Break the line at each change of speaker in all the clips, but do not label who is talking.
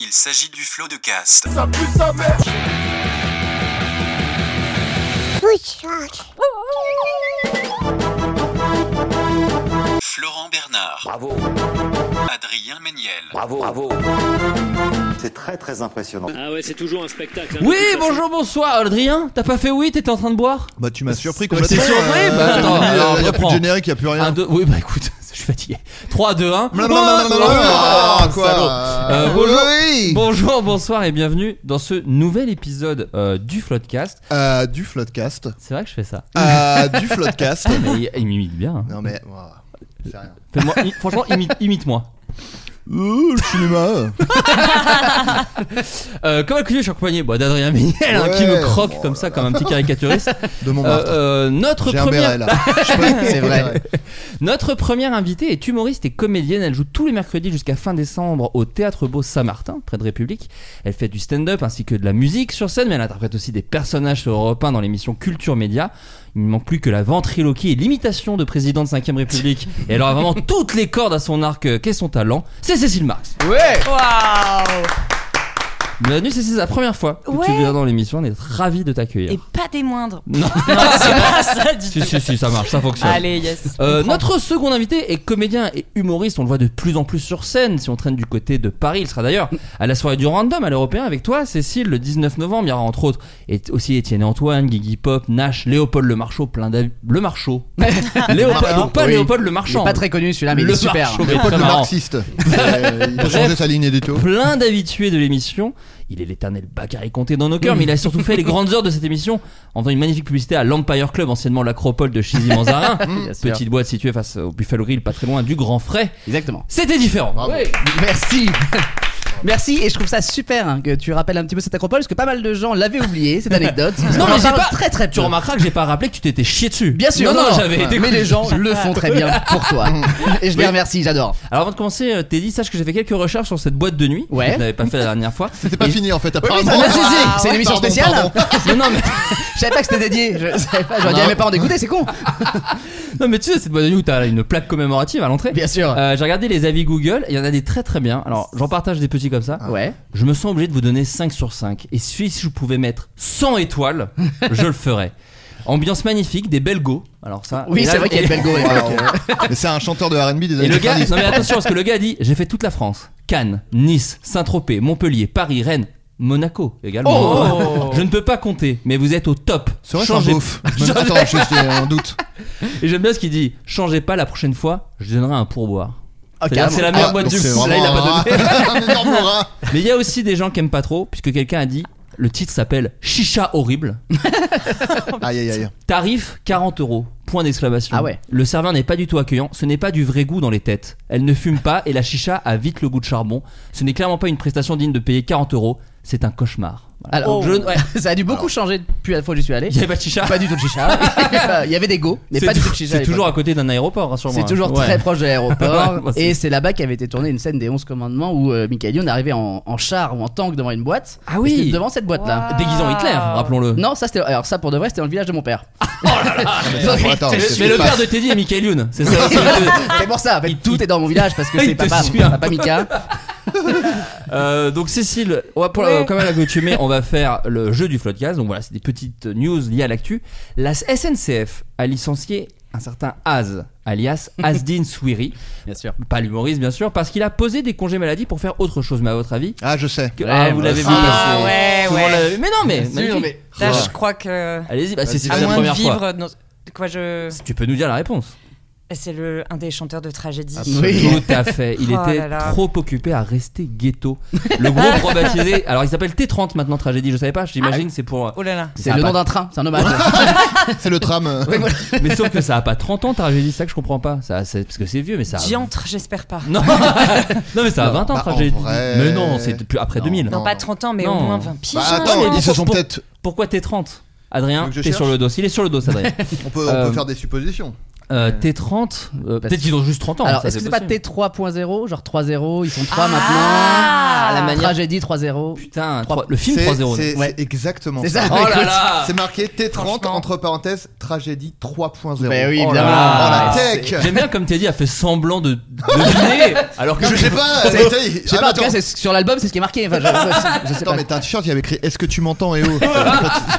Il s'agit du flot de cast. Florent Bernard,
Bravo,
Adrien Méniel,
bravo, bravo.
C'est très très impressionnant.
Ah ouais, c'est toujours un spectacle. hein,
Oui,
de toute façon.
bonjour, bonsoir. Adrien, t'as pas fait oui, t'étais en train de boire
Bah euh, tu m'as surpris
Bah,
complètement.
t'es surpris Bah, attends,
il y a-
alors,
il y
je
a plus
prends.
de générique, il y a plus rien.
1, 2, oui, bah écoute, je suis fatigué. 3, 2, 1.
Blablabla, blablabla, Ah, quoi
Euh, bonjour.
Oui.
Ah, Bonjour, bonsoir et bienvenue dans ce nouvel épisode euh, du Floodcast.
Euh, du floodcast.
C'est vrai que je fais ça.
Euh, du floodcast.
Mais il, il m'imite bien. hein.
Non mais ouah, c'est rien.
Fais-moi- i- franchement, imite- imite-moi.
Ouh, le cinéma. euh.
euh, comme accouché, je suis accompagné bah, d'Adrien Méniel hein, qui
Ouais.
me croque
Oh
comme
là
ça, comme un petit caricaturiste.
De mon
Euh, euh, notre
J'ai un
première.
béret là. Je sais pas,
C'est vrai. Notre première invitée est humoriste et comédienne. Elle joue tous les mercredis jusqu'à fin décembre au Théâtre Beau Saint-Martin, près de République. Elle fait du stand-up ainsi que de la musique sur scène, mais elle interprète aussi des personnages sur Europe 1 dans l'émission Culture Média. Il ne manque plus que la ventriloquie et l'imitation de président de 5ème République. Et elle aura vraiment toutes les cordes à son arc euh, qu'est son talent. C'est Cécile Marx.
Ouais.
Bienvenue Cécile, c'est la première fois que tu
Ouais.
viens dans l'émission. On est ravis de t'accueillir.
Et pas des moindres.
Non,
Non, c'est pas ça du
si,
tout.
si, si, ça marche, ça fonctionne.
Allez, yes.
Euh,
On prend.
notre second invité est comédien et humoriste, on le voit de plus en plus sur scène si on traîne du côté de Paris. Il sera d'ailleurs à la soirée du random à l'européen avec toi, Cécile, le 19 novembre. Il y aura entre autres et aussi Étienne Antoine, Guigui Pop, Nash, Léopold Le Marchaud, plein d'avis. Le Marchaud. Léopold, donc pas
Oui.
Léopold Le
Il
Marchand.
est pas très connu celui-là, mais il
Le
est super.
Marchand, mais
Paul
très
le
marrant.
marxiste. Euh, Il a changé
Bref.
sa ligne édito.
Plein d'habitués de l'émission. Il est l'éternel Bakary Comté dans nos cœurs, mais il a surtout fait les grandes heures de cette émission en faisant une magnifique publicité à l'Empire Club, anciennement l'acropole de Chizy-Manzarin. Petite boîte située face au Buffalo Grill, pas très loin du Grand Frais.
Exactement.
C'était différent.
Bravo.
Merci. Merci et je trouve ça super hein, que tu rappelles un petit peu cette acropole parce que pas mal de gens l'avaient oublié cette anecdote. Parce
Non,
qu'on
mais
en
j'ai
parle
pas-
très très peu.
Tu remarqueras que j'ai pas rappelé que tu t'étais chié dessus.
Bien sûr.
Non, non, j'avais été
Mais les gens le font très bien pour toi. Et je les remercie, j'adore.
Alors avant de commencer, euh, Teddy, sache que j'ai fait quelques recherches sur cette boîte de nuit.
Ouais.
Que Je n'avais pas fait la dernière fois.
C'était pas
Et-
fini en fait. Apparemment.
Ah, si, si, c'est une
ouais,
émission
pardon,
spéciale.
pardon.
Non, non, mais,
Je savais pas que c'était dédié. Je savais pas. J'aurais dit
Non.
à mes parents d'écouter, c'est con.
non, mais tu sais, cette boîte de nuit où t'as une plaque commémorative à l'entrée.
Bien sûr.
Euh, j'ai regardé les avis Google, et il y en a des très très bien. Alors j'en partage des petits comme ça.
Ah. Ouais.
Je me sens obligé de vous donner 5 sur 5. Et si je pouvais mettre 100 étoiles, je le ferais. Ambiance magnifique, des belles go. Alors ça.
Oui,
et là-
c'est vrai qu'il y a
et-
de belles gorilles.
Mais C'est un chanteur de R&B des
Et
années
le gars,
90.
non mais attention parce que le gars a dit j'ai fait toute la France, Cannes, Nice, Saint-Tropez, Montpellier, Paris, Rennes, Monaco également.
Oh.
je ne peux pas compter, mais vous êtes au top.
C'est vrai, c'est un
Changez-
beauf. Je me- Attends, je- j'ai un doute.
Et j'aime bien ce qu'il dit. Changez pas la prochaine fois, je donnerai un pourboire. C'est-à-dire que c'est la
Ah,
meilleure
donc
boîte du
c'est
monde. Là, il a
vraiment
pas donné.
un rat. Un énorme rat.
Mais il y a aussi des gens qui aiment pas trop puisque quelqu'un a dit le titre s'appelle Chicha horrible.
Aïe aïe aïe.
Tarif 40 euros. Point d'exclamation.
Ah ouais.
Le serveur n'est pas du tout accueillant. Ce n'est pas du vrai goût dans les têtes. Elle ne fume pas et la chicha a vite le goût de charbon. Ce n'est clairement pas une prestation digne de payer 40 euros. C'est un cauchemar. Voilà.
Alors,
Donc, je- Oh, ouais.
ça a dû beaucoup changer depuis la fois où j'y suis allé.
Il n'y avait pas de chicha.
Pas du tout de chicha. Il y avait des go, mais
C'est
pas du
tou-
tout de chicha. à
C'est toujours
l'époque.
à côté d'un aéroport, rassure-moi.
C'est toujours
Ouais.
très proche de l'aéroport.
Ouais, moi, c'est-
et c'est là-bas qu'avait été tournée une scène des 11 commandements où euh, Michaelion arrivait en, en char ou en tank devant une boîte.
Ah
Et
oui.
c'était devant cette boîte-là.
Déguisant Hitler,
Ah.
rappelons-le.
Non, ça c'était. Alors, ça pour de vrai, c'était dans le village de mon père.
Oh
Attends, attends,
Mais,
qu'est-ce
mais
qui
le
se
père
passe
de Teddy est Michael Youn. C'est ça. c'est le-
C'est pour ça, en fait,
Il-
tout
il-
est dans mon village parce que
il
c'est
te
papa,
suit un
papa Mika.
Euh, donc Cécile, on va pour, euh, comme à l'accoutumée, on va faire le jeu du floodcast. Donc voilà, c'est des petites news liées à l'actu. La SNCF a licencié un certain Az, alias Asdin Swiri,
Bien sûr.
pas l'humoriste bien sûr, parce qu'il a posé des congés maladie pour faire autre chose. Mais à votre avis
Ah, je sais.
que-
Ouais,
Ah, vous
bah,
l'avez
si.
vu
Ah,
passer.
ouais,
Souvent,
ouais.
la- Mais non, mais, magnifique.
mais-
Là, je crois que.
Allez-y, bah, c'est c'est
À
la
moins de
première fois.
vivre. dans- Quoi, je. Eh,
Tu peux nous dire la réponse
C'est le un des chanteurs de tragédie.
Ah,
Oui.
Tout à fait. Il
Oh
était
là là.
trop occupé à rester ghetto. Le groupe rebaptisé. Alors il s'appelle T30 maintenant, tragédie. Je savais pas. J'imagine c'est pour.
Oh là là.
Ah
Ah
C'est
bah.
le nom d'un train, c'est un hommage.
C'est le tram. euh,
Oui, voilà.
Mais sauf que ça a pas 30 ans, tragédie. C'est ça que je comprends pas. Ça, c'est parce que c'est vieux, mais ça. a-
Diantre, j'espère pas.
Non. non, mais ça a 20 ans,
Bah, en
tragédie.
vrai-
Mais non, c'est depuis- après
Non,
2000.
non.
Non, pas 30 ans, mais
Non.
au moins 20 piges.
Bah
Pigeon, mais
attends, ils se
pour-
sont
pour-
peut-être.
Pourquoi T30 Adrien,
Tu veux que je
t'es sur
cherche
le dos. Il est sur le dos, Adrien.
On peut, on
Euh,
peut faire des suppositions.
Euh, T30, euh, peut-être qu'ils ont juste 30 ans.
Alors,
ça,
est-ce que c'est pas
possible.
T3.0, genre 3-0, ils sont 3
Ah,
maintenant
Bah, la manière-
Tragédie 3-0.
Putain,
Trois-
trois- le film
C'est-
3-0.
C'est
Ouais.
c'est exactement
C'est
ça.
ça.
Oh là
Écoute,
là
C'est marqué T30
Franchement.
entre parenthèses tragédie 3.0.
Ben oui,
Oh
évidemment.
là là.
Oh, la tech.
J'aime bien comme Teddy a fait semblant de deviner alors que
Je sais pas.
C'est-
attends,
Je sais pas,
ah,
en tout
attends.
cas, c'est- sur l'album, c'est ce qui est marqué. Enfin, je, je- je sais
Attends,
pas.
mais t'as un t-shirt, il y avait écrit Est-ce que tu m'entends, eh oh En fait,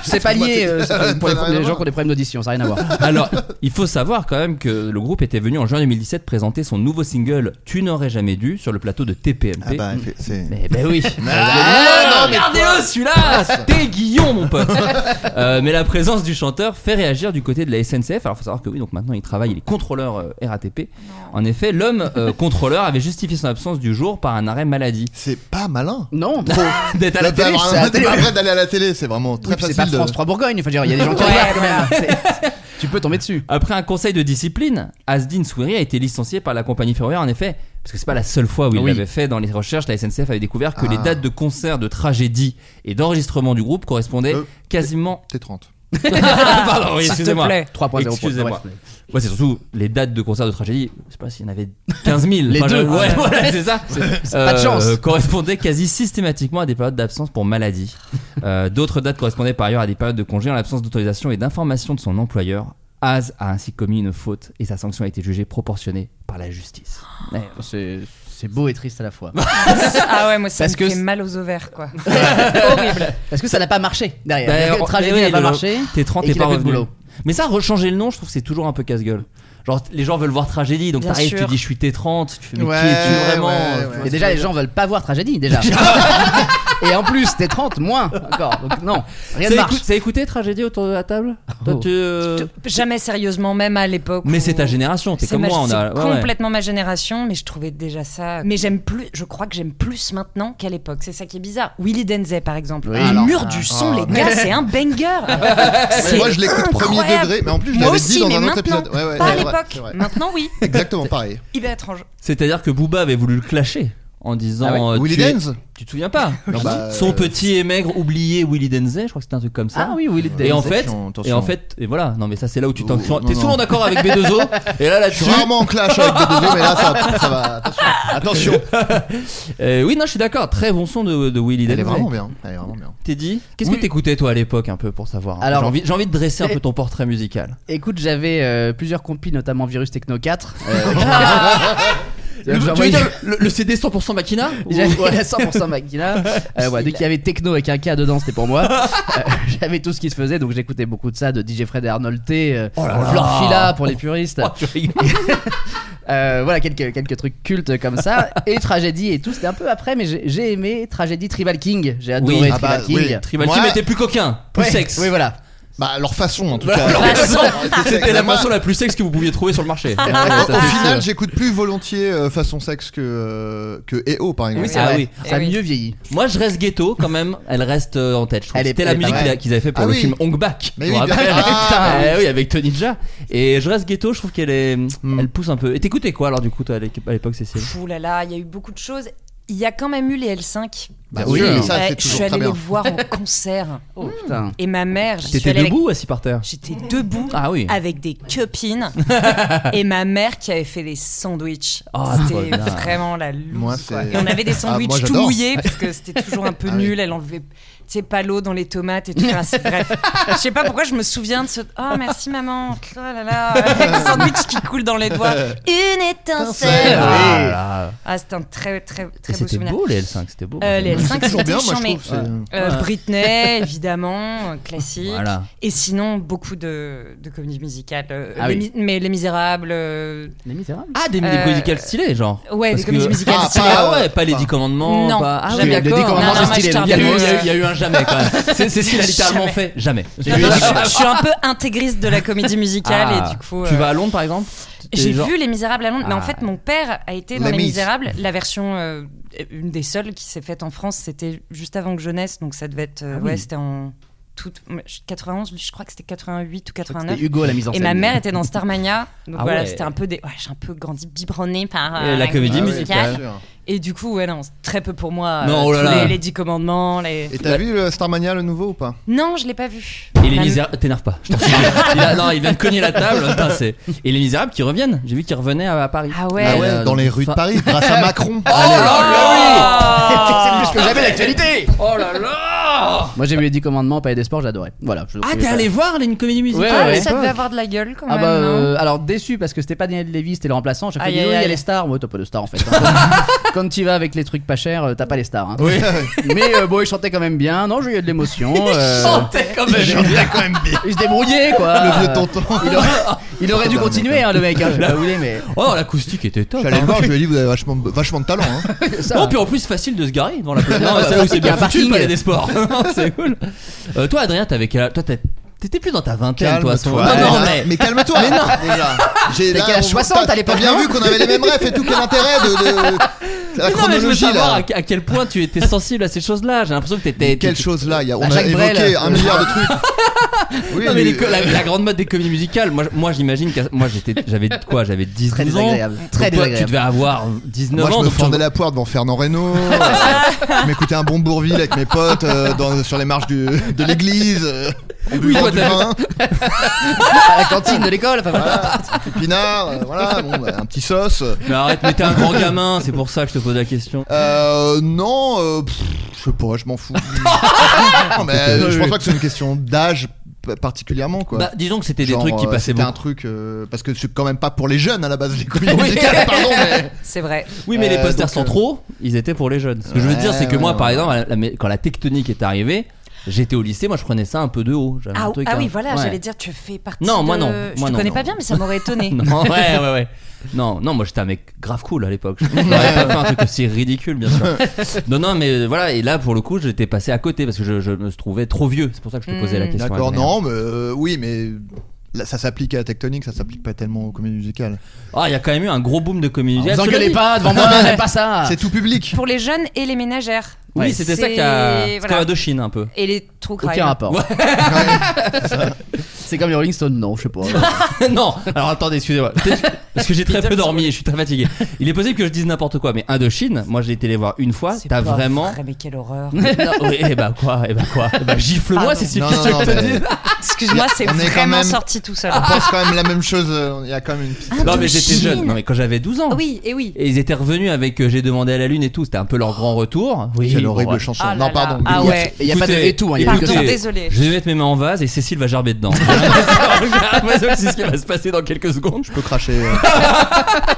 C'est pas lié euh,
Ça n'a
pour les,
rien à
les gens
voir.
qui ont des problèmes d'audition, ça n'a rien à voir.
Alors, il faut savoir quand même que le groupe était venu en juin 2017 présenter son nouveau single Tu n'aurais jamais dû sur le plateau de TPMP.
Ah bah, c'est.
Mais ben oui.
Ah, non, mais-
Regardez-le celui-là T'es Guillaume mon pote Euh, Mais la présence du chanteur fait réagir du côté de la SNCF. Alors faut savoir que oui, donc maintenant il travaille, il est contrôleur euh, RATP. En effet, l'homme euh, contrôleur avait justifié son absence du jour par un arrêt maladie.
C'est pas malin.
Non,
D'être à la
Là, t'as
télé,
vraiment-
c'est à la télé.
Après d'aller à la télé, c'est vraiment
Oui,
très
puis c'est
facile.
pas
de-
France 3 Bourgogne. Enfin, je veux dire, il y a des gens qui
Ouais,
regardent quand
voilà.
même. C'est- Tu peux tomber dessus.
Après un conseil de discipline, Asdin Souiri a été licencié par la compagnie ferroviaire en effet, parce que c'est pas la seule fois où il
Oui.
l'avait fait. Dans les recherches, la SNCF avait découvert que les dates de concerts, de tragédies et d'enregistrement du groupe correspondaient
Euh,
quasiment.
T30.
Pardon, oui,
S'il te
excusez-moi.
plaît.
3.0.
Excusez-moi.
Ouais.
Ouais, c'est surtout les dates de concerts de tragédie. Je sais pas s'il y en avait 15 000.
Les
je-
deux.
Ouais, voilà, c'est ça. Euh,
pas de chance.
Correspondaient quasi systématiquement à des périodes d'absence pour maladie. Euh, D'autres dates correspondaient par ailleurs à des périodes de congé en l'absence d'autorisation et d'information de son employeur. Az a ainsi commis une faute et sa sanction a été jugée proportionnée par la justice. Ouais.
C'est c'est beau et triste à la fois.
Ah ouais, moi ça
Parce
me
que
fait
c'est-
mal aux ovaires quoi.
Horrible. Parce que ça n'a pas marché derrière.
Bah,
la
oh,
tragédie
mais oui,
n'a pas
le-
marché.
T'es 30
et
et
qu'il
pas
a fait le
revenu.
boulot.
Mais ça, rechanger le nom, je trouve que c'est toujours un peu casse-gueule. Genre, les gens veulent voir tragédie, donc
Bien
t'arrives,
sûr.
tu dis je suis T30, tu fais mais
Ouais,
qui es-tu vraiment
ouais, ouais.
Et déjà, les gens veulent pas voir tragédie déjà. et en plus, t'es 30 moins encore. Donc non, rien ne
Ça
marche.
écoute- ça écouté tragédie autour de la table Toi,
Oh.
tu, euh,
Jamais sérieusement, même à l'époque.
Mais
où-
c'est ta génération, t'es
C'est
comme
ma-
moi, on a.
c'est
ouais, ouais.
complètement ma génération, mais je trouvais déjà ça. Mais j'aime plus, je crois que j'aime plus maintenant qu'à l'époque. C'est ça qui est bizarre. Willy Denzey, par exemple.
Oui.
le
Alors,
mur
ah,
du son, les
mais-
gars, c'est un banger.
Mais Moi, je l'écoute premier
incroyable.
degré, mais en plus, je
Moi
l'avais
aussi,
dit dans
mais
un autre
maintenant,
épisode. Ouais, ouais,
pas à
c'est vrai,
l'époque.
c'est vrai.
Maintenant, oui.
Exactement pareil.
Il est étrange.
C'est-à-dire que Booba avait voulu le clasher en disant.
Ah ouais.
euh,
Willy
tu es-
Denz
Tu te souviens pas
Non, bah,
Son
euh,
petit et maigre oublié Willy Denzey, je crois que c'était un truc comme ça.
Ah oui, Willy
Et en
Denzel.
fait,
Attention,
et
attention.
en fait, et voilà. Non mais ça c'est là où tu t'en
Oh,
T'es
non, non.
souvent d'accord avec B2O. et là
Je
là-dessus,
suis rarement en clash avec des deux mais là, ça, ça va. Attention. Attention.
euh, oui non, je suis d'accord. Très bon son de, de Willy
Elle est
Denzey.
vraiment bien. Elle est vraiment bien.
Teddy, qu'est-ce
Oui.
que t'écoutais toi à l'époque un peu pour savoir hein
Alors-
j'ai envie, j'ai envie de dresser un
Eh.
peu ton portrait musical.
Écoute, j'avais euh, plusieurs compis, notamment Virus Techno 4. euh,
Le, tu veux dire le, le CD 100% Machina Ou-
J'avais la 100% Makina. Euh, ouais, dès qu'il y avait techno avec un K dedans, c'était pour moi. Euh, J'avais tout ce qui se faisait, donc j'écoutais beaucoup de ça, de DJ Fred et Arnold T, euh,
Oh là là.
Flor Fila pour les puristes.
Oh, tu rigoles.
Euh, voilà, quelques, quelques trucs cultes comme ça. Et Tragédie et tout, c'était un peu après, mais j'ai j'ai aimé Tragédie Tribal King. J'ai adoré
Oui, ah
Tribal
bah,
King.
oui.
Tribal
Moi-
Team était plus coquin, plus
Ouais,
sexe.
Oui, voilà.
Bah, leur façon, en tout
Bah,
cas.
leur façon. Ah, C'était la
Moi,
façon la plus sexe que vous pouviez trouver sur le marché.
Au au
Ça, c'est
final,
sûr.
j'écoute plus volontiers euh, façon sexe que, euh, que EO par exemple.
Oui, c'est
Ah
vrai.
oui, ça a
Eh oui.
mieux vieilli.
Moi, je reste ghetto quand même. Elle reste euh, en tête. je trouve.
Elle est-
C'était
elle
la
est
musique
pas
qu'il a-
mal.
qu'ils avaient fait pour
Ah
le
oui.
film Hong Bak.
Mais
je
oui,
me rappelle.
ah,
Eh oui, avec Tony Jaa. Et je reste ghetto. Je trouve qu'elle est, elle pousse un peu. Et t'écoutais quoi alors du coup toi à l'époque- à l'époque, Cécile
Fou là là, il y a eu beaucoup de choses. Il y a quand même eu les L5.
Bah
Oui,
oui,
mais
ça,
Ouais,
c'est
je suis
toujours
allée
très
les
bien.
voir en concert.
Oh putain.
Et ma mère, j'y suis
T'étais
allée avec-
debout ou assis par terre
J'étais debout
Ah oui.
avec des copines et ma mère qui avait fait des sandwichs.
Ah, trop
c'était
bien.
vraiment la loose.
Moi, c'est-
quoi. Et on avait des
Ah,
sandwichs
moi,
tout
j'adore.
mouillés parce que c'était toujours un peu
Ah oui.
nul. Elle enlevait, tu sais, pas l'eau dans les tomates et tout. Enfin, c'est- bref, je sais pas pourquoi je me souviens de ce. Oh merci maman. Oh là là. Les sandwichs qui coulent dans les doigts. Une étincelle.
Ah là là.
Ah, c'était un très très
Et
très beau
c'était
souvenir.
beau les L5, c'était beau.
Euh, les L5
toujours
c'était
bien, moi, je
charmé.
trouve. c'est-
Euh, Britney, évidemment, euh, classique.
Voilà.
Et sinon, beaucoup de, de comédies musicales. euh,
Ah
les
oui.
Mi- Mais Les Misérables. euh,
Les misérables.
Ah, des, des
Euh,
musicales stylées, genre.
ouais,
Parce
des comédies musicales
ah,
stylées.
Ah ouais, pas les
Pas-
10 commandements.
Non.
pas- Ah
J'ai-
ouais,
les
d'accord.
Dix Commandements,
Non,
c'est
non, moi,
stylé,
je
les
Il y a eu-
Dix
il y a eu-
Commandements.
il y a eu un jamais quand même. C'est c'est ce qu'il a littéralement
Jamais.
fait. Jamais.
non, non, je, je suis un peu intégriste de la comédie musicale
Ah.
et du coup.
Tu
euh,
vas à Londres par exemple c'était
J'ai
genre-
vu Les Misérables à Londres, mais en
Ah.
fait, mon père a été dans
Les
Les
Mis.
Misérables. La version, euh, une des seules qui s'est faite en France, c'était juste avant que je naisse, donc ça devait être. euh,
Ah oui.
Ouais, c'était en. Tout, 91, je crois que c'était 88 ou
C'était
89.
Hugo la mise en
Et
scène.
ma mère était dans Starmania. Donc
Ah
voilà,
ouais.
c'était un peu des. Ouais, j'ai un peu grandi biberonnée par. euh,
Et la comédie
Ah oui,
musicale.
bien sûr.
Et du coup, ouais, non, c'est très peu pour moi.
Non,
euh,
oh là
tous
là.
Les, les 10 commandements. Les...
Et t'as vu le Starmania le nouveau ou pas
Non, je l'ai pas vu.
Et les
Ma-
misérables, t'énerve pas. Je t'en supplie. il a- non, il vient de cogner la table. Putain, c'est- Et les misérables qui reviennent. J'ai vu qu'ils revenaient à, à Paris. Oh
Ah ouais. Oh
Ah
Dans les rues de
Enfin-
Paris, grâce à Macron.
Ah
C'est plus que jamais l'actualité
Oh là là
Moi j'ai vu les 10 commandements, Palais des Sports, j'adorais. Voilà. je-
Ah, t'es allé voir les- une comédie musicale
Ouais,
Ah, mais
ouais.
ça devait avoir de la gueule quand
Ah
même.
bah
non
euh, alors déçu parce que c'était pas Daniel Lévy, c'était le remplaçant. J'ai fait
Aïe,
oui,
aïe,
il y a
aïe.
les stars. Ouais, t'as pas de stars en fait. Hein. Quand tu vas avec les trucs pas chers, euh, t'as pas les stars. hein.
Oui.
Mais euh, bon, il chantait quand même bien. Non, j'ai eu de l'émotion. euh,
quand
quand même bien.
il se débrouillait quoi.
Ah
Le vieux
Euh,
tonton.
Il aurait, il aurait dû continuer hein, le mec. Hein, je sais pas où il est, mais
Oh, non, l'acoustique était top.
J'allais
hein.
le voir, je lui ai dit, vous avez vachement, de- vachement de talent. Hein.
ça,
Non, puis en plus, facile de se garer devant la place. Non, c'est là où
Il y
c'est
a
bien
un
foutu le
parking.
palais des sports. Non, c'est cool. Euh, toi, Adrien, t'avais quel âge Toi, t'as- t'étais plus dans ta vingtaine, toi, à ce moment-là.
Calme-toi.
Non, non,
Ouais,
mais.
mais calme-toi. Mais non. Déjà. J'ai
T'as
là,
quel âge
on-
60
t'as-
à l'époque,
T'as bien
non
vu qu'on avait les mêmes rêves et tout. Quel intérêt de, de- de
Mais non, mais je
la
veux
chronologie
savoir à,
là.
à quel point tu étais sensible à ces choses-là. J'ai l'impression que t'étais.
Quelle
t'étais-
chose là il y a- On
La
a
Jacques
évoqué
Brel.
un milliard de trucs. Oui,
Non mais
mais-
les co- la, la grande mode des comédies musicales, moi, moi j'imagine que moi j'étais j'avais quoi, j'avais 10
Très
12 ans.
désagréable.
Donc
Très
toi, tu
désagréable.
devais avoir 19
Moi,
ans
je me
donc tu-
fendais la poire devant Fernand Reynaud. euh, je m'écoutais un bon Bourvil avec mes potes euh, dans- sur les marches du- de l'église. euh, en buvant
toi,
du
t'as-
vin,
à la cantine de l'école. Enfin, voilà.
du pinard, euh, voilà, bon, bah, un petit sauce.
Mais arrête, mais t'es un grand gamin, c'est pour ça que je te pose la question.
Euh, non, euh, pff, je sais pas, je m'en fous. Non, mais, euh, je pense pas que c'est une question d'âge p- particulièrement quoi.
Bah disons que c'était des
Genre,
trucs qui
euh,
passaient
c'était
beaucoup.
un truc euh, parce que c'est quand même pas pour les jeunes à la base les comédies
Oui.
musicales, pardon. Mais...
C'est vrai.
Oui, mais les
Euh,
posters
donc, euh,
centraux, ils étaient pour les jeunes. Ce que je veux
Ouais,
dire, c'est que
ouais,
moi,
ouais,
par
ouais.
exemple, la- la- quand la tectonique est arrivée, j'étais au lycée, moi, je prenais ça un peu de haut. J'avais un
Ah,
truc,
ah
hein.
oui, voilà,
Ouais.
j'allais dire, tu fais partie.
Non, moi
de-
non,
Je
moi
te
non,
connais
non.
pas bien, mais ça m'aurait étonné.
Non, ouais, ouais, ouais. Non, non, moi j'étais un mec grave cool à l'époque. J'aurais pas fait un truc aussi ridicule, bien sûr. Non, non, mais euh, voilà, et là pour le coup, j'étais passé à côté parce que je, je me trouvais trop vieux. C'est pour ça que je te posais la
Mm.
question.
Hmm. D'accord,
Adrien.
non, mais euh, oui, mais là, ça s'applique à la tectonique, ça s'applique pas tellement aux comédies musicales.
Ah, il y a quand même eu un gros boom de comédie.
Vous
Ah,
Cela
engueulez
dit-
pas devant moi, j'aime pas
Ah.
ça.
C'est tout public.
Pour les jeunes et les ménagères.
Oui,
Ouais,
c'était ça
c'est-
qui a. C'était
voilà.
comme Indochine un peu.
Et les true crime.
Aucun rapport. C'est comme les Rolling Stones, non, je sais pas.
non, alors attendez, excusez-moi. Peut-être- Parce que j'ai très peu dormi et je suis très fatigué. Il est possible que je dise n'importe quoi, mais Indochine, moi j'ai été les voir une fois.
C'est
T'as
pas
vraiment.
vrai, mais quelle horreur.
Non, oui, eh bah quoi, eh bah quoi, eh bah gifle-moi
Pardon.
si c'est
Non,
ce que
non,
je
non,
te
mais-
dis.
Excuse-moi, c'est
On est quand
vraiment
même-
sorti tout seul.
On
Ah.
pense quand même la même chose. euh, Il y a quand même une petite.
Non mais j'étais
Indochine.
jeune, non mais quand j'avais 12 ans.
Ah oui, et oui.
Et ils étaient revenus avec euh, J'ai demandé à la lune et tout, c'était un peu leur grand retour. Oui, Oh
Quelle
bon,
horrible
ouais.
chanson.
Ah
non,
là là.
pardon.
Ah ouais.
Il y a pas de
Écoutez,
et tout, hein, il y a
écoutez,
que ça.
Pardon, désolé.
Je vais mettre mes mains en vase et Cécile va gerber dedans. J'ai l'impression que c'est ce qui va se passer dans quelques secondes.
Je peux cracher. euh,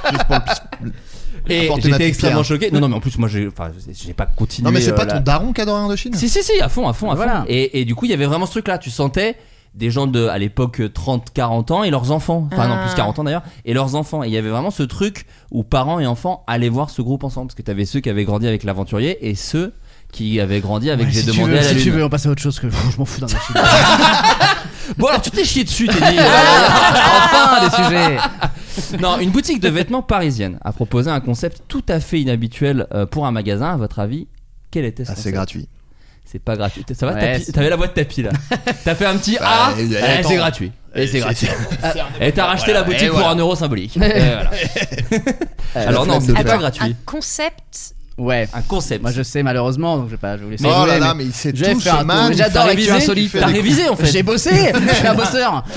juste pour le-
Et
Porter
j'étais
ma petite
extrêmement
pierre.
choqué. Non, non, mais en plus, moi, j'ai enfin, j'ai pas continué.
Non, mais c'est
euh,
pas
la-
ton daron qui adore Indochine
Si, si, si, à fond, à fond, à
Voilà.
fond. Et, et du coup, il y avait vraiment ce truc-là. Tu sentais des gens de, à l'époque, 30, 40 ans et leurs enfants. Enfin, non,
Ah.
plus 40 ans d'ailleurs. Et leurs enfants. Et il y avait vraiment ce truc où parents et enfants allaient voir ce groupe ensemble. Parce que t'avais ceux qui avaient grandi avec l'aventurier et ceux qui avaient grandi avec
Ouais,
J'ai
si tu
demandé
veux,
à la
si
lune.
tu veux, on passe à autre chose que je, je m'en fous d'un film.
Bon, alors tu t'es chié dessus, t'es dit. euh,
enfin
Ah.
des sujets.
Non, une boutique de vêtements parisienne a proposé un concept tout à fait inhabituel euh, pour un magasin. À votre avis, quel était ce
Ah, c'est
concept
gratuit.
C'est pas gratuit. Ça va,
Ouais,
Tapi
c'est-
T'avais la voix de tapis là. T'as fait un petit
Bah,
A.
euh,
eh,
attends.
c'est gratuit. Et c'est gratuit. Et t'as racheté la boutique
et
pour
voilà.
un euro symbolique. Et voilà. Alors non,
la flemme de
c'était
faire.
pas
Attends,
Un
gratuit.
concept.
Ouais.
Un concept.
Moi je sais malheureusement, donc je vais pas je vais vous laisser
Oh
jouer,
là là, mais il sait
je vais
tout,
faire
ce
un tour.
man, il
T'as
J'adore l'actu
révisé
insolite.
T'as révisé en fait.
J'ai bossé, je suis un bosseur.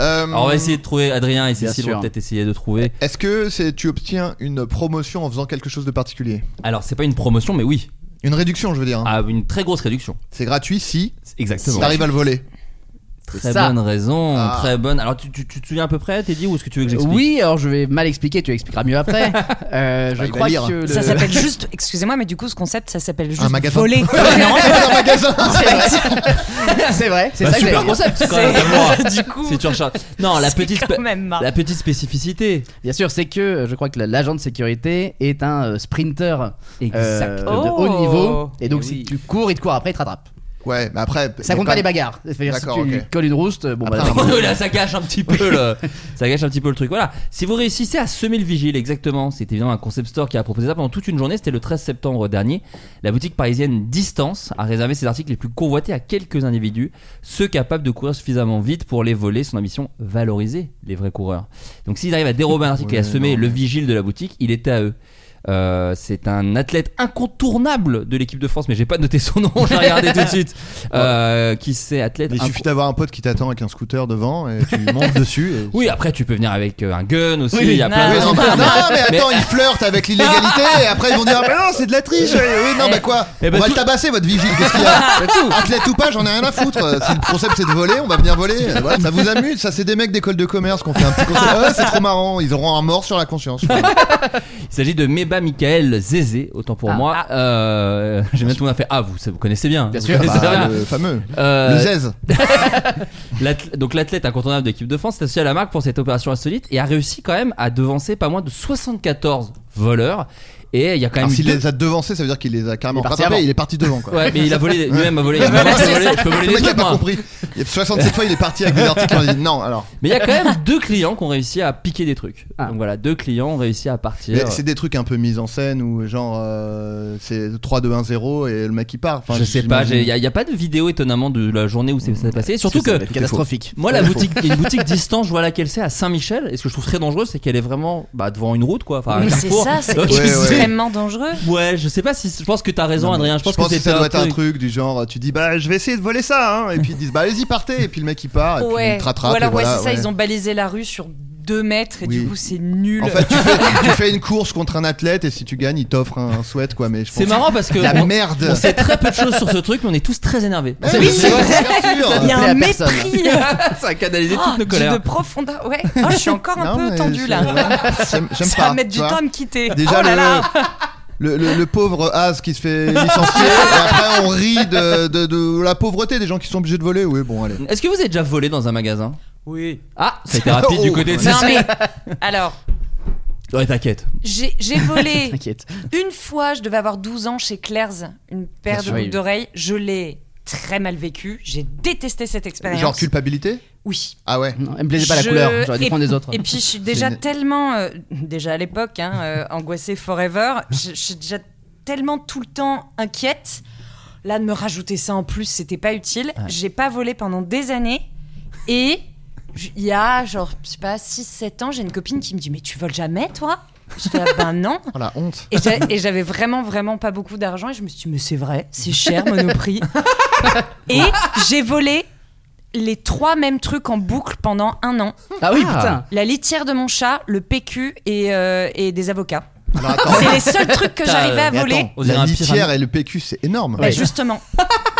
Euh,
Alors, on va essayer de trouver Adrien et Cécile
sûr.
vont peut-être essayer de trouver.
Est-ce que c'est tu obtiens une promotion en faisant quelque chose de particulier
Alors c'est pas une promotion, mais oui,
Une réduction, je veux dire. hein.
Ah, une très grosse réduction.
C'est gratuit si
Exactement.
t'arrives à le voler.
Très
Ça.
bonne raison,
Ah.
très bonne. Alors tu, tu- tu te souviens à peu près, t'es dit ou est-ce que tu veux que j'explique
Oui, alors je vais mal expliquer, tu expliqueras mieux après. Euh, je
Bah, il va
crois
lire.
que le-
Ça s'appelle juste. Excusez-moi, mais du coup, ce concept, ça s'appelle juste.
Un magasin.
Voler.
un magasin.
C'est vrai, c'est
Bah,
ça que
super
j'allais dire.
concept quand même, vraiment.
du coup,
Si tu recharges. Non, la
c'est
petite
quand
spé-
même marrant.
la petite spécificité.
Bien sûr, c'est que euh, je crois que la- l'agent de sécurité est un euh, sprinter euh,
Exact.
de haut
Oh.
niveau. Et donc,
Eh
si
oui.
tu cours, il te court après, il te rattrape.
Ouais, mais après.
Ça
mais
compte pas les bagarres. C'est-à-dire si
D'accord,
tu lui
ok.
colles une rouste, bon bah.
Après,
d'accord.
Oh, là, ça gâche un petit peu le, ça gâche un petit peu le truc. Voilà. Si vous réussissez à semer le vigile, exactement, c'est évidemment un concept store qui a proposé ça pendant toute une journée. C'était le 13 septembre dernier. La boutique parisienne Distance a réservé ses articles les plus convoités à quelques individus, ceux capables de courir suffisamment vite pour les voler. Son ambition valoriser les vrais coureurs. Donc, s'ils arrivent à dérober un article et à semer le vigile de la boutique, il était à eux. Euh, c'est un athlète incontournable de l'équipe de France, mais j'ai pas noté son nom, j'ai regardé tout de suite. Euh, qui c'est athlète
Mais il
inco-
suffit d'avoir un pote qui t'attend avec un scooter devant et tu lui montes dessus. et-
oui, après tu peux venir avec euh, un gun aussi,
Oui,
il y a
non.
plein
Ah,
de
mais non,
trucs.
non, mais
Mais-
attends, ils flirtent avec l'illégalité et après ils vont dire Mais non, c'est de la triche. Oui, non, mais quoi
Eh ben,
On va
tout-
le tabasser, votre vigile. Qu'est-ce qu'il y a Athlète ou pas, j'en ai rien à foutre. Euh, Si le concept c'est de voler, on va venir voler. Euh, Voilà, ça vous amuse Ça, c'est des mecs d'école de commerce qu'on fait un petit concept. Ah ouais, c'est trop marrant. Ils auront un mort sur la conscience.
Il s'agit de Meba Michael Zézé, autant pour
Ah,
moi. Euh, J'ai même tout le monde a fait Ah, vous, ça, vous connaissez bien.
Bien
Vous
sûr,
connaissez
Bah,
bien.
le fameux.
Euh,
Le Zez.
l'athlè- donc l'athlète incontournable de l'équipe de France s'est associé à la marque pour cette opération insolite et a réussi quand même à devancer pas moins de 74 voleurs. Et il y a quand même
Alors,
eu
s'il
deux-
les a devancés, ça veut dire qu'il les a
Il
carrément
est parti
rattrapés.
avant.
Il est parti devant, quoi.
Ouais, mais il a volé, lui-même a volé. Il a dit,
Voilà,
Moi, je peux
c'est
voler- je peux voler
Le
des
mec a
trucs, hein.
pas
moi.
compris. Il y a 67 fois, il est parti avec des articles. On a dit non, alors.
Mais il y a quand même deux clients qui ont réussi à piquer des trucs.
Ah.
Donc voilà, deux clients ont réussi à
Mais
partir.
c'est des trucs un peu mis en scène où genre euh, c'est 3 2 1 0 et le mec il part. Enfin,
je sais pas, il n'y a, y a pas de vidéo étonnamment de la journée où c'est ça s'est passé.
Ah,
Et Surtout
Ça va
que
être catastrophique.
moi, la boutique, une boutique distance, je vois laquelle c'est à Saint-Michel. Et ce que je trouve très dangereux, c'est qu'elle est vraiment bah, devant une route, quoi. Enfin, un
Mais c'est
carrefour.
ça, c'est
Donc,
Ouais,
extrêmement dangereux.
Ouais, je sais pas si. Je pense que t'as raison, Adrien. Je pense,
que,
c'était
ça doit être un truc du genre tu dis bah je vais essayer de voler ça hein, et puis ils disent bah allez-y partez et puis le mec il part et Ah, puis
Ouais.
il te rattrape
Ou alors,
et voilà,
ouais, c'est ça,
ouais.
ils ont balisé la rue sur 2 mètres et
Oui.
du coup, c'est nul.
En fait tu fais, tu fais une course contre un athlète et si tu gagnes il t'offre un, un sweat quoi mais je
C'est
pense
marrant parce que.
la
on-
merde.
On sait très peu de choses sur ce truc, mais on est tous très énervés.
Eh oui, c'est bien sûr.
Il y a
plaît à
un
personne.
mépris
Ah,
ça a canalisé
Ah,
toutes nos
de-
colères.
de profondeur. Ouais, Oh, je suis encore un
Non,
peu
mais
tendue
c'est-
là.
ouais, J'aime j'aime
Ça
pas.
va mettre
tu
du
vois.
temps à me quitter.
Déjà
oh là
le,
là.
Le, le- le pauvre As qui se fait licencier, et après on rit de, de- de la pauvreté des gens qui sont obligés de voler. Oui, bon, allez.
Est-ce que vous êtes déjà volé dans un magasin
Oui.
Ah, c'était rapide du
Oh.
côté de
Non mais alors,
Ouais, t'inquiète.
j'ai j'ai volé
T'inquiète.
une fois, je devais avoir 12 ans chez Claire's, une paire de
sûr, oui.
boucles d'oreilles, je l'ai très mal vécu, j'ai détesté cette expérience.
Genre culpabilité
Oui.
Ah ouais.
Non, elle me plaisait pas la
Je-
couleur, j'aurais dû
et-
prendre des autres.
Et puis je suis déjà
C'est une-
tellement, euh, déjà à l'époque, hein, euh, angoissée forever, je, je suis déjà tellement tout le temps inquiète. Là, de me rajouter ça en plus, c'était pas utile. J'ai pas volé pendant des années. Et j- il y a genre, je sais pas, 6-7 ans, j'ai une copine qui me dit Mais tu voles jamais, toi Je dis ah, Ben non.
Oh la honte.
Et j'a- Et j'avais vraiment, vraiment pas beaucoup d'argent. Et je me suis dit, mais c'est vrai, c'est cher, Monoprix. et j'ai volé les trois mêmes trucs en boucle pendant un an.
Ah oui, putain.
La litière de mon chat, le PQ et, euh, et des avocats.
Alors attends.
C'est les seuls trucs que
Putain,
j'arrivais à
Oh. Mais
voler.
attends,
On dirait
la
un
litière
pyramide.
et le PQ, c'est énorme.
Bah, justement.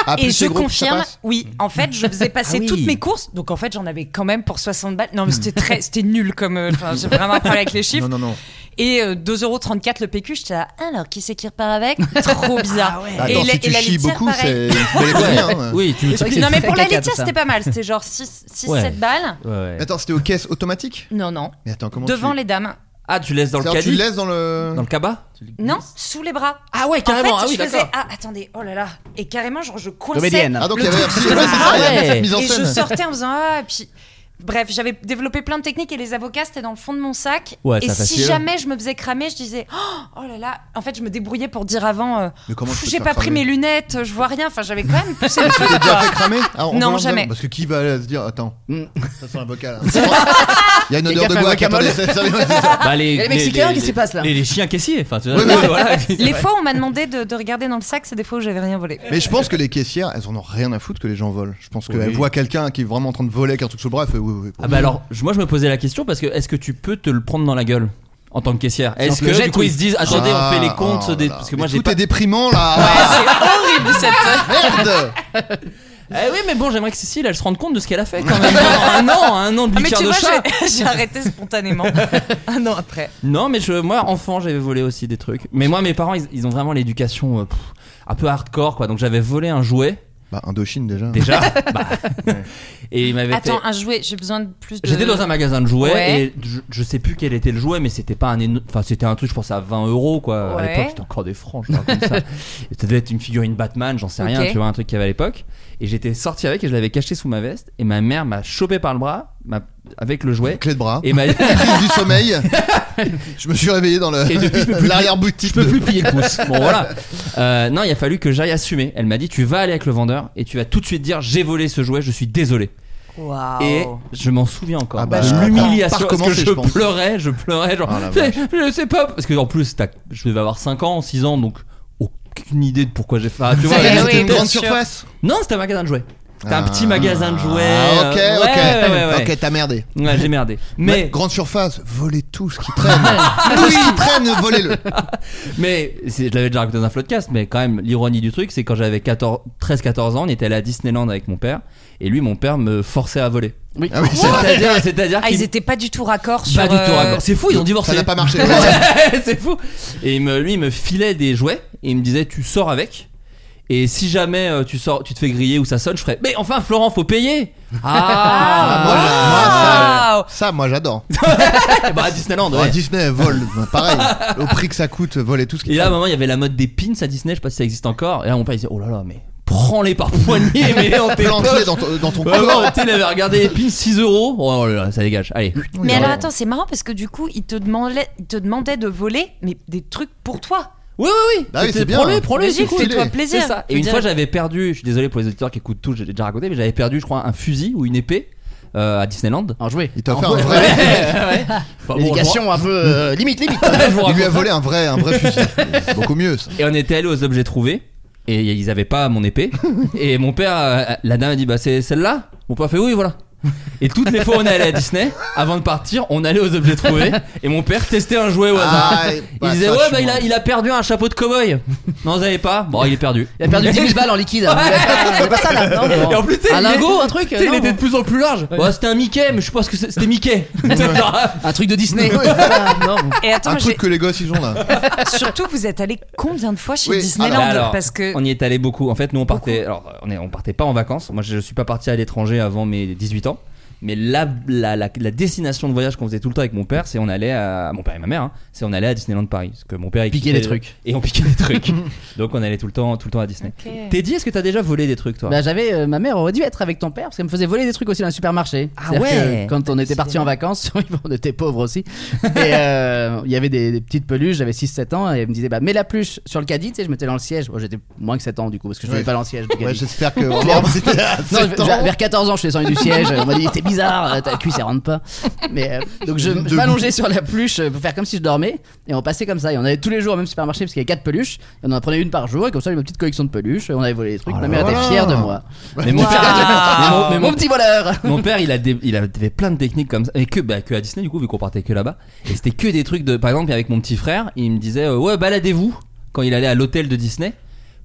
Ah, plus
Et
c'est
je
gros, plus ça
confirme,
passe.
oui, en fait, je faisais passer
Ah oui.
toutes mes courses. Donc en fait, j'en avais quand même pour 60 balles. Non, mais c'était très, c'était nul comme. euh, Enfin, j'ai vraiment un problème avec les chiffres.
Hmm. Non, non, non.
Et euh, 2,34€ le PQ, j'étais là, alors qui c'est qui repart avec Trop bizarre. et,
Bah, Attends,
la-
si tu
et la
chies
litière,
beaucoup,
pareil.
c'est. tu payes combien, hein
Oui, tu
C'est vrai que
multiplies.
c'est
Non, mais
très
pour la
caca, tout
litière,
ça.
c'était pas mal. C'était genre 6-7
Ouais.
balles.
Ouais, ouais.
Attends, c'était aux caisses automatiques
Non, non.
Mais attends, comment
Devant
tu...
les dames.
Ah, tu laisses dans le
C'est-à-dire, tu le
caddie
laisses dans le.
Dans le cabas
Non, sous les bras.
Ah ouais,
en fait,
ah oui,
je faisais,
d'accord.
ah, attendez, oh là là. Et carrément, genre, je coinçais.
Comédienne.
Ah, donc
Le
il y avait.
truc,
ouais, c'est ça, il y avait
ouais.
cette mise en
Et je
scène.
sortais en faisant, ah, et puis. Bref, j'avais développé plein de techniques et les avocats c'était dans le fond de mon sac.
Ouais,
et
ça,
si
facile.
jamais je me faisais cramer, je disais oh, oh là là. En fait, je me débrouillais pour dire avant euh,
Mais comment tu
Pff,
peux
j'ai
te
pas
faire
pris
cramer
mes lunettes, je vois rien. Enfin, j'avais quand même poussé le
Tu
truc.
t'es déjà fait cramer Ah, en
Non,
volant
jamais.
dedans Parce que qui va se dire, attends,
Mm.
ça sent un bocal. hein. Il y a une
Les
odeur
gars,
de
fais un
bois qui
guacamole.
attendait, c'est- c'est- c'est-
Bah, les,
Et les Mexicains, qu'est-ce qui se passe, là
Les, les chiens caissiers, enfin, tu vois,
Oui, oui.
voilà.
Les fois où on m'a demandé de, de regarder dans le sac, c'est des fois où j'avais rien volé.
Mais je pense que les caissières, elles en ont rien à foutre que les gens volent. Je pense qu'elles
Oui.
voient quelqu'un qui est vraiment en train de voler avec un truc sous le bras, elle fait oui, oui, oui.
Ah bah alors, je- moi je me posais la question parce que est-ce que tu peux te le prendre dans la gueule en tant que caissière Est-ce
on te le
que du
jette,
coup
oui.
ils se disent attendez on fait les comptes
Ah,
des
voilà.
parce que
Mais
moi j'ai
tout
pas
est déprimant là.
C'est horrible cette.
Merde.
Eh oui mais bon j'aimerais que Cécile elle se rende compte de ce qu'elle a fait quand même Pendant un an un an de
Ah, mais
liqueur
tu
de
vois,
chat
j'ai- j'ai arrêté spontanément. Un an après.
Non mais je, moi enfant j'avais volé aussi des trucs mais moi mes parents ils, ils ont vraiment l'éducation euh, pff, un peu hardcore quoi donc j'avais volé un jouet
Bah, Indochine déjà.
Déjà, bah. Et il m'avait fait-
Attends, un jouet, j'ai besoin de plus de.
J'étais dans un magasin de jouets
Euh, Ouais.
et je, je sais plus quel était le jouet, mais c'était pas un éno- Enfin, c'était un truc, je pense, à 20 euros quoi. À
Ouais.
l'époque, c'était encore des francs, je crois, comme ça. Et ça devait être une figurine Batman, j'en sais rien,
Ok.
tu vois, un truc qu'il y avait à l'époque. Et j'étais sorti avec et je l'avais caché sous ma veste. Et ma mère m'a chopé par le bras m'a- avec le jouet.
Clé de bras.
Et m'a
Crise du sommeil. je me suis réveillé dans le
Et depuis, je peux plus-
l'arrière-boutique.
Je peux plus plier le pouce. Bon voilà. Euh, non, il a fallu que j'aille assumer. Elle m'a dit tu vas aller avec le vendeur et tu vas tout de suite dire j'ai volé ce jouet, je suis désolé.
Waouh.
Et je m'en souviens encore.
oh. Ah bah,
de
je comprends.
l'humiliation.
Par
Parce que
commencer,
je,
je pense.
pleurais, je pleurais. Genre,
Ah, la
Mais je sais pas. Parce que en plus, t'as- je devais avoir 5 ans, 6 ans, donc aucune idée de pourquoi j'ai fait. Ah, tu vois,
Ah,
C'était
oui,
une
bien
grande
sûr.
surface.
Non, c'était un magasin de jouets. C'était un
Ah.
petit magasin de jouets.
Ah, ok,
euh,
ok.
ouais, ouais, ouais.
Ok, t'as merdé.
Ouais, j'ai merdé.
Mais
Mais,
grande surface, volez tout ce qui traîne. tout ce qui traîne, volez-le.
mais c'est- je l'avais déjà raconté dans un podcast, mais quand même, l'ironie du truc, c'est quand j'avais 13-14 ans, on était allé à Disneyland avec mon père, et lui, mon père me forçait à voler.
Oui.
Ah oui, ça
C'est-à-dire, c'est-à-dire
Ah,
qu'il-
ils étaient pas du tout raccords sur.
pas du tout
euh,
raccord. C'est fou, ils ont divorcé.
ça n'a pas marché.
Ouais, c'est fou. Et il me- lui, il me filait des jouets et il me disait tu sors avec. Et si jamais euh, tu sors, tu te fais griller ou ça sonne, je ferais. Mais enfin, Florent, faut payer.
Ah, moi,
Ah,
Waouh.
j'a- moi, ça, ça, moi j'adore.
bah, à Disneyland.
Ah,
ouais.
Disney vole, pareil. Au prix que ça coûte, voler tout ce qui
Et là, à un
traîne.
moment, il y avait la mode des pins à Disney. Je sais pas si ça existe encore. Et là, mon père il disait oh là là, mais prends-les par poignée, mais on t'est
Plante-les dans ton, dans ton
Ouais,
corps.
ouais, tu sais, il avait regardé les pins 6 euros. Oh là là, ça dégage. Allez.
Mais alors attends, c'est marrant parce que du coup, ils te demandaient, ils te demandaient de voler, mais des trucs pour toi.
Oui, oui, oui.
Bah oui,
C'était-
c'est bien.
Prends-le, prends-le,
Vas-y,
c'est cool.
fais-toi
C'est
plaisir.
C'est ça. Et
Je
une
veux
fois,
dire,
j'avais perdu, je suis désolé pour les auditeurs qui écoutent tout, j'ai déjà raconté, mais j'avais perdu, je crois, un fusil ou une épée euh, à Disneyland.
En jouer.
Il t'a
En
fait un
jouer.
vrai-
ouais. Enfin, Ah bon,
L'éducation un peu euh, limite limite.
je vous- je vous
Il lui a
raconte.
volé un vrai, un vrai fusil. Beaucoup mieux. Ça.
Et on était allé aux objets trouvés. Et ils avaient pas mon épée. Et mon père, euh, la dame a dit Bah, c'est celle-là Mon père fait Oui, voilà. Et toutes les fois, on allait à Disney. Avant de partir, on allait aux objets trouvés. Et mon père testait un jouet au hasard.
Ah, et-
il
bah,
disait
ça,
Ouais,
je
bah,
suis
il a,
moins-
il a perdu un chapeau de cow-boy. Non, vous avez pas Bon, il est perdu.
Il a perdu 10 000 balles en liquide. hein. C'est pas ça là. Non,
Et en plus, tu sais,
un
il est-
lingot, un truc.
Tu sais,
non,
il était de plus en plus large. Ouais, c'était un Mickey, mais je pense que c'est- c'était Mickey.
Un truc de Disney.
Oui.
Ah, non.
Et attends,
Un
j'ai-
truc que les gosses ils ont là.
surtout, vous êtes allé combien de fois chez
Oui,
Disneyland
alors,
Parce que
On y est allé beaucoup. En fait, nous on partait. Alors, on, est, on partait pas en vacances. Moi, je suis pas parti à l'étranger avant mes 18 ans. Mais la, la, la, la destination de voyage qu'on faisait tout le temps avec mon père, c'est on allait à mon père et ma mère, hein, c'est on allait à Disneyland Paris, parce que mon père il
Piquer
kiffait-
des trucs.
et on piquait des trucs. Donc on allait tout le temps, tout le temps à Disney.
Ok.
Teddy, est-ce que t'as déjà volé des trucs toi
Bah, j'avais euh, ma mère aurait dû être avec ton père parce qu'elle me faisait voler des trucs aussi dans le supermarché.
Ah
C'est-à-dire
ouais.
que Quand on était parti en vacances, oui, bon, on était pauvres aussi. Et euh, il y avait des, des petites peluches, j'avais 6 7 ans et elle me disait bah mets la peluche sur le caddie, tu sais, je mettais dans le siège. Bon, j'étais moins que 7 ans du coup parce que je
Ouais.
n'avais pas dans le siège du
Ouais,
caddie.
J'espère que. vraiment, c'était à
Non,
sept
je-
ans.
je- vers 14 ans, je suis descendu du siège. On m'a dit, t'es bizarre, euh, ta cuisse, elle rentre pas. Mais euh, donc, je, je m'allongeais sur la peluche euh, pour faire comme si je dormais. Et on passait comme ça. Et on allait tous les jours au même supermarché parce qu'il y avait 4 peluches. Et on en prenait une par jour. Et comme ça, j'avais ma petite collection de peluches. Et on avait volé des trucs.
Oh
ma
là
mère était
là.
fière de moi.
Mais mon père, mais mon- mais
mon,
Ah. mon-
petit voleur
Mon père, il, a des- il avait plein de techniques comme ça, et que, bah, que à Disney, du coup, vu qu'on partait que là-bas. Et c'était que des trucs de. Par exemple, avec mon petit frère, il me disait euh, Ouais, baladez-vous quand il allait à l'hôtel de Disney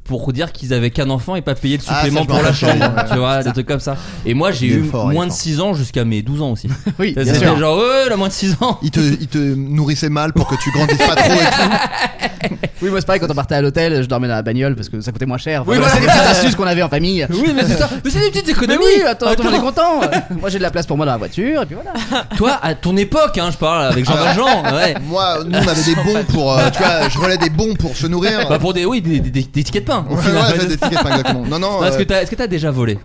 pour dire qu'ils avaient qu'un enfant et pas payer le
Ah, ça,
supplément
je m'en
pour la
rappelle,
chambre.
ouais.
Tu vois, des trucs comme ça. Et moi, j'ai
Il est
eu
fort, il est
moins de
fort.
6 ans jusqu'à mes 12 ans aussi.
Oui, bien
C'était
sûr.
genre, ouais, la moins de 6 ans.
Il te, il te nourrissait mal pour que tu grandisses pas trop et tout.
Oui, moi, c'est pareil, quand on partait à l'hôtel, je dormais dans la bagnole parce que ça coûtait moins cher. Enfin,
Oui,
voilà,
voilà.
c'est des petites astuces qu'on avait en famille.
Oui, mais c'est ça. Mais c'est des petites
Mais
économies.
oui, attends, tout le monde est content. Moi, j'ai de la place pour moi dans la voiture. Et puis voilà.
Toi, à ton époque, hein, je parle avec
Ah
Jean Valjean. Ouais.
Moi, nous on avait des bons pour. euh, tu vois, je relais des bons pour se nourrir.
Bah, pour des. Oui, des, des, des- des tickets de pain. au
Ouais,
final.
ouais, ça, des tickets, pas exactement. Non, non.
Non, Est-ce
euh,
que t'as est-ce que t'as déjà volé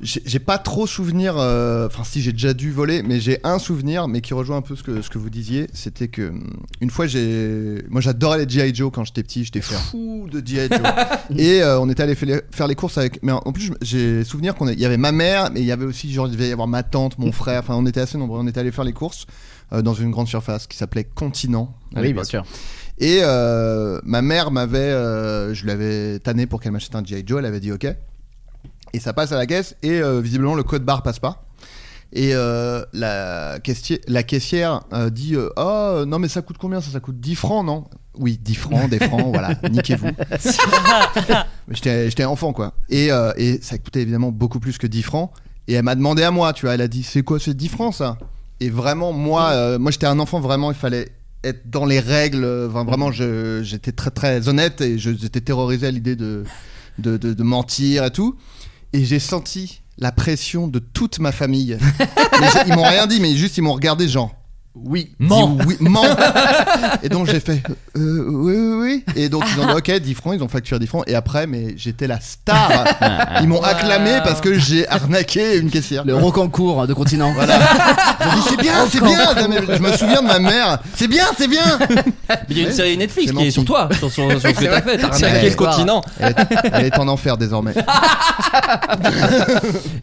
J'ai j'ai pas trop souvenir, euh, enfin si j'ai déjà dû voler, mais j'ai un souvenir, mais qui rejoint un peu ce que, ce que vous disiez, c'était que hum, une fois j'ai, moi j'adorais les GI Joe quand j'étais petit, j'étais fou de GI Joe, et euh, on était allé fa- faire les courses avec, mais en en plus je- j'ai souvenir qu'on est- il y avait ma mère, mais il y avait aussi genre il devait y avoir ma tante, mon frère, enfin on était assez nombreux, on était allé faire les courses euh, dans une grande surface qui s'appelait Continent.
Ah
à
Oui, bien
l'époque.
sûr.
Et euh, ma mère m'avait, euh, je l'avais tanné pour qu'elle m'achète un GI Joe. Elle avait dit OK. Et ça passe à la caisse et euh, visiblement le code barre passe pas. Et euh, la, caissière, la caissière euh, dit euh, Ah, euh, non mais ça coûte combien ça ça coûte 10 francs non Oui 10 francs des francs voilà niquez-vous. J'étais j'étais enfant quoi. Et, euh, et ça coûtait évidemment beaucoup plus que 10 francs. Et elle m'a demandé à moi tu vois elle a dit c'est quoi ces 10 francs ça Et vraiment moi euh, moi j'étais un enfant vraiment il fallait être dans les règles. Enfin, vraiment, je- j'étais très très honnête et je- j'étais terrorisé à l'idée de de, de- de mentir et tout. Et j'ai senti la pression de toute ma famille. Mais j'ai- ils m'ont rien dit, mais juste ils m'ont regardé genre. Oui,
Mens.
Dis oui, mens. Et donc j'ai fait euh, oui, oui, oui. Et donc ils ont dit ok, 10 francs, ils ont facturé 10 francs. Et après, mais j'étais la star. Ils m'ont acclamé parce que j'ai arnaqué une caissière.
Le rocancourt de continent.
Ils ont dit, c'est bien, c'est bien. Non, mais Je me souviens de ma mère. C'est bien, c'est bien.
Il y a une
Ouais.
série Netflix
J'ai
qui est sur
menti.
toi, sur, sur- sur ce que t'as fait. T'as
C'est
arnaqué
vrai.
le continent.
Elle est, elle est en enfer désormais.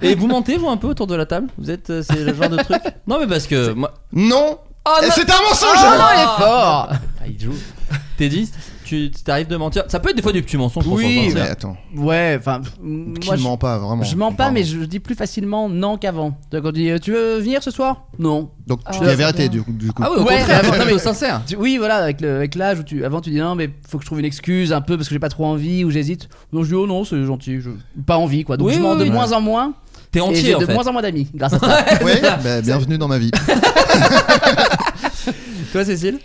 Et vous mentez, vous, un peu autour de la table Vous êtes. euh, C'est le genre de truc Non, mais parce que. Moi...
Non.
Oh,
Et
non.
c'est un mensonge.
Oh, non, il est
Fort
Ah, il joue. Teddy, tu t'arrives de mentir. Ça peut être des fois des petits mensonges. qu'on
Oui,
s'en
Mais
sort.
attends,
Ouais, enfin, m-
qui
moi je,
ment pas vraiment
je mens pas,
Pardon.
mais je dis plus facilement non qu'avant. Tu vois, Quand on dit euh, tu veux venir ce soir Non.
Donc tu
Ah,
dis la
c'est
vérité
bien.
du, du coup.
Ah oui, au
Ouais,
contraire,
vraiment, non, mais-
plutôt sincère.
Tu- oui, voilà, avec le- avec l'âge où tu, avant tu dis non, mais faut que je trouve une excuse un peu parce que j'ai pas trop envie ou j'hésite. Donc je dis oh non, c'est gentil, je, pas envie quoi. Donc
Oui,
je mens
oui,
de
oui.
moins en moins
T'es
et j'ai
entier en
de
fait.
moins en moins d'amis grâce à ça.
Ouais, bah, bienvenue dans ma vie.
Toi, Cécile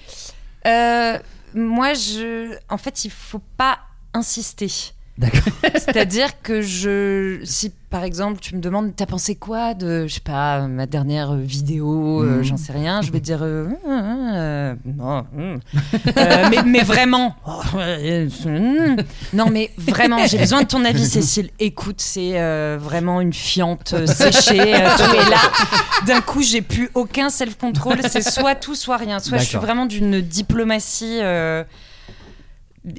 Euh, moi, je. En fait, il faut pas insister.
D'accord.
C'est-à-dire que je, si par exemple tu me demandes, t'as pensé quoi de, je sais pas, ma dernière vidéo, euh, j'en sais rien, je vais te dire, euh, Hum, hum, euh, non, hum. Euh, mais, mais vraiment, Oh, euh, hum. non mais vraiment, j'ai besoin de ton avis, Cécile. Écoute, c'est euh, vraiment une fiente euh, séchée, euh, tout est là. D'un coup, j'ai plus aucun self-control. C'est soit tout, soit rien. Soit je suis
D'accord.
vraiment d'une diplomatie. euh,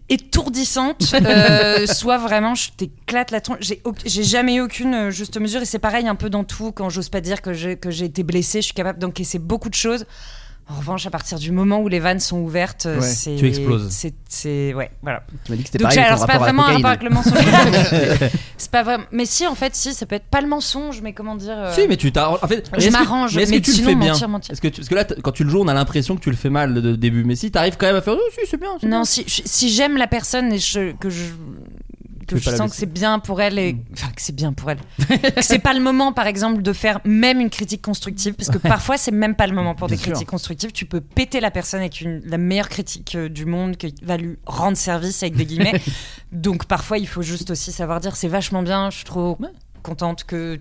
étourdissante, euh, soit vraiment je t'éclate la tronche. J'ai, auc- j'ai jamais eu aucune euh, juste mesure et c'est pareil un peu dans tout. Quand j'ose pas dire que j'ai, que j'ai été blessée, je suis capable d'encaisser beaucoup de choses. En revanche, à partir du moment où les vannes sont ouvertes, euh,
Ouais,
c'est,
tu exploses.
C'est, c'est- ouais, voilà.
tu m'as dit que c'était
Donc,
pareil.
alors,
pour
c'est pas
rapport à la
vraiment un rapport avec
cocaïne.
le mensonge. c'est pas vraiment. Mais si, en fait, si, ça peut être pas le mensonge, mais comment dire. euh,
Si, mais tu t'arranges. En fait,
Je
est-ce que-
m'arrange,
Mais est-ce que
mais
tu le
sinon,
fais bien
mentir, mentir.
Est-ce que tu- Parce que là, t- quand tu le joues, on a l'impression que tu le fais mal de- de début. Mais si, t'arrives quand même à faire. Oh, si, c'est bien. c'est bien.
Non, si, si j'aime la personne et je- que je
Tu
que
veux
je
pas la Mm.
sens que
blesser.
c'est bien pour elle et enfin que c'est bien pour elle. que c'est pas le moment par exemple de faire même une critique constructive parce que parfois c'est même pas le moment pour
Bien
des
sûr.
critiques constructives, tu peux péter la personne avec une, la meilleure critique euh, du monde qui va lui rendre service avec des guillemets. Donc parfois il faut juste aussi savoir dire c'est vachement bien, je suis trop contente que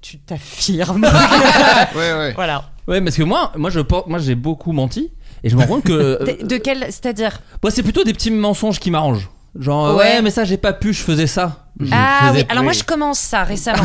tu t'affirmes.
Ouais, ouais.
voilà.
Ouais, parce que moi, moi, je porte, moi, j'ai beaucoup menti. Et je me rends compte que.
De,
euh,
de quel c'est-à-dire
moi, c'est plutôt des petits mensonges qui m'arrangent. Genre, euh, ouais.
Ouais.
mais ça, j'ai pas pu, je faisais ça. Je
Ah
faisais-
oui, alors moi je commence ça récemment.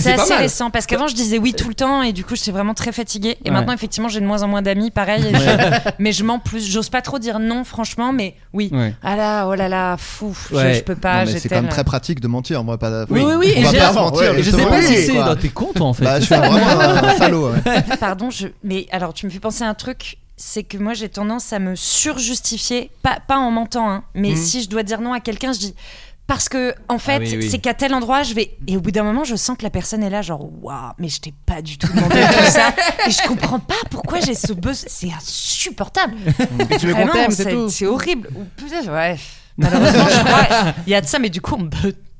C'est
c'est pas
assez
mal.
récent parce qu'avant je disais oui tout le temps et du coup j'étais vraiment très fatiguée et
Ouais.
maintenant effectivement j'ai de moins en moins d'amis pareil et je- mais je mens plus j'ose pas trop dire non franchement mais oui
Ouais.
ah là oh là là fou je-
Ouais.
je, peux pas
Non, mais
j'ai
c'est quand même
tel-
très pratique de mentir, moi pas.
Oui, oui, oui.
On
et
va
j'ai-
pas se mentir,
et je sais
justement.
pas si
Oui,
c'est.
quoi.
dans T'es con, toi, en fait.
Bah, je suis vraiment un salaud. ouais.
pardon je mais alors tu me fais penser à un truc c'est que moi j'ai tendance à me surjustifier pas pas en mentant hein, mais si je dois dire non à quelqu'un je dis parce que en fait,
Hmm. Ah oui, oui.
c'est qu'à tel endroit, je vais et au bout d'un moment, je sens que la personne est là, genre waouh, mais je t'ai pas du tout demandé tout ça, et je comprends pas pourquoi j'ai ce buzz, c'est insupportable.
Et tu veux qu'on
Vraiment,
t'aime, c'est
Ah c'est-
tout.
C'est horrible. Ou peut-être, ouais. Malheureusement, je crois. Il y a de ça, mais du coup, on me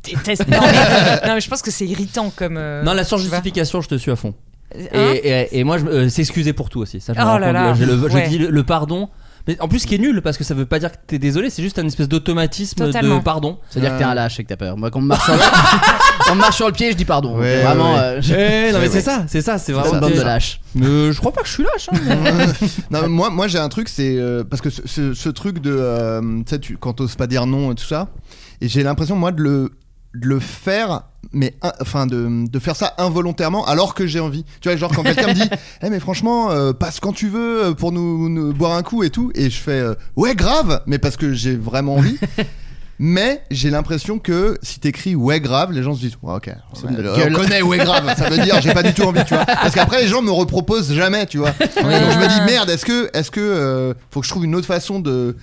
déteste. Non, mais, non, mais je pense que c'est irritant comme. euh,
Non, la
tu vois.
surjustification, je te suis à fond. Et,
Hein
et- et moi, je, euh, s'excuser pour tout aussi. Ça, je me
Oh
rends
là
compte.
là,
Je, le- je
ouais.
dis le, le pardon. Mais en plus, ce qui est nul, parce que ça veut pas dire que t'es désolé, c'est juste un espèce d'automatisme de
Totalement.
pardon.
C'est-à-dire que t'es un lâche et que t'as peur. Moi, quand on me marche sur le, quand on me marche sur le pied, je dis pardon.
Ouais,
vraiment,
ouais, ouais.
euh, j'ai
Eh, non, mais c'est ça, c'est ça, c'est
une
vraiment.
bande de lâches.
Mais je crois pas que je suis lâche. hein, mais-
non, mais moi, moi j'ai un truc, c'est euh, parce que ce, ce- ce truc de euh, tu sais, tu- quand t'oses pas dire non et tout ça, et j'ai l'impression moi de le de le faire mais in- enfin de, de faire ça involontairement alors que j'ai envie tu vois genre quand quelqu'un me dit Eh mais franchement euh, passe quand tu veux euh, pour nous, nous boire un coup et tout et je fais euh, ouais grave mais parce que j'ai vraiment envie mais j'ai l'impression que si t'écris ouais grave les gens se disent ouais ok
de notre
Euh,
gueule.
on connaît ouais grave ça veut dire j'ai pas du tout envie tu vois parce qu'après les gens me reproposent jamais tu vois donc je me dis merde, est-ce que, est-ce que, euh, faut que je trouve une autre façon de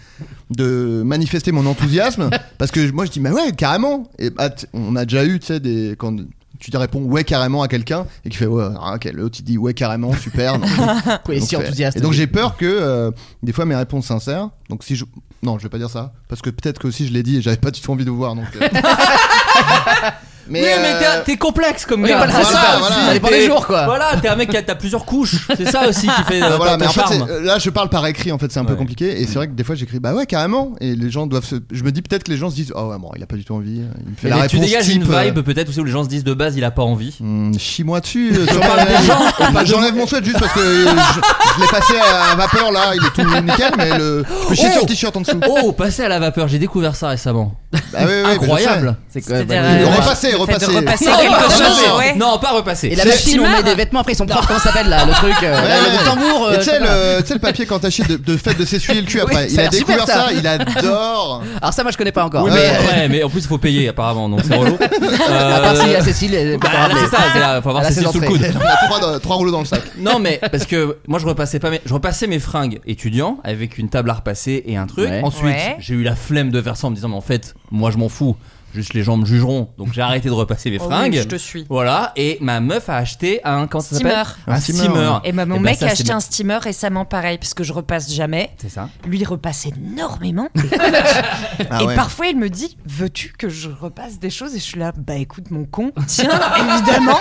de manifester mon enthousiasme Parce que moi je dis, mais ouais, carrément. Et bah, t- on a déjà eu, tu sais, des quand tu te réponds ouais carrément à quelqu'un et qui fait ouais, ah, ok, l'autre il dit ouais carrément, super. non,
Quoi, il est
donc,
si
fait-
enthousiaste.
Et donc j'ai peur que euh, des fois mes réponses sincères. Donc si je non, je vais pas dire ça parce que peut-être que aussi je l'ai dit et j'avais pas du tout envie de vous voir. Donc, euh.
Mais, oui, mais
euh,
t'es- t'es complexe comme
Oui,
gars.
voilà,
c'est ça, voilà.
Ça dépend
Ah, T'es-
des jours, quoi.
Voilà, t'es un mec qui a t'as plusieurs couches. C'est ça aussi qui fait euh,
voilà,
ton
mais en fait,
charme.
c'est- là je parle par écrit en fait, c'est un peu
Ouais.
compliqué et c'est vrai que des fois j'écris bah ouais carrément et les gens doivent se... je me dis peut-être que les gens se disent oh ouais bon, il a pas du tout envie, il me fait la
Mais Eh ben, tu
réponse
dégages
type,
une vibe
euh,
peut-être où les gens se disent de base il a pas envie.
Hmm, Chie-moi dessus, euh, sur ma- Bah, J'enlève mon sweat juste parce que euh, je, je l'ai passé à vapeur là, il est tout nickel, mais le, je peux chier
Oh
sur le t-shirt en dessous.
Oh, passer à la vapeur, j'ai découvert ça récemment.
Bah oui, oui, oui,
Incroyable.
C'est quoi
C'est-à-dire,
bah,
mais
euh,
je sais.
le
Repasser,
fait de repasser
repasser.
Non,
quelque
pas
chose,
repasser.
ouais.
non, pas repasser.
Et la
C'est-
machine où on met
Steamer.
des vêtements après, ils sont propres. Comment ça s'appelle là Le truc, euh,
Ouais,
là,
ouais.
le tambour. euh,
Et Tu sais,
je sais pas.
le, tu sais, le papier quand t'achètes de, de fait de s'essuyer le cul après.
ça
il
a
a
l'air
découvert
super, ça.
ça. il adore.
Alors ça, moi, je connais pas encore. hein.
Oui,
Mais,
mais,
Ouais.
ouais, mais en plus il faut payer apparemment, donc c'est relou.
à part s'il y a
Euh,
Cécile. elle peut
bah,
pas
là,
rappeler. Ah,
c'est ça, c'est là, faut avoir
Elle a
Cécile
ses
sous le
entrées.
coude.
On a trois, de- trois rouleaux dans le sac.
Non mais parce que moi je repassais pas mes je repassais mes fringues étudiants avec une table à repasser et un truc.
Ouais.
Ensuite,
Ouais.
j'ai eu la flemme de faire ça en me disant mais en fait, moi je m'en fous, juste les gens me jugeront. Donc j'ai arrêté de repasser mes
Oh oui,
fringues.
je te suis.
Voilà, et ma meuf a acheté un comment ça
Steamer.
s'appelle
Un steamer.
Et bah, mon
ben,
mec
ça,
a
c'est
acheté
mes-
un steamer récemment, pareil, parce que je repasse jamais.
c'est ça.
Lui, il repasse énormément.
Ah
et
ouais.
parfois, il me dit Veux-tu que je repasse des choses Et je suis là Bah écoute, mon con, tiens, évidemment.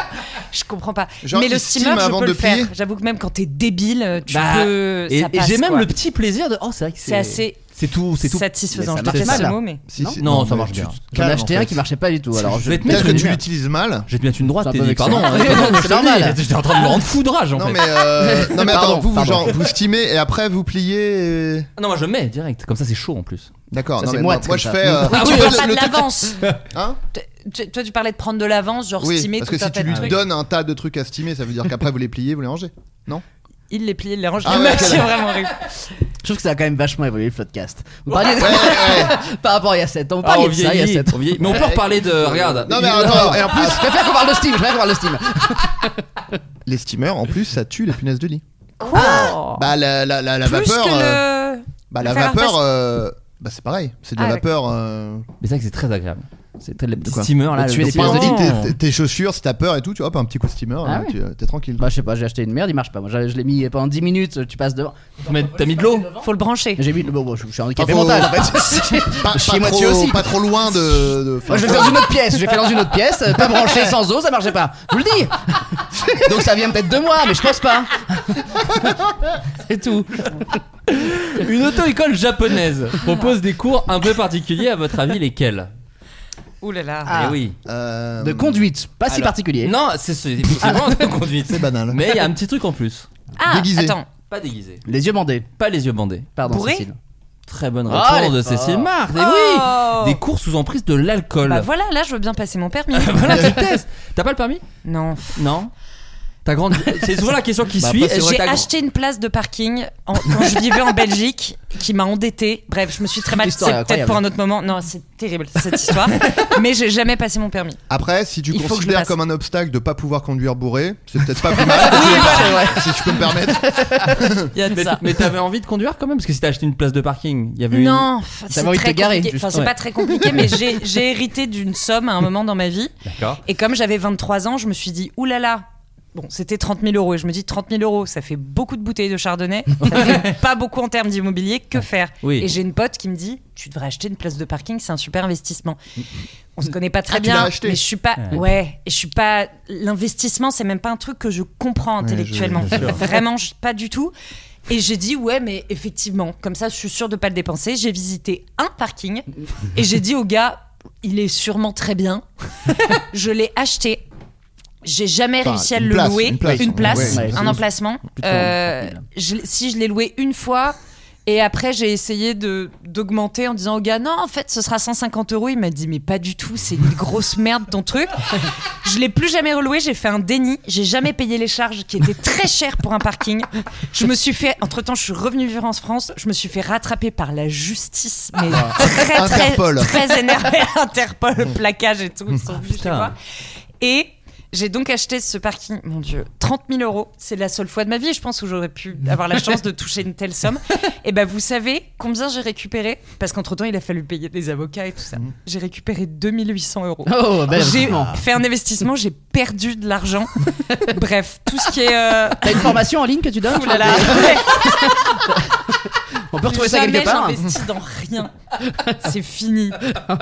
Je comprends pas.
Genre,
Mais le
il steam
steamer, je
avant
peux
de
le faire.
plier
J'avoue que même quand t'es débile, tu
Bah,
peux.
Et,
ça
et
passe,
j'ai même
quoi.
le petit plaisir de oh c'est vrai que
C'est assez
c'est tout c'est tout.
satisfaisant.
Mais
Je
ça
déteste
marche
ce
mal.
mot, mais.
Ah,
Si, si,
Non, ça
mais
marche
tu-
bien.
J'en ai
calme,
acheté
en
un
fait.
qui marchait pas du tout. Alors,
Je
je
vais te
mettre
Peut-être que
une
tu
lumière.
l'utilises mal.
Je vais te mettre une droite,
C'est un
t'es
peu
dit,
vexant.
pardon. hein, pardon, je te
C'est
le dis,
normal.
J'étais en train de me rendre fou de rage en
Non
fait.
mais, euh, non
Pardon,
mais attends, vous, vous,
pardon.
genre, vous steamez et après vous pliez. et-
Non, moi je mets direct, comme ça c'est chaud en plus.
D'accord.
Ça,
non,
c'est
mais
moite,
moi, moi
comme
je
ça.
fais. euh,
Oui,
Ah
tu
oui,
parles
le-
pas de
le truc-
l'avance.
Hein
Tu- Toi, tu parlais de prendre de l'avance, genre
Oui,
steamer
parce
tout
que si
un tas
tu
de
lui
trucs.
donnes un tas de trucs à steamer, ça veut dire qu'après vous les pliez, vous les rangez. Non
Il les plie, il les range.
Ah
Le
ouais,
mec,
quel-
c'est vraiment horrible.
Je trouve que ça a quand même vachement évolué le podcast. Vous parliez de- par rapport à il y a 7 ans. Vous
Ah,
parliez
on
de ça il y a
vieillit,
7
on vieillit. Mais on peut reparler de. Regarde.
Non mais attends, et en
Ah,
plus,
je préfère qu'on parle de Steam, je préfère qu'on parle de Steam.
les steamers, en plus, ça tue les punaises de lit.
Quoi
Bah la, la, la, la
Plus
vapeur.
que
euh,
le.
Bah
le
la
fer à
vapeur,
repasser.
euh, bah c'est pareil, c'est de la
Ah,
vapeur. euh,
Mais c'est vrai que c'est très agréable. C'est très le petit
quoi
steamer là.
Le
le
tuer
petit-
des punaises
Par
de
Oh.
exemple, tes- tes- tes chaussures, si t'as peur et tout, tu hop un petit coup de steamer,
Ah
euh,
ouais.
tu- euh, t'es tranquille.
Bah, je sais pas, j'ai acheté une merde, il marche pas. Moi, je je l'ai mis pendant 10 minutes, tu passes devant.
Mais T'as mis de l'eau
Faut le brancher.
J'ai mis. Bon, bon, je je suis handicapé
Ah, faut-
mental en fait.
Pas,
Chez
pas
moi,
trop,
tu aussi.
pas trop loin de. de-
Moi, je l'ai fait dans une autre pièce, j'ai fait dans une autre pièce, euh, pas branché sans eau, ça marchait pas. Je vous le dis Donc ça vient peut-être de moi, mais je pense pas. C'est tout.
Une auto-école japonaise propose des cours un peu particuliers, à votre avis, lesquels
Ouh là là.
Ah.
Eh oui.
Euh,
De conduite, pas si
Alors,
particulier.
Non, c'est c'est- c'est vraiment de conduite.
C'est banal.
Mais il y a un petit truc en plus.
Ah,
Déguisé.
attends.
Pas déguisé.
Les yeux bandés.
Pas les yeux bandés.
Pardon,
Bourré
Cécile.
Très bonne
Ah,
réponse
les-
de Cécile
oh.
Marc. Mais
Oh.
oui Des cours sous emprise de l'alcool.
Bah voilà, là je veux bien passer mon permis.
Voilà, tu testes. T'as pas le permis
non.
Non. T'as grandi. C'est souvent la question qui
Bah,
suit.
après, c'est
Est-ce que
J'ai
t'as-
acheté une place de parking en- quand je vivais en Belgique qui m'a endettée. Bref, je me suis très mal. C'est
L'histoire est
peut-être
incroyable.
pour un autre moment. Non, c'est terrible cette histoire. Mais j'ai jamais passé mon permis.
Après, si tu
Il faut que je le
considères
fasse.
comme un obstacle de pas pouvoir conduire bourré, c'est peut-être pas plus mal. Si je peux me permettre.
Il y a de
Mais,
ça.
mais t'avais envie de conduire quand même Parce que si t'as acheté une place de parking, il y avait une.
Non, enfin, c'est
T'avais envie de
très
te garer,
compliqué.
juste.
Enfin, c'est
Ouais.
pas très compliqué, mais j'ai j'ai hérité d'une somme à un moment dans ma vie.
D'accord.
Et comme j'avais 23 ans, je me suis dit, oulala, bon, c'était 30 000 euros. Et je me dis, 30 000 euros, ça fait beaucoup de bouteilles de chardonnay, ça fait pas beaucoup en termes d'immobilier, que faire
Oui.
Et j'ai une pote qui me dit, tu devrais acheter une place de parking, c'est un super investissement. On se connaît pas très
Ah, tu l'as
bien,
acheté
mais je suis pas, ouais, et je suis pas, l'investissement, c'est même pas un truc que je comprends intellectuellement.
bien sûr.
Vraiment, je- pas du tout. Et j'ai dit ouais mais effectivement comme ça je suis sûre de pas le dépenser. J'ai visité un parking et j'ai dit au gars il est sûrement très bien. je l'ai acheté. J'ai jamais
Enfin,
réussi à
une
le
place,
louer,
une place, on-
ouais,
un
c'est-
emplacement.
plutôt
Euh,
un-
je- si je l'ai loué une fois, et après j'ai essayé de d'augmenter en disant au gars non en fait ce sera 150 euros. Il m'a dit mais pas du tout, c'est une grosse merde ton truc. Je l'ai plus jamais reloué, j'ai fait un déni, j'ai jamais payé les charges qui étaient très chères pour un parking. Je me suis fait, entre temps je suis revenue vivre en France, je me suis fait rattraper par la justice, mais très très
Interpol.
très énervé, Interpol, le plaquage et tout, ils
Ah,
sont venus chez
Putain.
moi. Et j'ai donc acheté ce parking, mon Dieu, 30 000 euros. C'est la seule fois de ma vie, je pense, où j'aurais pu avoir la chance de toucher une telle somme. Et ben, vous savez combien j'ai récupéré Parce qu'entre-temps, il a fallu payer des avocats et tout ça.
Mhm.
J'ai récupéré 2800 euros.
Oh, ben,
J'ai
effectivement.
fait un investissement, j'ai perdu de l'argent. Bref, tout ce qui est... euh,
T'as une formation en ligne que tu donnes
Ouh là là.
On peut retrouver ça quelque part.
J'investis dans rien. C'est fini.
Ah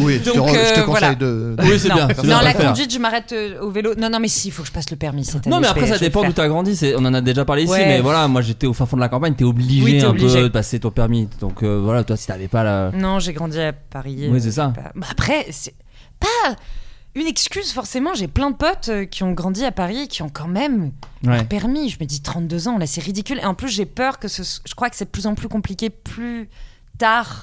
Oui, je te,
Donc,
re- je te
euh,
conseille
voilà.
de.
Oui, c'est
non.
bien, c'est bien
Non,
de
la
le faire.
conduite, je m'arrête euh, au vélo. Non, non, mais si, il faut que je passe le permis cette année.
Non mais
je
après
vais-
ça
je vais
dépend
le
d'où
faire.
t'as grandi, c'est- on en a déjà parlé ici,
Ouais.
mais voilà, moi j'étais au fin fond de la campagne, t'es obligé
Oui, t'es
un
obligé.
peu de passer ton permis, donc euh, voilà, toi si t'avais pas la...
Non, j'ai grandi à Paris.
Oui,
euh,
c'est ça.
pas- Bah, après, c'est pas une excuse forcément. J'ai plein de potes euh, qui ont grandi à Paris, qui ont quand même
Ouais.
permis. Je me dis 32 ans, là c'est ridicule. Et en plus, j'ai peur que ce. Je crois que c'est de plus en plus compliqué. Plus tard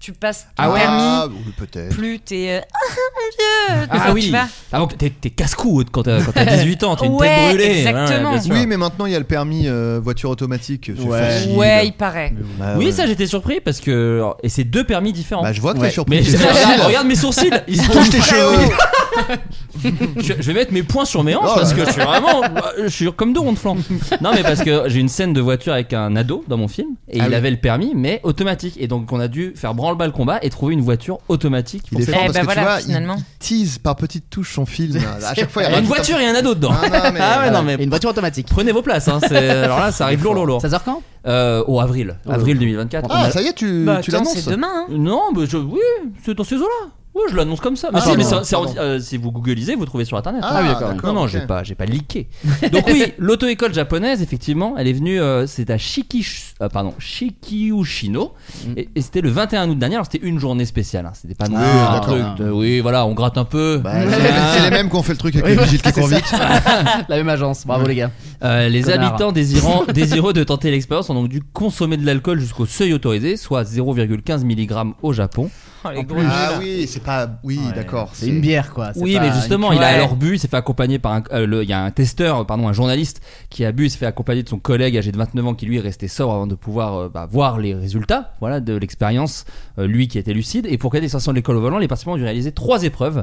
tu passes ton
Ah ouais.
permis,
Ah, oui, peut-être.
plus t'es. euh, Ah, mon dieu
Ah
tu
oui,
vois.
ah, donc t'es, t'es casse-cou quand t'as, quand t'as 18 ans, t'es une
Ouais,
tête brûlée.
exactement.
bien sûr.
Oui, mais maintenant il y a le permis euh, voiture automatique. c'est
Ouais.
Euh,
facile.
Ouais, il paraît.
Bah,
Oui,
ouais.
ça j'étais surpris parce que. Et c'est deux permis différents.
Bah, je vois que
Ouais.
t'es surpris.
mais
C'est
regarde,
facile.
regarde mes sourcils, ils se
Touche tes cheveux.
je, je vais mettre mes poings sur mes hanches
Oh là
parce que je suis vraiment. euh, Je suis comme deux ronds de flanc. Non, mais parce que j'ai une scène de voiture avec un ado dans mon film et
Ah
il
oui.
avait le permis, mais automatique. Et donc on a dû faire branle-bas le combat et trouver une voiture automatique.
Il est
cette-
fort
Eh
parce
bah
que
voilà,
tu vois,
finalement.
il tease par petites touches son film. À chaque fois, il
Il y a
rajoute
une
un-
voiture et un ado dedans.
Ah, non, mais-
Ah ouais, non, mais.
Et une voiture automatique.
Prenez vos places, hein, c'est- alors là ça arrive lourd, lourd, lourd.
Ça sort quand
Euh, au avril, avril 2024. on
Ah,
a-
ça y est, tu,
Bah,
tu
attends,
l'annonces.
c'est demain. hein.
Non, mais je, oui, c'est dans ces eaux-là. Oui, je l'annonce comme ça. Mais,
Ah,
si, mais
pardon,
ça- c'est en-
pardon.
euh, si vous googlisez, vous trouvez sur internet.
Ah, oui, d'accord.
Non, non,
ok.
j'ai pas, j'ai pas leaké. Donc oui, l'auto-école japonaise, effectivement, elle est venue, euh, c'est à Shikish, euh, pardon, Shikiushino,
Mm.
et, et c'était le 21 août dernier. Alors c'était une journée spéciale, hein. c'était pas non plus
Ah,
un
d'accord.
truc de- oui, voilà, on gratte un peu.
Bah, c'est-
Ah.
c'est les mêmes qu'on fait le truc avec
Oui,
les Gilles qui
c'est
courent
ça.
vite.
La même agence, bravo les gars.
Euh, les
Connard.
habitants désirant, désireux de tenter l'expérience ont donc dû consommer de l'alcool jusqu'au seuil autorisé, soit 0,15 mg au Japon.
Oh, les gros
Ah
jeux.
oui, c'est pas. Oui, d'accord.
C'est une bière quoi. c'est
Oui,
pas
mais
une
justement,
cuve.
il a
Ouais.
alors bu, il s'est fait accompagner par un. euh, le- Il y a un testeur, euh, pardon, un journaliste qui a bu, il s'est fait accompagner de son collègue âgé de 29 ans qui lui est resté sobre avant de pouvoir euh, bah, voir les résultats voilà, de l'expérience, euh, lui qui était lucide. Et pour gagner 500 de l'école au volant, les participants ont dû réaliser trois épreuves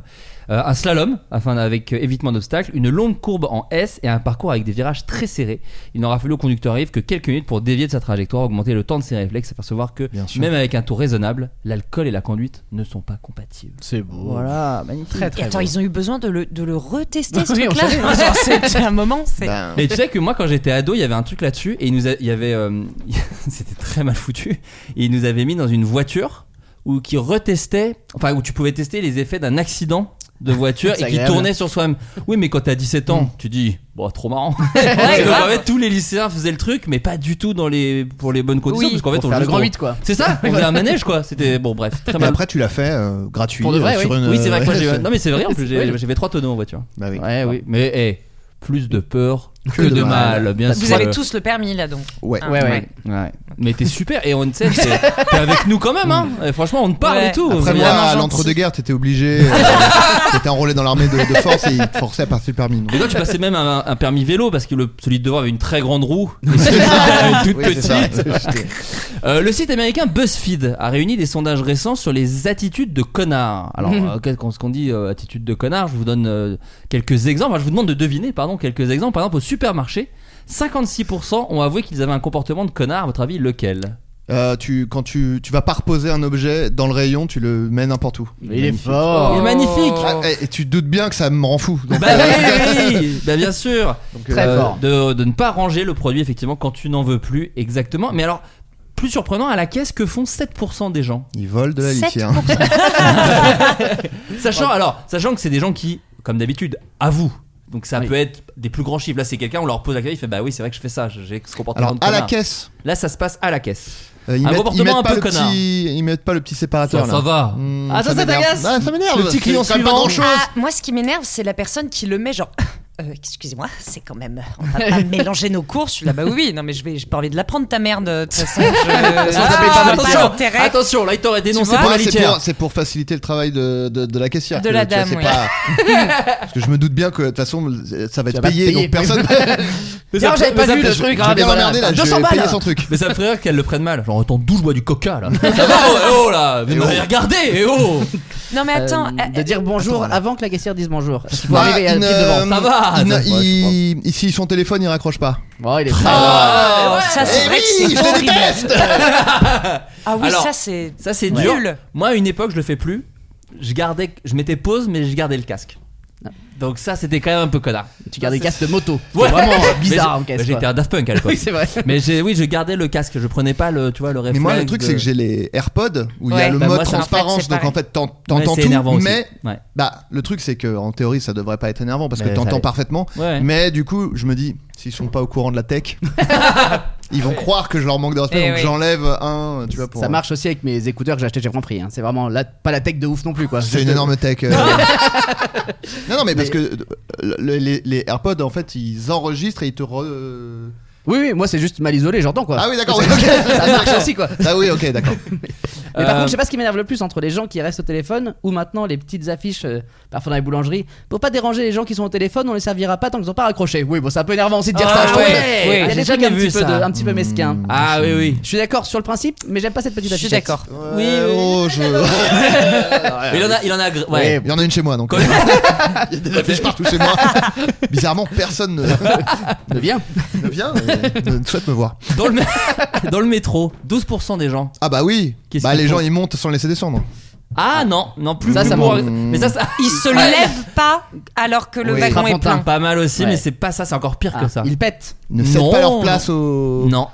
Euh, un slalom, afin avec euh, évitement d'obstacles, une longue courbe en S et un parcours avec des virages très serrés. Il n'aura fallu au conducteur arrive que quelques minutes pour dévier de sa trajectoire, augmenter le temps de ses réflexes, apercevoir que
Bien sûr.
même avec un taux raisonnable, l'alcool et la conduite ne sont pas compatibles.
C'est beau.
Voilà, magnifique.
Et attends, ils ont eu besoin de le, de le retester ce
Oui, on Bah,
truc-là. Genre, C'était un moment, c'est.
Ben,
Mais tu sais que moi quand j'étais ado, il y avait un truc là-dessus et il nous a- il y avait euh, c'était très mal foutu et il nous avait mis dans une voiture où qui retestait enfin où tu pouvais tester les effets d'un accident de voiture
C'est
et qui
agréable.
tournait sur soi-même. Oui, mais quand t'as 17 ans, tu dis bon, trop marrant. Parce que, en fait, tous les lycéens faisaient le truc mais pas du tout dans les pour les bonnes conditions
Oui.
parce qu'en fait
Pour
on
faire le
juste-
grand
on-
8 quoi.
C'est ça, on faisait un manège quoi. C'était bon bref, très
mais
mal.
après, tu l'as fait euh, gratuit.
Pour de vrai,
euh, sur
oui.
une-
Oui, c'est vrai que moi
ouais,
j'ai
c'est-
Non mais c'est vrai en plus, j'ai
Oui.
j'avais trois tonneaux en voiture.
Bah oui.
Ouais, oui, mais eh, plus de peur que,
de
de, mal,
mal.
bien sûr.
Bah, Vous avez tous le permis là donc.
Ouais.
Ah,
Ouais, ouais.
Ouais. Mais t'es super et on tu sais, t'es t'es avec nous quand même hein. Et franchement on te parle
Ouais.
et tout.
Après
Mais
moi, euh,
vraiment
à
gentil.
l'entre-deux-guerres, t'étais obligé. euh, t'étais enrôlé dans l'armée de, de force et ils te forçaient à passer le permis. donc.
Mais toi tu passais même un, un permis vélo parce que le, celui de devant avait une très grande roue. Et celui de derrière avait une toute
Oui, c'est ça.
petite. Euh, le site américain BuzzFeed a réuni des sondages récents sur les attitudes de connards. Alors,
Mhm.
euh, qu'est-ce qu'on- ce qu'on dit euh, attitude de connard, je vous donne euh, quelques exemples. Enfin, je vous demande de deviner, pardon, quelques exemples. Par exemple, au supermarché, 56% ont avoué qu'ils avaient un comportement de connard. À votre avis, lequel
Euh, tu, quand tu, tu vas pas reposer un objet dans le rayon, tu le mets n'importe où.
Mais Il est fort.
Il est magnifique.
Ah, et, et tu te doutes bien que ça me rend fou. donc,
Bah
euh,
oui, oui, bah bien sûr.
donc,
Très
euh,
fort.
De, de ne pas ranger le produit effectivement quand tu n'en veux plus exactement. Mais alors, plus surprenant, à la caisse que font 7% des gens.
Ils volent de la hein. litière.
Sachant alors, sachant que c'est des gens qui, comme d'habitude, avouent. Donc ça
Oui.
peut être des plus grands chiffres. Là, c'est quelqu'un, on leur pose la question, il fait bah oui, c'est vrai que je fais ça, j'ai ce comportement
Alors
de
à la
connard.
caisse,
Là, ça se passe à la caisse.
euh, ils,
Un
mettent, ils
comportement
mettent
un
pas
peu
le
connard.
petit, ils mettent pas le petit séparateur.
Ça,
là.
ça va.
Hmm,
Ah, ça, ça
m'énerve.
t'agace
Ah, ça m'énerve.
Le petit
C'est
client
quand même
suivant.
Pas grand chose.
Ah, moi, ce qui m'énerve, c'est la personne qui le met genre. Euh, Excusez-moi, c'est quand même. On va pas mélanger nos courses. Je suis là, bah oui, non, mais je vais, j'ai pas envie de la prendre ta merde. De toute façon, je-
Attention,
Ah,
t'as pas-
pas
Euh, attention,
d'intérêt.
attention, là, il t'aurait dénoncé
Tu
pour
vois
la
c'est pour,
litière.
c'est pour faciliter le travail de, de, de la caissière.
De
que,
la
tu vois,
dame,
c'est
oui.
pas- Parce que je me doute bien que de toute façon, ça va
Tu
être
vas pas
payé,
te payer.
donc personne.
Mais
Tiens,
ça-
j'avais
mais
pas
ça-
vu le
je-
truc.
J'ai
ah, mais
bien
voilà.
emmerdé là. Je
200
vais payer
balles.
son truc.
Mais ça me ferait rire qu'elle le prenne mal. Genre, attends, d'où je bois du coca là Ça va, oh, oh, là Mais
Et oh.
regardez, et oh
Non, mais attends.
Euh,
euh,
de dire bonjour avant que la caissière dise bonjour. Parce qu'il faut
Bah,
Ah,
arriver à
il
la
ne-
devant.
ça va,
il ne-
ça va,
il- il- S'il son téléphone, il raccroche pas.
Oh, il est très
Ah.
euh, ça, c'est
Eh
vrai
oui,
que
je
c'est
les
horrible.
déteste.
Ah oui,
Alors,
ça, c'est.
Ça c'est
Ouais.
dur.
Nul.
Moi à une époque je le fais plus. Je gardais, je mettais pause mais je gardais le casque. Donc ça, c'était quand même un peu connard.
Tu gardes des casques de moto. C'est
Ouais.
vraiment euh,
Mais
bizarre
j'ai-
en casque.
bah, J'étais
quoi.
un Daft Punk à l'époque.
Oui, c'est vrai.
Mais j'ai, oui, je gardais le casque. Je prenais pas le, tu vois, le réflexe.
Mais moi, le truc,
de-
c'est que j'ai les AirPods où il y a
Ouais.
le
Bah,
mode
moi, ça-
en fait,
transparence,
c'est
donc en
pareil.
fait, t'en-
Ouais,
t'entends
c'est
tout,
énervant aussi.
mais
Ouais.
bah le truc, c'est que en théorie, ça devrait pas être énervant parce
Mais ça
que t'entends
l'est.
parfaitement.
Ouais.
Mais du coup, je me dis, s'ils sont pas au courant de la tech, ils vont croire que je leur manque de respect,
Eh
donc
oui.
j'enlève un, tu vois, pour.
hein.
Ça marche aussi avec mes écouteurs que j'ai acheté j'ai vraiment pris. hein. C'est vraiment la- pas la tech de ouf non plus. quoi.
C'est une énorme tech. euh. non, non, mais parce que euh, le- les, les AirPods, en fait, ils enregistrent et ils te. re-
Oui, oui, moi c'est juste mal isolé, j'entends quoi.
Ah oui, d'accord, oui, ok.
ça marche aussi quoi.
Ah oui, ok, d'accord.
Mais par
Euh,
contre, je sais pas ce qui m'énerve le plus entre les gens qui restent au téléphone ou maintenant les petites affiches euh, parfois dans les boulangeries. Pour pas déranger les gens qui sont au téléphone, on les servira pas tant qu'ils ont pas raccroché. Oui, bon, c'est un peu énervant aussi de dire
Ah
ça, je trouve.
ouais, ouais,
Il y a
j'ai
des trucs
jamais
un
vu
petit, peu
ça.
de- un petit peu mesquins.
Ah oui, oui.
Je suis d'accord sur le principe, mais j'aime pas cette petite
Je suis
affichette.
d'accord.
Oui,
Euh,
oui.
oh, je-
Il en a, il en a. gr-
Ouais,
Ouais.
Il y en a une chez moi, donc.
Comme-
Il y a des affiches partout chez moi. Bizarrement, personne ne,
Ne viens.
ne vient, euh, ne souhaite me voir.
Dans le, mé- dans le métro, 12% des gens.
Ah bah oui.
Qu'est-ce
Bah
qu'ils
les
font
gens ils montent sans les laisser descendre.
Ah non, non plus.
Ça,
plus
ça
pour-
m'en-
Mais ça, ça.
Ils se lèvent pas alors que le
Oui.
wagon est
Strapontin.
plein.
Pas mal aussi,
Ouais.
mais c'est pas ça. C'est encore pire que ça.
Ah. Il pète.
Ils ne cèdent
Non,
pas leur place au.
Non.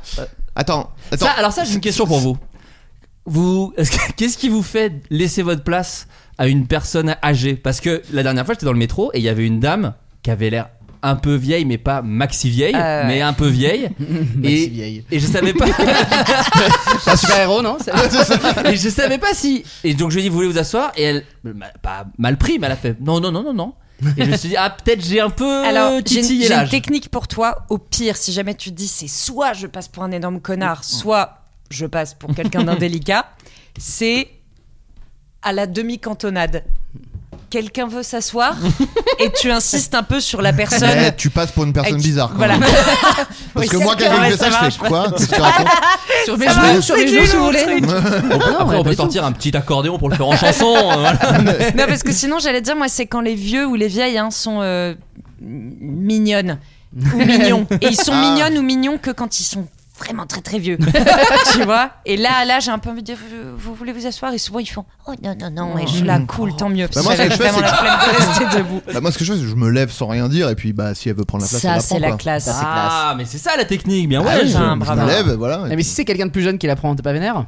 Attends. attends.
Ça, alors ça, j'ai une question pour vous. Vous, est-ce que- qu'est-ce qui vous fait laisser votre place à une personne âgée Parce que la dernière fois, j'étais dans le métro et il y avait une dame qui avait l'air un peu vieille, mais pas maxi vieille,
Euh,
mais un peu vieille.
Maxi vieille.
Et je savais pas.
C'est un super héros, non C'est-
et je savais pas si. Et donc je lui ai dit, vous voulez vous asseoir Et elle, m'a pas mal pris, mais elle a fait, non, non, non, non, non. Et je me suis dit, ah, peut-être j'ai un peu
Euh,
Alors, j'ai une-
titillé
j'ai une
l'âge.
technique pour toi. Au pire, si jamais tu te dis c'est soit je passe pour un énorme connard, soit je passe pour quelqu'un d'indélicat, c'est à la demi-cantonade. Quelqu'un veut s'asseoir et tu insistes un peu sur la personne.
Eh, tu passes pour une personne
Avec-
bizarre. Quand
voilà.
même. Parce
Oui,
que moi,
c'est-
quand
ouais,
j'ai
ça
vu ça, je
marche.
fais quoi Qu'est-ce que tu racontes
Sur mes
Ça
genoux,
va,
sur
c'est
mes genoux,
du
si vous
lourd,
voulez.
truc.
ouais, bah,
Après,
pas
on peut
du
sortir un petit accordéon pour le faire en chanson. euh, voilà.
Non, parce que sinon, j'allais te dire, moi, c'est quand les vieux ou les vieilles hein, sont euh, mignonnes ou mignons. Et ils sont
Ah.
mignonnes ou mignons que quand ils sont vraiment très très vieux. tu vois Et là, là, j'ai un peu envie de dire, vous, vous voulez vous asseoir Et souvent, ils font, oh non, non, non, et je suis là, cool, tant mieux. Parce
Mm. Bah, moi,
que
ce que
j'avais
je fais,
vraiment la
c'est
flemme de rester debout.
Bah, Moi, ce que je fais, c'est que je me lève sans rien dire et puis bah si elle veut prendre la place, elle
Ça, c'est
prend,
la
quoi.
classe.
Ah, mais c'est Ah, ça hein, la technique,
Ah
bien ouais.
oui,
je-
c'est un
Je
bravo.
me lève, voilà.
Ah, Mais si c'est quelqu'un de plus jeune qui la prend, t'es pas vénère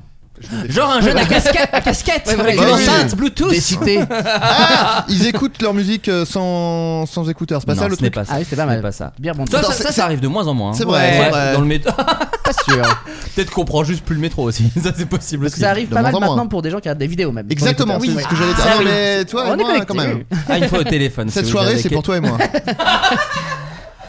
Genre un jeune à casquette, à casquette
Ouais,
avec
ouais,
une
ouais.
enceinte Bluetooth.
Des cités.
Ah, ils écoutent leur musique euh, sans sans écouteurs. C'est pas
Non,
ça le
ce n'est
truc.
pas ça.
Ah oui, c'était pas
Ce
mal.
n'est Pas ça.
Bien bon.
Ça,
Attends,
ça,
c'est-
ça, ça arrive de moins en moins. hein.
C'est vrai, c'est vrai.
Dans le métro.
Pas sûr.
Peut-être qu'on prend juste plus le métro aussi. Ça, c'est possible
Parce
aussi.
que ça arrive
de
pas mal
moins en moins.
maintenant pour des gens qui regardent des vidéos même.
Exactement.
Pour les
C'est
écouteurs.
ce que j'allais dire.
Ah, oui.
Non mais
On
toi et
est
moi
connectés,
quand même.
oui.
Ah, une fois au téléphone. si
Cette
vous
soirée,
avez
c'est
quel-
pour toi et moi.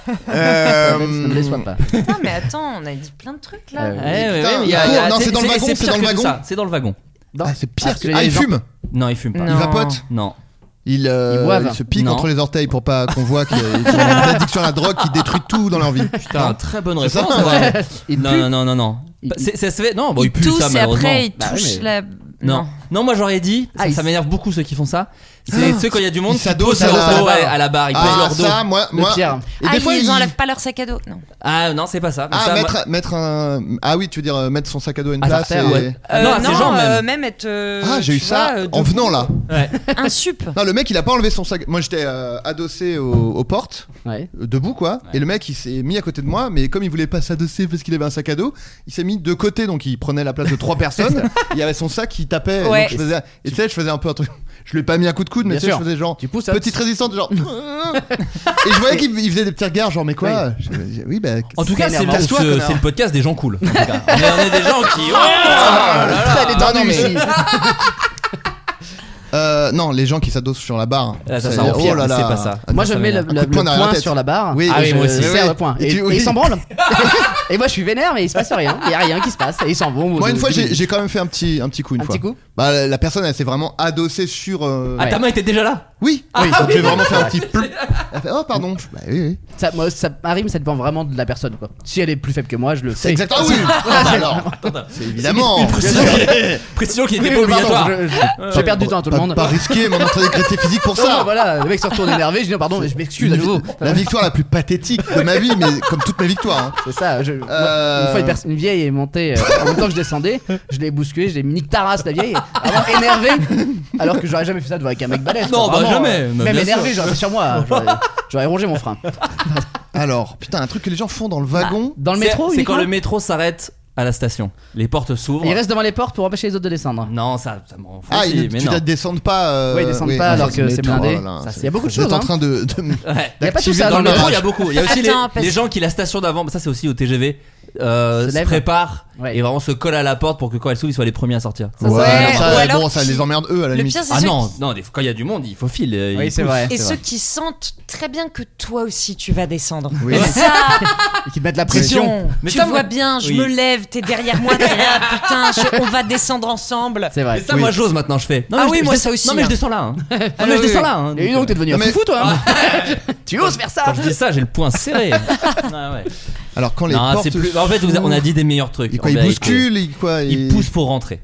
Ça
Euh,
ne les soit pas.
Ah, Non, mais attends, on a dit plein de trucs là.
Ah
Ouais,
Ouais,
ouais.
ouais,
Putain,
ouais, il y a-
non,
il y a-
non, c'est dans le wagon,
pire
c'est dans le
que tout
wagon.
ça, C'est dans le wagon.
Non.
Ah, c'est pire.
Parce
que-
que
Ah,
les
ils
gens-
fument.
Non, il fume pas.
Ils
Non.
vapotent.
Non.
Ils, euh,
Ils boivent.
ils se piquent
Non.
entre les orteils pour pas qu'on voit qu'ils ont une addiction à la drogue qui détruit tout dans leur vie.
Putain, très bonne
C'est ça,
réponse.
ouais.
ouais.
Ils
Non,
puent.
non, non, non, non.
Ils-
C'est- ça se fait- Non, bon, il pue ça
tous et
malheureusement.
après, ils
Bah oui,
touchent
mais-
la.
Non. non, moi j'aurais dit, ça,
Ah, ils-
ça m'énerve beaucoup ceux qui font ça. C'est ceux quand il y a du monde
ils
qui
s'adossent
posent
à
leur
la-
dos ouais, à la barre, ils posent
Ah,
leur dos.
ça, moi,
Le
moi.
pire.
Et
Ah,
des fois,
ils
ils-
enlèvent pas leur sac à dos. Non.
Ah non, c'est pas ça. Mais
Ah,
ça, moi-
mettre, mettre un. Ah oui, tu veux dire euh, mettre son sac à dos à une
Ah,
place.
terre,
et-
ouais.
Euh,
non, à ces gens, même.
euh, être. euh,
Ah, j'ai eu
tu
ça
vois, euh,
en
de-
venant là.
Ouais.
Un sup.
Non, le mec il a pas enlevé son sac. Moi j'étais euh, adossé au- aux portes,
Ouais.
euh, debout quoi. Et le mec il s'est mis à côté de moi, mais comme il voulait pas s'adosser parce qu'il avait un sac à dos, il s'est mis de côté donc il prenait la place de trois personnes. Il y avait son sac qui tapait. et
Ouais.
donc je faisais- Et tu sais, je faisais un peu un truc. Je lui ai pas mis un coup de coude, mais
Bien
tu sais, je
sûr.
faisais genre.
Tu pousses.
Petite résistance, genre. et je voyais qu'il il faisait des petits regards, genre, mais quoi Je disais, Oui, bah.
En tout cas, c'est le,
Casse-toi,
ce-
connard.
c'est le podcast des gens cool. en tout cas. on, est, on est des gens qui. Oh
Elle est
Non, Ah non,
tendue
mais-
ici.
Euh, non, les gens qui s'adossent sur la barre.
Là, ça,
C'est-
ça empire,
oh là
mais
là.
c'est pas ça.
Ah, Moi je
Ça
mets le,
m'énerve.
le-
Un coup de poing
le
derrière la
point
tête.
sur la barre
Oui,
et
Ah oui,
je
moi aussi.
serre
Oui,
le point.
oui.
Et,
Et tu-
et
oui.
ils s'en branlent. et moi je suis vénère mais il se passe rien. Il y a rien qui se passe. Et ils s'en vont. au bout
Moi,
de-
une fois,
de-
j'ai j'ai quand même fait un petit, un petit coup. Une
Un
fois.
petit coup
bah, la, la personne, elle s'est vraiment adossée sur. euh,
Ah, ta main était déjà là
Oui,
Ah,
oui.
ah
j'ai
oui,
vraiment fait un
d'accord.
petit plou. Elle fait, oh, pardon. Bah oui, oui.
Ça, moi, ça m'arrive, mais ça dépend vraiment de la personne. Quoi. Si elle est plus faible que moi, je le
C'est
sais.
exactement. Ah oui Ah, bah alors C'est évidemment
Précision qui- Précision qui
Oui,
n'était
oui,
pas
pardon,
obligatoire.
je-
Ah,
je- J'ai perdu du temps à tout le
Pas-
monde.
Pas risqué mon intégrité physique pour
Non, bah, non,
ça
voilà, le mec se retourne énervé. Je dis non, pardon, mais je m'excuse à
Une-
nouveau.
La victoire la plus pathétique de ma vie, mais comme toutes mes victoires. hein.
C'est ça, je, moi,
Euh.
Une, fois, une pers- une vieille est montée euh, en même temps que je descendais. Je l'ai bousculée, je l'ai mis nique ta race, la vieille. Vraiment énervé. Alors que j'aurais jamais fait ça devant avec un mec balèze.
Non,
quoi,
bah,
vraiment,
jamais,
euh,
mais
Même
bien
énervé,
sûr.
j'aurais fait sur moi. hein, J'aurais- J'aurais rongé mon frein.
Alors, putain, un truc que les gens font dans le wagon.
Dans le
C'est-
métro,
C'est
uniquement
quand le métro s'arrête à la station. Les portes s'ouvrent.
Et Il reste devant les portes pour empêcher les autres de descendre.
Non, ça, ça m'en fout.
ah,
aussi,
ils ne-
mais
tu
non.
ne descends pas. euh,
Oui, ils descendent pas alors
ça,
que
mais
c'est
tout,
blindé.
oh là là,
Ça,
c'est-
il y a beaucoup de
Vous
choses,
êtes en
hein.
train de. de-
Ouais.
Il y a pas tout ça
d'activer
dans
Dans
le
le métro, il y a
métro.
beaucoup. Il y a aussi
Attends,
les,
parce-
les gens qui la station d'avant, bah, ça c'est aussi au TGV, euh,
Se
se,
lèvent.
préparent
Ouais.
et vraiment se collent à la porte pour que quand elle s'ouvre, ils soient les premiers à sortir. Ça,
Ouais,
ça-
Ouais,
ça,
ou alors
bon, ça
qui-
les emmerde eux à
Le
la limite.
pire, c'est
Ah
ceux
non,
qui-
non, des- quand il y a du monde, il faut filer.
Oui, c'est vrai.
Et
c'est
ceux
vrai.
qui sentent très bien que toi aussi tu vas descendre.
Oui.
Et ça,
Et qui te mettent la pression.
pression.
Mais
tu
ça, moi-
vois bien, je
Oui.
me lève, t'es derrière moi, t'es là, putain, je- on va descendre ensemble.
C'est vrai.
Et ça, moi j'ose maintenant, je fais. Non,
Ah
mais je-
oui,
je
moi,
descends-
ça aussi,
Non, mais je
hein.
descends là. hein. Non,
Ah,
mais
oui,
je
oui,
descends
oui.
là. hein.
Il y a une
Donc,
donc t'es devenu
Non, mais-
fou toi. hein. tu oses faire
euh,
ça.
Quand je dis ça, j'ai le poing serré. Ah ouais.
Alors, quand les
Non,
portes.
c'est plus- En fait, vous- on a dit des meilleurs trucs.
Ils, quoi,
en
ils
vérité.
bousculent, ils, quoi,
Ils
ils-
poussent pour rentrer.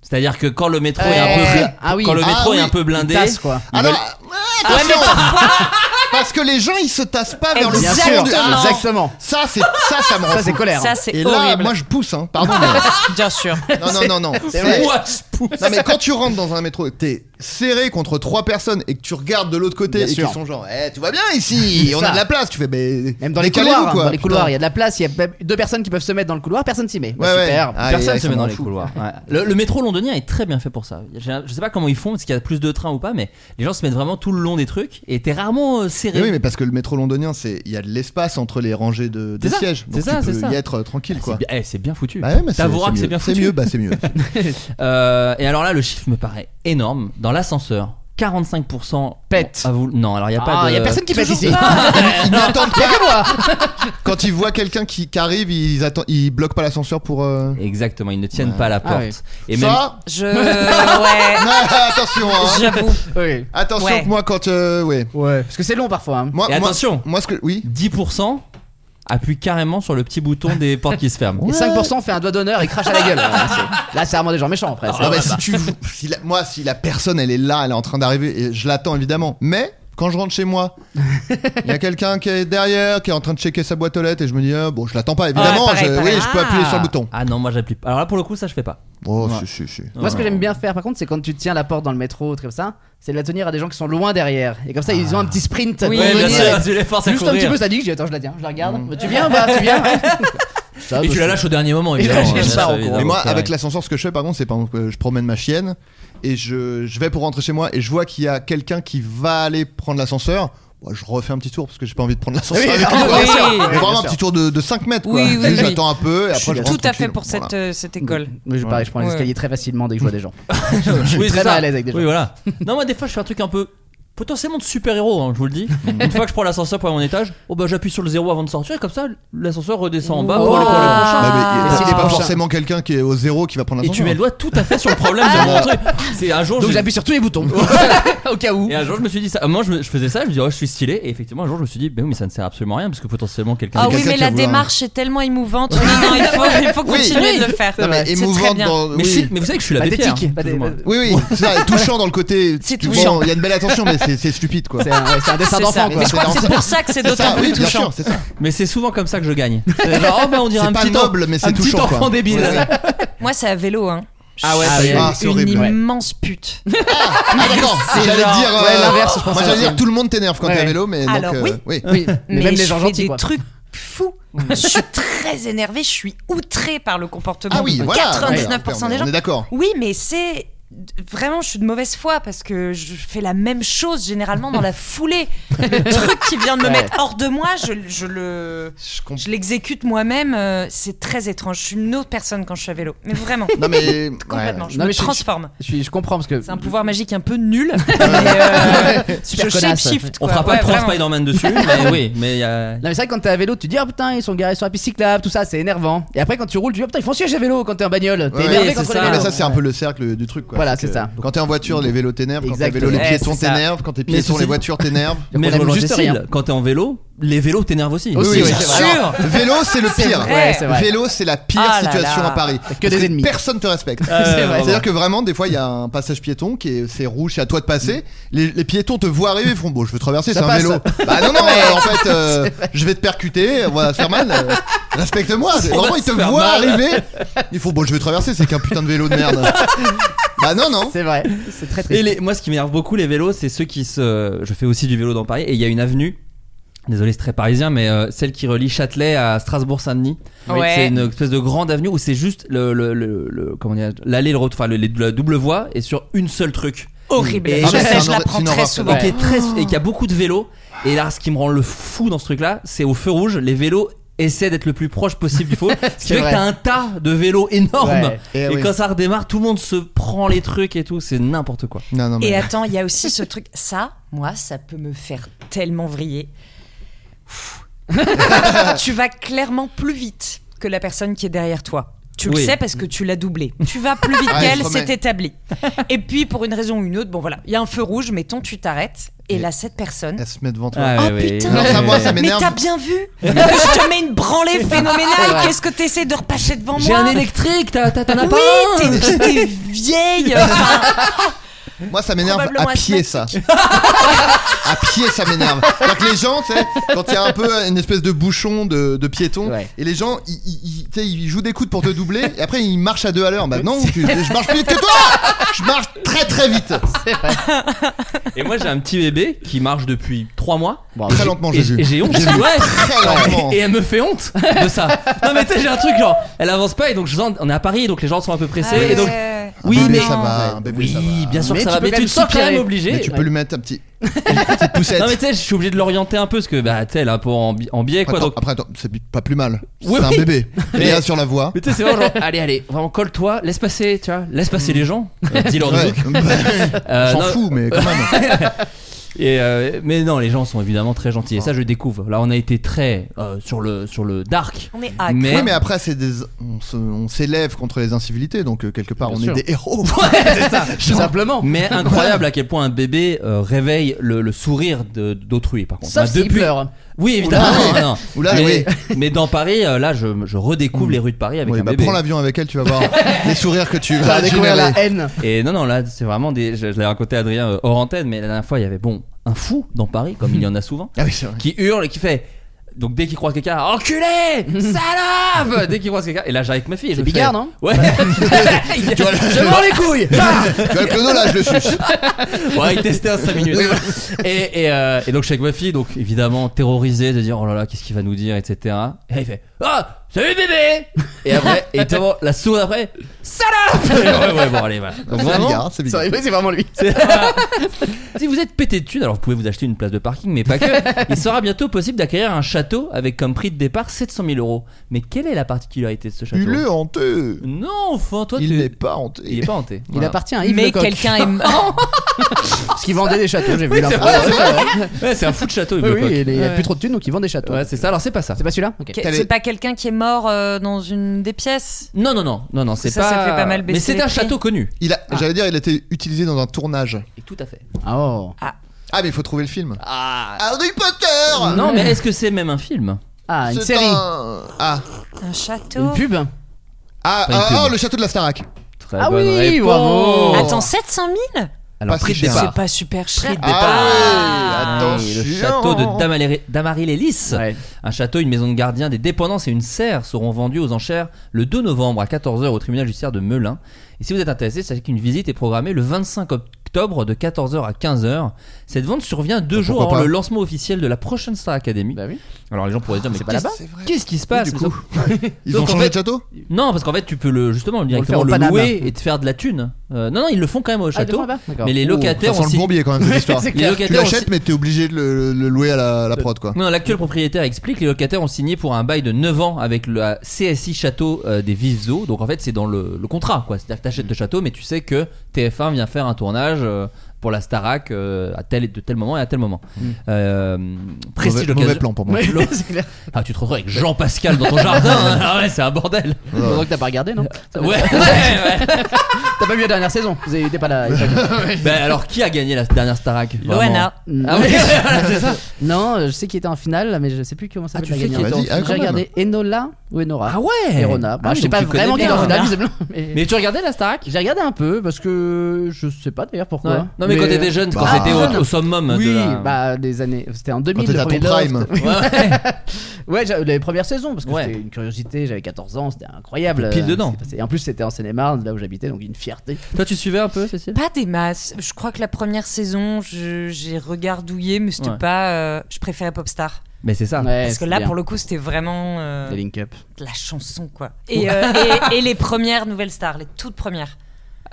C'est-à-dire que quand le métro est
Ouais.
un peu
Ah oui.
quand le
Ah
métro est
oui.
un peu blindé,
Ils tassent, quoi.
ils
Alors,
veulent-
ouais, attention, Parce que les gens, ils se tassent pas vers le
Bien
fond
sûr.
du- Ah, non.
Exactement.
Ça, c'est ça, ça me rend
Ça c'est
fou.
colère. hein.
Ça, c'est
Et
horrible.
là, moi, je pousse, hein. Pardon. mais-
Ah,
Bien sûr.
Non, non, non, non. C'est-
vrai.
Ouah, Oh, je pousse.
Non mais quand tu rentres dans un métro et que t'es serré contre trois personnes et que tu regardes de l'autre côté
Bien
et
sûr.
qu'ils sont genre eh tout va bien ici,
C'est
on
ça.
a de la place, tu fais mais
Même dans les
décalez-vous,
couloirs, hein.
quoi,
dans les couloirs,
putain.
il y a de la place, il y a même deux personnes qui peuvent se mettre dans le couloir, personne s'y met. Bah,
Ouais, ouais.
super.
Ah,
Personne
et-
se
ça
met dans
m'en
les
fout.
couloirs. Ouais. Le, le métro londonien est très bien fait pour ça. J'ai- Je sais pas comment ils font, parce qu'il y a plus de trains ou pas, mais les gens se mettent vraiment tout le long des trucs et t'es rarement euh, serré.
Mais Eh oui, mais parce que le métro londonien, c'est il y a de l'espace entre les rangées de, de
C'est ça,
sièges.
c'est
Donc
ça,
tu
c'est
peux
ça.
y être euh, tranquille,
Ah,
quoi.
c'est bien, eh, c'est bien foutu.
Bah ouais, mais
T'avoueras que c'est
mieux.
bien
C'est
foutu.
mieux, bah c'est mieux.
Euh, et alors là, le chiffre me paraît énorme. Dans l'ascenseur, 45%
Pète.
à vous- Non, alors il y a pas
Ah,
de.
il y a personne qui pète
Toujours
ici.
Ils n'attendent pas Quand ils voient quelqu'un qui, qui arrive, ils attendent, ils bloquent pas l'ascenseur pour. euh,
Exactement, ils ne tiennent pas à la porte.
Ah, oui.
Et même.
Ça
Je. Ouais.
Non, Attention, hein.
J'avoue.
Oui.
attention
Ouais.
que moi quand euh, ouais.
Ouais. Parce que c'est long parfois. hein.
Moi,
Et
moi-
attention.
Moi ce que oui.
10% appuie carrément sur le petit bouton des portes qui se ferment.
Et 5% fait un doigt d'honneur et crache à la gueule. Là, c'est- là, c'est vraiment des gens méchants après.
Ah bah, si tu, si la- moi, si la personne elle est là, elle est en train d'arriver, et je l'attends évidemment. Mais quand je rentre chez moi, il y a quelqu'un qui est derrière, qui est en train de checker sa boîte aux lettres, et je me dis, euh, bon, je l'attends pas évidemment.
pareil,
je,
pareil.
Oui, je peux appuyer sur
Ah.
le bouton.
Ah non, moi j'appuie pas. Alors là, pour le coup, ça je fais pas.
Oh, si, si, si.
Moi, ce que j'aime bien faire par contre, c'est quand tu tiens la porte dans le métro ou comme ça, c'est de la tenir à des gens qui sont loin derrière. Et comme ça, ils ont un petit sprint.
Oui,
pour
ouais, bien
venir.
sûr, tu les forces à
Juste un
courir.
petit peu, ça dit que attends, je la tiens, je la regarde. Bah, tu viens ou pas Tu viens Ça, bah,
Et tu la
c'est-
lâches au dernier moment,
Et là,
évidemment.
je
Bien
pars
sûr,
en courant.
évidemment.
Mais moi,
C'est
avec
vrai.
l'ascenseur, ce que je fais, par contre, c'est par exemple, euh, je promène ma chienne et je, je vais pour rentrer chez moi et je vois qu'il y a quelqu'un qui va aller prendre l'ascenseur. Bon, je refais un petit tour parce que j'ai pas envie de prendre l'ascenseur
Oui,
avec
ah,
lui, quoi.
oui, oui,
Mais
oui, bien
Vraiment un
sûr.
petit tour de, de 5 mètres. Quoi.
Oui, oui,
Et
oui.
J'attends un peu et après je,
Tout
rentre
à fait
tranquille.
pour
Voilà.
cette, euh, cette école.
Moi, Mm. je, pareil, je prends les
Ouais.
escaliers très facilement dès que je vois des gens. je
Oui,
suis
c'est
très
ça.
mal à l'aise avec des gens.
Oui, voilà. Non, moi, des fois, je fais un truc un peu potentiellement de super-héros, hein, je vous le dis. Une fois que je prends l'ascenseur pour aller à mon étage, oh bah j'appuie sur le zéro avant de sortir, et comme ça, l'ascenseur redescend en bas pour aller pour le prochain.
Bah, mais il y a-
Oh. Ah.
il y a pas
Prochain.
forcément quelqu'un qui est au zéro qui va prendre
Et
l'ascenseur.
tu mets le doigt tout à fait sur le problème de mon truc. C'est un jour.
Ah. Donc
je-
j'appuie sur tous les boutons. Au cas où.
Et un jour, je me suis dit ça. Moi, je, me- je faisais ça, je me dis, oh, je suis stylé. Et effectivement, un jour, je me suis dit, ben oui, mais ça ne sert absolument à rien parce que potentiellement, quelqu'un.
Ah
quelqu'un
oui, mais
qui
la
a voulu un-
démarche est tellement émouvante. Non, non, il faut, il faut
Oui.
continuer
Oui.
de le faire.
Non, mais
euh, C'est très
émouvante
bien.
dans.
Mais,
Euh, oui.
je suis- mais vous savez que je suis la hein,
Pathétique.
BPR,
Pathé-
excusez-moi.
Oui, oui, c'est ça, touchant dans le côté.
C'est
tu- bon,
touchant.
Il y a une belle attention, mais c'est c'est stupide quoi.
C'est un, Ah ouais, c'est un dessin
C'est
d'enfant
ça.
quoi.
Mais je crois que
C'est
c'est pour ça que c'est d'autant
ça, oui,
plus
bien
touchant.
sûr, c'est ça.
Mais c'est souvent comme ça que je gagne. C'est genre, oh, ben, on dirait
C'est
un
pas
petit
noble,
en-
mais c'est
un petit
touchant, quoi.
enfant débile.
Ouais, ouais.
Moi, c'est à vélo. Hein.
Ah ouais,
Je
ça
suis
y est.
Ah, c'est
une
horrible, ouais.
immense pute.
Ah, d'accord, j'allais
genre-
dire. euh,
ouais, l'inverse, je pensais
Moi, j'allais
à
dire
ça.
tout le monde t'énerve quand
Ouais.
t'es à vélo, mais.
Alors,
donc, euh,
Oui, mais, même les gens
je fais
gentils
des
quoi.
trucs fous. je suis très énervée, je suis outrée par le comportement
Ah oui,
de
voilà.
99%
ouais,
des gens.
On est d'accord.
Oui, mais c'est vraiment, je suis de mauvaise foi parce que je fais la même chose généralement dans la foulée. Le truc qui vient de me
Ouais.
mettre hors de moi, je, je le, je l'exécute moi-même. euh, C'est très étrange. Je suis une autre personne quand je suis à vélo, mais vraiment.
Non, mais. ouais,
Complètement,
ouais.
je
Non, mais
me
je-
transforme.
Je, suis- je comprends parce que.
C'est un pouvoir magique un peu nul. mais, euh,
Super
je
connasse.
shapeshift.
On
quoi.
fera pas
Ouais,
de trans
vraiment.
Spider-Man dessus, mais oui, mais il y a.
Non mais c'est vrai que quand t'es à vélo tu dis ah putain ils sont garés sur la piste cyclable tout ça c'est énervant et après quand tu roules tu dis ah putain ils font siège à vélo quand t'es en bagnole t'es
Ouais,
énervé
c'est
contre
ça.
les
Non, mais
vélos
ça, c'est un peu le cercle du truc quoi.
ouais, Voilà, c'est ça.
Quand t'es en voiture, les vélos t'énervent. Quand t'es
Exactement.
vélo, les
Ouais,
piétons
c'est ça.
t'énervent. Quand t'es
Mais
piéton,
ceci-
les voitures t'énervent.
on
Mais
aime
Roland
juste
Cyril,
rien.
quand t'es en vélo, les vélos t'énervent aussi.
Aussi,
Oui, oui,
bien
c'est vrai.
sûr.
Alors, Vélo, c'est le
C'est
pire.
vrai,
c'est vrai.
Vélo, c'est la pire
Ah là
situation
là.
à Paris.
T'as que des
Parce
ennemis.
Personne te respecte.
C'est vrai.
C'est-à-dire que vraiment, des fois, il y a un passage piéton qui est, c'est rouge, c'est à toi de passer. Les, les piétons te voient arriver, ils font bon, je veux traverser,
Ça
c'est un
passe.
vélo. Bah non, non, en fait, euh, je vais te percuter, on va se faire mal. euh, Respecte-moi. C'est- Vraiment, ils te
se faire
voient
mal.
arriver. Ils font bon, je veux traverser, c'est qu'un putain de vélo de merde. bah non, non.
C'est vrai. C'est très
Et
triste.
les- moi, ce qui m'énerve beaucoup, les vélos, c'est ceux qui se. Je fais aussi du vélo dans Paris et il y a une avenue. Désolé, c'est très parisien, mais euh, celle qui relie Châtelet à Strasbourg-Saint-Denis.
Oui.
C'est une espèce de grande avenue où c'est juste le, le, le, le- comment dire, l'allée, et le retour, enfin le- les- la double voie et sur une seule truc.
Horrible.
Et-
je
Ah, mais
c'est
sais, je
un
la
hor- c'est
prends
une
très
horreur,
souvent.
Et qui est très, et qui a beaucoup de vélos. Et là, ce qui me rend le fou dans ce truc-là, c'est au feu rouge, les vélos essaient d'être le plus proche possible du feu. ce qui
C'est
fait que
vrai.
t'as un tas de vélos énormes.
Ouais.
Eh
Et,
oui.
quand ça redémarre, tout le monde se prend les trucs et tout. C'est n'importe quoi.
Non, non, mais-
Et attends, il y a aussi ce truc. Ça, moi, ça peut me faire tellement vriller. Pfff. tu vas clairement plus vite que la personne qui est derrière toi. Tu le
Oui.
sais parce que tu l'as doublé. Tu vas plus vite
Ouais, je
qu'elle,
promets.
c'est établi. Et puis, pour une raison ou une autre, bon voilà, il y a un feu rouge, mettons, tu t'arrêtes. Et
Et-
là, cette personne.
Elle se met devant toi.
Ah,
oh
ouais, ouais.
putain!
Non, ça, moi, ça
mais
m'énerve.
t'as bien vu! Je te mets une branlée phénoménale! Qu'est-ce que t'essaies de repasser devant
J'ai
moi?
un électrique, t'as- t'as- t'en as pas un
oui, t'es- t'es vieille! Enfin,
Moi, ça m'énerve
Probablement
à pied, ça. à pied, ça m'énerve. C'est-à-dire que les gens, tu sais, quand il y a un peu une espèce de bouchon de, de piéton,
Ouais.
et les gens, ils, ils- ils- tu sais, ils jouent des coudes pour te doubler, et après, ils marchent à deux à l'heure. Bah non, tu- je marche plus vite que toi Je marche très très vite
Et moi j'ai un petit bébé qui marche depuis 3 mois.
Bon,
Très
j'ai-
lentement,
et
j'ai
j'ai
vu.
et j'ai honte.
J'ai vu
Ouais.
Très lentement.
Et elle me fait honte de ça. Non mais tu sais j'ai un truc genre elle avance pas et donc je sens- on est à Paris donc les gens sont un peu pressés et donc
ouais.
oui
Ah, bébé,
mais Ah,
ça va, un bébé,
oui
ça va.
bien sûr
Mais
que ça
tu
va
peux
mais
quand
tu
même
te sens quand même
soupirer.
obligé.
Mais tu peux lui mettre un petit, une petite poussette.
Non mais tu sais je suis obligé de l'orienter un peu parce que bah tu sais elle est un peu en, bi- en biais quoi
Attends,
donc.
Après, attends, c'est pas plus mal.
Oui,
c'est un
oui.
bébé. Il
Mais-
est sur la voie.
Mais tu sais c'est vraiment genre allez allez vraiment colle-toi laisse passer tu vois laisse passer les gens euh, dis leur
Mm. Ouais.
Euh,
J'en
non.
fous, mais quand même.
Et euh, mais non, les gens sont évidemment très gentils. Et ça, je découvre. Là, on a été très euh, sur le sur le dark.
Oh.
On est hack.
Mais-
Oui, mais après, c'est des... on se- on s'élève contre les incivilités, donc euh, quelque part,
Bien
on
sûr.
est des héros.
c'est ça. Tout simplement.
Mais incroyable à quel point un bébé euh, réveille le, le sourire de- d'autrui. Par contre,
Sauf
Bah,
s'il pleure.
Oui, évidemment.
Oula,
non, non.
Oula,
mais, mais dans Paris, euh, là, je, je redécouvre les rues de Paris avec
Oui,
un
bah,
bébé.
prends l'avion avec elle, tu vas voir les sourires que tu
Tu vas
vas
découvrir la
générer.
haine.
Et non, non, là, c'est vraiment des. Je, je l'avais raconté à Adrien euh, hors antenne, mais la dernière fois, il y avait bon un fou dans Paris, comme il y en a souvent.
Ah oui, c'est vrai.
qui hurle et qui fait. Donc dès qu'il croise quelqu'un, enculé, salope. Dès qu'il croise quelqu'un, et là j'arrive avec ma fille. et je
C'est
fais-
Bigard, non
Ouais.
Tu vois, le-
Je m'en les couilles
tu vois, le clodo, là, je le suce.
Ouais, il testait un 5 minutes. et, et, euh, et donc, je suis avec ma fille, donc évidemment terrorisée de dire oh là là, qu'est-ce qu'il va nous dire, etc. Et là, il fait Ah, salut bébé Et après, et évidemment, la sourde après, salope Ouais, ouais, bon, allez, voilà. Donc,
C'est
vraiment,
Bigard, c'est
C'est
Bigard.
vrai, c'est vraiment lui.
c'est- si vous êtes pété de thunes, alors vous pouvez vous acheter une place de parking, mais pas que. Il sera bientôt possible d'acquérir un château avec comme prix de départ 700 000 euros. Mais quelle est la particularité de ce château
Il est hanté.
Non, enfin, toi,
Il
tu-
n'est pas
il
hanté.
est pas hanté.
Il
Voilà.
appartient à Hein, Yves
Mais
Lecoq.
quelqu'un est mort.
Parce qu'il vendait des châteaux, j'ai vu
c'est
l'info.
vrai,
Ouais, ouais.
Ouais, c'est un fou de château, Yves
Oui,
Lecoq.
oui, il n'y a
Ouais.
plus trop de thunes, donc il vend des châteaux.
Ouais, c'est ça. Alors, c'est pas ça.
C'est pas celui-là Ok.
C'est
T'avais-
pas quelqu'un qui est mort euh, dans une des pièces.
Non, non, non, non, non, c'est
Ça,
pas.
ça fait pas mal
Mais
baisser
c'est
les
un
prix.
château connu.
Il a, j'allais dire, il a été utilisé dans un tournage.
tout à fait.
Ah, Oh.
Ah, mais il faut trouver le film.
Ah.
Harry Potter
Non, mais est-ce que c'est même un film
Ah, une
C'est
série.
un- Ah,
Un château.
Une pub
ah,
Pas une
ah,
pub.
oh, le château de la Starac.
Très
Ah
bonne
oui,
réponse.
bravo.
Attends, 700 000
Alors,
Pas
prix
si
de
cher.
départ.
C'est pas super cher.
Prix de
Ah,
départ.
oui,
Et le
attention.
château de Damari- Damary-les-Lys.
Ouais.
Un château, une maison de gardien, des dépendances et une serre seront vendues aux enchères le 2 novembre à 14h au tribunal judiciaire de Melun. Et si vous êtes intéressé, sachez qu'une visite est programmée le 25 octobre de 14h à 15h. Cette vente survient deux jours
pourquoi
avant
pas
le lancement officiel de la prochaine Star Academy.
Bah oui.
Alors les gens pourraient se dire mais
C'est pas
qu'est-ce-
là-bas
C'est vrai.
qu'est-ce qui se passe
du
Mais
coup.
sauf-
Ils
Donc,
ont
en
changé
fait-
de château
Non, parce qu'en fait, tu peux le justement directement
au
le,
Panama.
louer et te faire de la thune. Euh, non, non, ils le font quand même au
Ah, deux
château.
fois là-bas D'accord.
mais les
Ça
locataires
sent
ont
le
si-
bourbier quand même, cette histoire.
C'est
les
clair.
Tu
locataires ont si-
l'achètes, mais t'es obligé de le, le louer à la, la prod, quoi.
Non, l'actuel propriétaire explique les locataires ont signé pour un bail de 9 ans avec le CSI Château euh, des Vives Eaux. Donc en fait, c'est dans le, le contrat quoi. C'est-à-dire que t'achètes le château mais tu sais que TF1 vient faire un tournage euh, pour la Starac euh, à tel et de tel moment et à tel moment. Euh, prestige
Mm. Mauvais- mauvais
occasion-
plan pour moi.
Lo-
c'est clair.
Ah, tu te retrouves avec Jean Pascal dans ton jardin. hein. Ah ouais, c'est un bordel.
Heureusement que t'as pas regardé, non Ça
Ouais.
va-
ouais, ouais.
T'as pas vu la dernière saison Vous avez- t'es pas là.
Ben, alors qui a gagné la dernière Starac vraiment
Loana.
Ah oui, voilà, c'est ça.
Non, euh, je sais qu'il était en finale, mais je sais plus comment ça
Ah, tu sais
s'appelle. la
qui
était en
gagnante.
finale. Ah, quand
J'ai regardé Enola ou Enora.
Ah ouais.
Erona. Bah,
Ah,
je sais
donc
pas
tu connais
vraiment qui est
bien.
en finale, visiblement. Mais,
Mais tu regardais la Starac
j'ai regardé un peu parce que je sais pas d'ailleurs pourquoi.
Ouais. Non mais, quand t'étais jeune, quand
Bah,
c'était au,
jeune.
au summum
Oui,
de la...
bah des années. C'était en 2000.
t'étais
le
à ton
premier
prime.
Lost.
Ouais.
ouais, j'a- les premières saisons parce que
Ouais.
c'était une curiosité. J'avais 14 ans, c'était incroyable.
Pile
euh,
dedans.
ce qui passait. Et en plus, c'était en Seine-et-Marne, là où j'habitais, donc une fierté.
Toi tu suivais un peu Cécile
Pas des masses. Je crois que la première saison, je- j'ai regardouillé, mais c'était
Ouais.
pas. euh, je préférais Popstar.
Mais c'est ça.
Ouais,
Parce que
c'était
là,
bien.
pour le coup, c'était vraiment euh,
Des link up.
de la chanson, quoi. Et, euh, et- et les premières nouvelles stars, les toutes premières.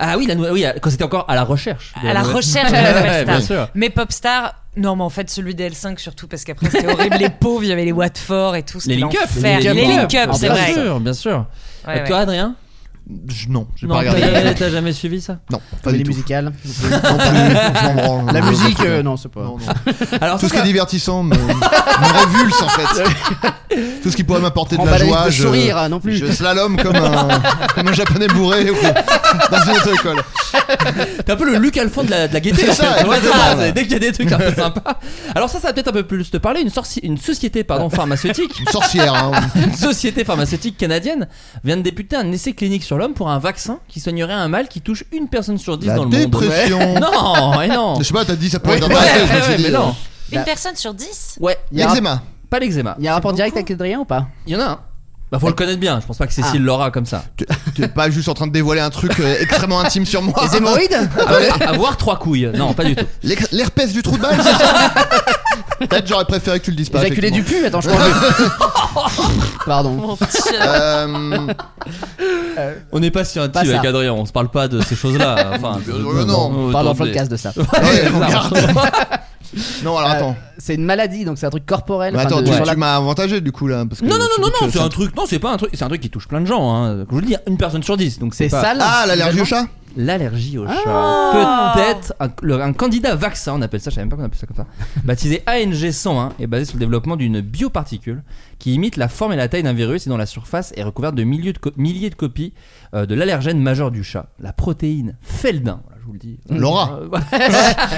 Ah oui, la nouvelle- oui, quand c'était encore à la recherche. de
À la
nouvelle-
recherche de la
Ouais,
nouvelle
bien
star.
sûr.
Mais Popstar, non, mais en fait, celui des L5 surtout, parce qu'après, c'était horrible. les pauvres, il y avait les Watford et tout. c'était
Les link up,
l'enfer. Les link up,
Ah,
c'est
bien
vrai.
sûr, bien sûr.
Ouais,
Euh,
ouais.
Toi Adrien
Je- Non, j'ai
Non,
pas regardé.
t'as t'as jamais suivi ça
Non, pas
Comédie
du tout.
musicale.
Non plus, je m'en branle.
La
Je-
musique,
je-
euh, non, c'est pas.
Non, non.
Alors
Tout ce
ça,
qui est divertissant me, me révulse en fait. Tout ce qui pourrait m'apporter de
Prends
la
pas le risque
joie.
de
je,
sourire, hein, non plus.
je slalom comme un, comme un japonais bourré ou- dans une auto-école.
T'es un peu le Luc Alphonse de la, de la gaieté.
C'est
en
ça,
fait. Ouais,
exactement.
c'est ça. Dès qu'il y a des trucs un peu sympas. Alors ça, ça va peut-être un peu plus te parler. Une, sorci- une société pardon, pharmaceutique,
Une sorcière. hein.
une société pharmaceutique canadienne vient de débuter un essai clinique sur l'homme pour un vaccin qui soignerait un mal qui touche une personne sur dix
La
dans le
dépression.
monde. Non, mais non.
Je sais pas, t'as dit ça pourrait être
Ouais,
intéressant, je me
ouais,
suis
ouais,
dit,
mais
euh,
non.
Une personne sur dix
Ouais,
Il y a un-
Eczéma.
pas l'eczéma.
Il y a un rapport direct avec Adrien ou pas
Il y en a un. Bah faut le connaître bien. Je pense pas que
Ah.
Cécile l'aura comme ça.
Tu- T'es pas juste en train de dévoiler un truc euh, extrêmement intime sur moi.
Les hémorroïdes
Ah,
Avoir- Avoir trois couilles. Non, pas du tout.
L'ex- L'herpès du trou de balle, c'est ça Peut-être j'aurais préféré que tu le dises pas.
Éjaculé du cul
effectivement.
Attends, je crois que- Pardon.
Euh,
On n'est pas si intime
Pas ça.
avec Adrien. On se parle pas de ces choses-là. Enfin,
Euh, non.
On parle en podcast de ça.
ouais, regarde. non, alors attends.
C'est une maladie, donc c'est un truc corporel.
Mais
Euh, enfin,
attends,
de-
tu,
sur
tu
la-
m'as avantagé du coup là. Parce que
Non, non, non,
tu dis
non, non,
que
c'est
ça-
un truc, non, c'est pas un truc, c'est un truc qui touche plein de gens. Hein. Je vous le dis, une personne sur dix, donc c'est
C'est
pas-
sale.
Ah, l'allergie au chat
L'allergie au
Ah.
chat. Peut-être un, le- un candidat vaccin, on appelle ça, je savais même pas qu'on appelle ça comme ça. Baptisé ANG101 et basé sur le développement d'une bioparticule qui imite la forme et la taille d'un virus et dont la surface est recouverte de milliers de, co- milliers de copies euh, de l'allergène majeur du chat, la protéine Feldin. Voilà, je vous le dis.
Laura.
Euh, ouais.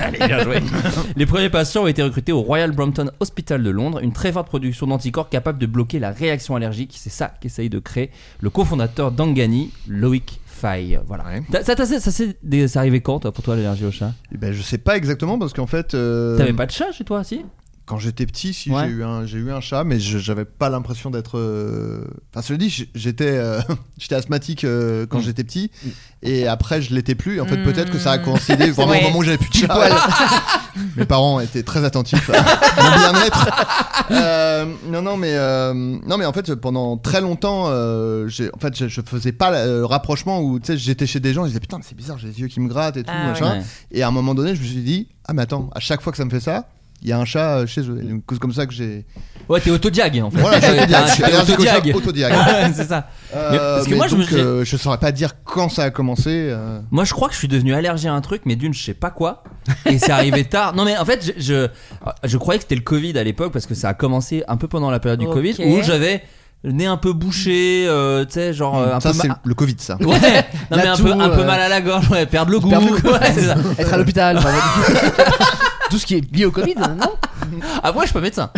Allez, bien joué. Les premiers patients ont été recrutés au Royal Brompton Hospital de Londres, une très forte production d'anticorps capable de bloquer la réaction allergique. C'est ça qu'essaye de créer le cofondateur d'Angani, Loïc Fay. Voilà.
Ouais.
T'as- Ça, t'as- ça, c'est des- c'est arrivé quand, toi, pour toi, l'allergie au chat
Eh Ben, je sais pas exactement parce qu'en fait, euh,
T'avais pas de chat chez toi, si
quand j'étais petit, si
Ouais.
j'ai eu un, j'ai eu un chat, mais je- j'avais pas l'impression d'être. euh, Enfin, cela dit, j- j'étais, euh, j'étais asthmatique euh, quand
Mm.
j'étais petit, et après je l'étais plus. Et En fait,
Mm.
peut-être que ça a coïncidé vraiment au
Ouais.
moment où j'avais plus de chat. Mes parents étaient très attentifs à mon bien-être. Euh, non, non, mais euh, non, mais en fait, pendant très longtemps, euh, j'ai- en fait, je, je faisais pas le euh, rapprochement où tu sais, j'étais chez des gens, ils disaient putain, mais c'est bizarre, j'ai les yeux qui me grattent et tout
Ah,
machin.
ouais. Ouais.
Et à un moment donné, je me suis dit ah mais attends, à chaque fois que ça me fait ça, il y a un chat euh, chez eux. Et donc, C'est comme ça que j'ai
Ouais, t'es autodiag en fait.
voilà, je suis
T'es un-
autodiac. Je suis
t'es
allergique au chat,
autodiag.
autodiac.
Ouais, c'est ça. Mais-
Euh,
parce que
mais
moi, je me
donc,
suis-
euh, je saurais pas dire quand ça a commencé. euh.
Moi, je crois que je suis devenu allergique à un truc, mais d'une, je sais pas quoi. Et c'est arrivé tard. Non, mais en fait, je, je, je croyais que c'était le Covid à l'époque parce que ça a commencé un peu pendant la période du
Ok.
Covid où j'avais le nez un peu bouché, euh, tu sais, genre euh, un
ça
peu.
c'est
ma-
le Covid ça.
Ouais,
La
non, mais un,
toux,
peu, un peu
euh,
mal à la gorge, ouais, perdre le goût.
perdre le goût.
ouais, c'est ça.
Être à l'hôpital. enfin, Tout ce qui est lié au Covid, non
Ah, moi, je suis pas médecin.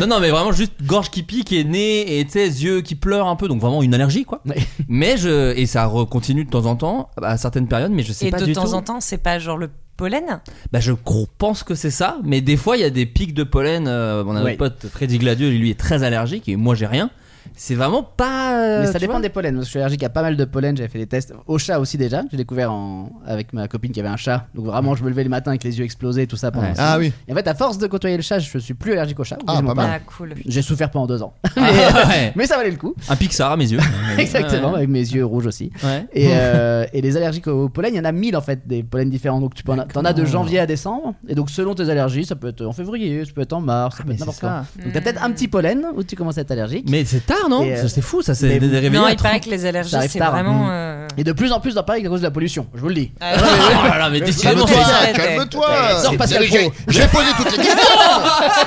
non, non, mais vraiment, juste gorge qui pique et nez et tu sais, yeux qui pleurent un peu. Donc, vraiment une allergie, quoi.
Ouais.
mais je. Et ça continue de temps en temps, à certaines périodes, mais je sais
Et
pas
de
du
temps
tout.
en temps, c'est pas genre le pollen
Bah je cro- pense que c'est ça, mais des fois il y a des pics de pollen. euh, on a
Ouais.
notre pote Freddy Gladieux, lui est très allergique et moi j'ai rien. C'est vraiment pas. euh,
Mais ça
tu
dépend
vois
des pollens. parce que Je suis allergique à pas mal de pollen. J'avais fait des tests au chat aussi déjà. J'ai découvert en... avec ma copine qui avait un chat. Donc vraiment, je me levais le matin avec les yeux explosés et tout ça. Pendant
Ouais.
Ah oui.
Et en fait, à force de côtoyer le chat, je suis plus allergique au chat.
Ah, pas
Bah,
mal.
Ah, cool.
J'ai souffert pendant deux ans.
Ah, ouais.
Mais ça valait le coup.
Un Pixar à mes yeux.
Exactement, avec mes yeux rouges aussi.
Ouais.
Et, euh, et les allergiques au pollen, il y en a 1000 en fait, des pollens différents. Donc tu peux en, t'en as de janvier à décembre. Et donc selon tes allergies, ça peut être en février, ça peut être en mars, ça peut
Ah, mais
être n'importe
c'est
quand. Donc t'as peut-être un petit pollen où tu commences à être allergique.
Mais c'est tard. tard, non
Et, euh,
Ça, C'est fou, ça, c'est
mais-
des, des réveillés
Non,
à
il
30.
paraît que les allergies,
Ça arrive
c'est
tard.
vraiment.
Mm.
euh,
Et de plus en plus dans Paris à cause de la pollution, je vous le dis.
euh,
Oh là là, mais décidément,
Calme-toi.
c'est-
arrête,
Calme-toi.
Sors Pascal
J'ai-
Pro.
J'ai posé toutes les questions.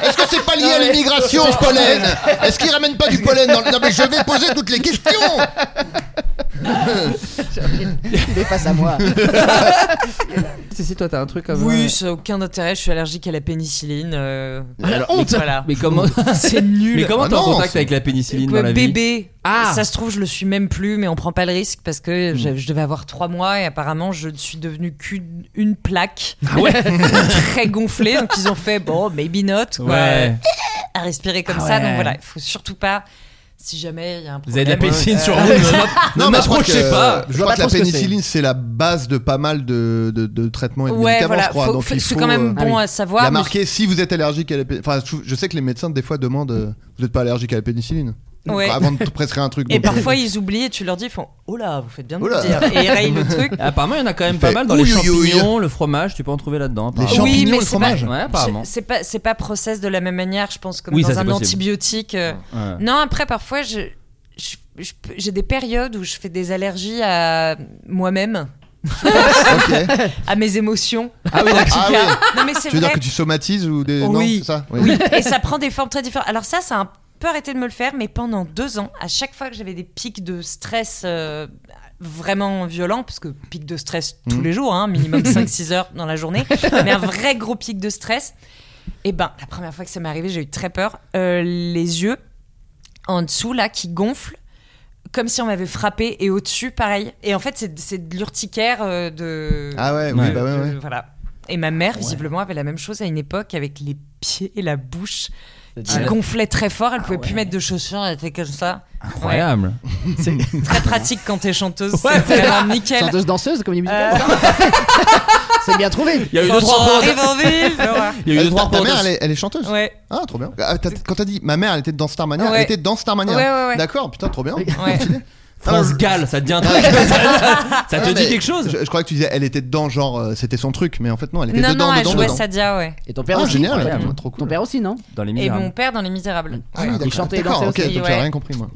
Est-ce que c'est pas
Ah
lié à l'immigration, ce pollen Est-ce qu'il ramène pas du pollen dans le- Non, mais je vais poser toutes les questions.
Il est face à moi.
c'est si toi, t'as un truc comme
Oui,
ça.
ça n'a aucun intérêt. Je suis allergique à la pénicilline. euh,
Alors,
mais
honte.
voilà.
Mais comment
C'est nul.
Mais comment
Ah
t'es en
non,
contact
c'est-
avec la pénicilline
Ouais,
dans la vie
bébé.
Ah. Hmm.
Ça se trouve, je le suis même plus, mais on prend pas le risque parce que je, je devais avoir trois mois et apparemment, je ne suis devenue qu'une une plaque.
Ah
très gonflée. Donc, ils ont fait, bon, maybe not. Quoi,
Ouais.
À respirer comme
Ah
ça.
ouais.
Donc, voilà, il faut surtout pas. Si jamais il y a un
Vous
problème.
avez de la pénicilline
euh,
sur vous, ne- ne
mais je crois
m'approchez
que-
pas.
Je
vois
crois
pas
que la
trop ce que c'est.
pénicilline, c'est la base de pas mal de, de, de traitements et de
Ouais,
médicaments,
voilà.
je crois.
Faut-
Donc,
faut-
il
c'est
faut,
quand même
euh,
bon à
Il y
savoir.
a
mais-
marqué si vous êtes allergique à la pénicilline. Enfin, je- je sais que les médecins, des fois, demandent euh, Vous n'êtes pas allergique à la pénicilline
Ouais.
Avant de te prescrire un truc.
Et
donc, euh,
parfois ils oublient et tu leur dis, ils font Oh là, vous faites bien de
Oh
le
là.
dire. Et ils rayent le truc.
Ah, Apparemment, il y en a quand même
Il
pas
fait
mal dans les
ouïe, ouïe, ouïe.
champignons, le fromage, tu peux en trouver là-dedans. apparemment.
Les champignons,
oui, mais
et le
c'est
fromage.
Ouais, apparemment.
C'est pas, c'est pas process de la même manière, je pense, comme
Oui,
dans
ça, c'est
un
possible.
antibiotique. euh.
Ouais.
Non, après, parfois, je- je- je peux- j'ai des périodes où je fais des allergies à moi-même,
ok.
à mes émotions.
Ah oui, d'accord.
en
Ah
tout
oui.
cas. Non, mais c'est
Tu veux dire
vrai.
que tu somatises ou des. Non,
Oui.
c'est ça
Oui, et ça prend des formes très différentes. Alors, ça, ça a un peu arrêté de me le faire, mais pendant deux ans, à chaque fois que j'avais des pics de stress euh, vraiment violents, parce que pic de stress tous les jours, hein, minimum 5-6 heures dans la journée, mais un vrai gros pic de stress, et ben, la première fois que ça m'est arrivé, j'ai eu très peur. Euh, les yeux en dessous, là, qui gonflent. Comme si on m'avait frappé et au-dessus, pareil. Et en fait, c'est c'est de l'urticaire euh, de.
Ah ouais,
Ouais.
oui, bah ouais, ouais.
Euh, Voilà. Et ma mère, visiblement, avait la même chose à une époque avec les pieds et la bouche qui
dingue.
gonflaient très fort. Elle pouvait plus mettre de chaussures, elle était comme ça.
Incroyable.
Ouais. Très pratique quand t'es chanteuse. c'est vraiment nickel.
Chanteuse danseuse, comédie
Euh,
musicale. C'est bien trouvé.
Il y a eu
Quand
deux, trois
on
reprises.
arrive en ville, l'horreur.
Il y a eu
Euh,
deux,
ta,
trois
ta mère,
reprises.
elle est, elle est chanteuse
Ouais.
Ah, trop bien. Ah, t'as- quand t'as dit ma mère, elle était dans Starmania,
Ouais.
elle était dans Starmania.
Ouais, ouais, ouais.
D'accord, putain, trop bien.
Ouais.
France
Ah,
Gall, ça te dit un truc Ça te
Non,
dit
mais
quelque chose
je, je crois que tu disais, elle était dedans, genre, euh, c'était son truc, mais en fait, non, elle était
Non,
dedans,
non, elle
dedans,
jouait
dedans.
Sadia, ouais.
Et ton père
Ah,
aussi.
génial.
ton père.
Mmh, trop cool.
Ton père aussi, non
Dans les
Et
misérables.
mon père dans Les Misérables.
Ah oui, d'accord.
Il chantait et
D'accord,
dansait
ok,
aussi,
donc
ouais.
j'ai rien compris, moi.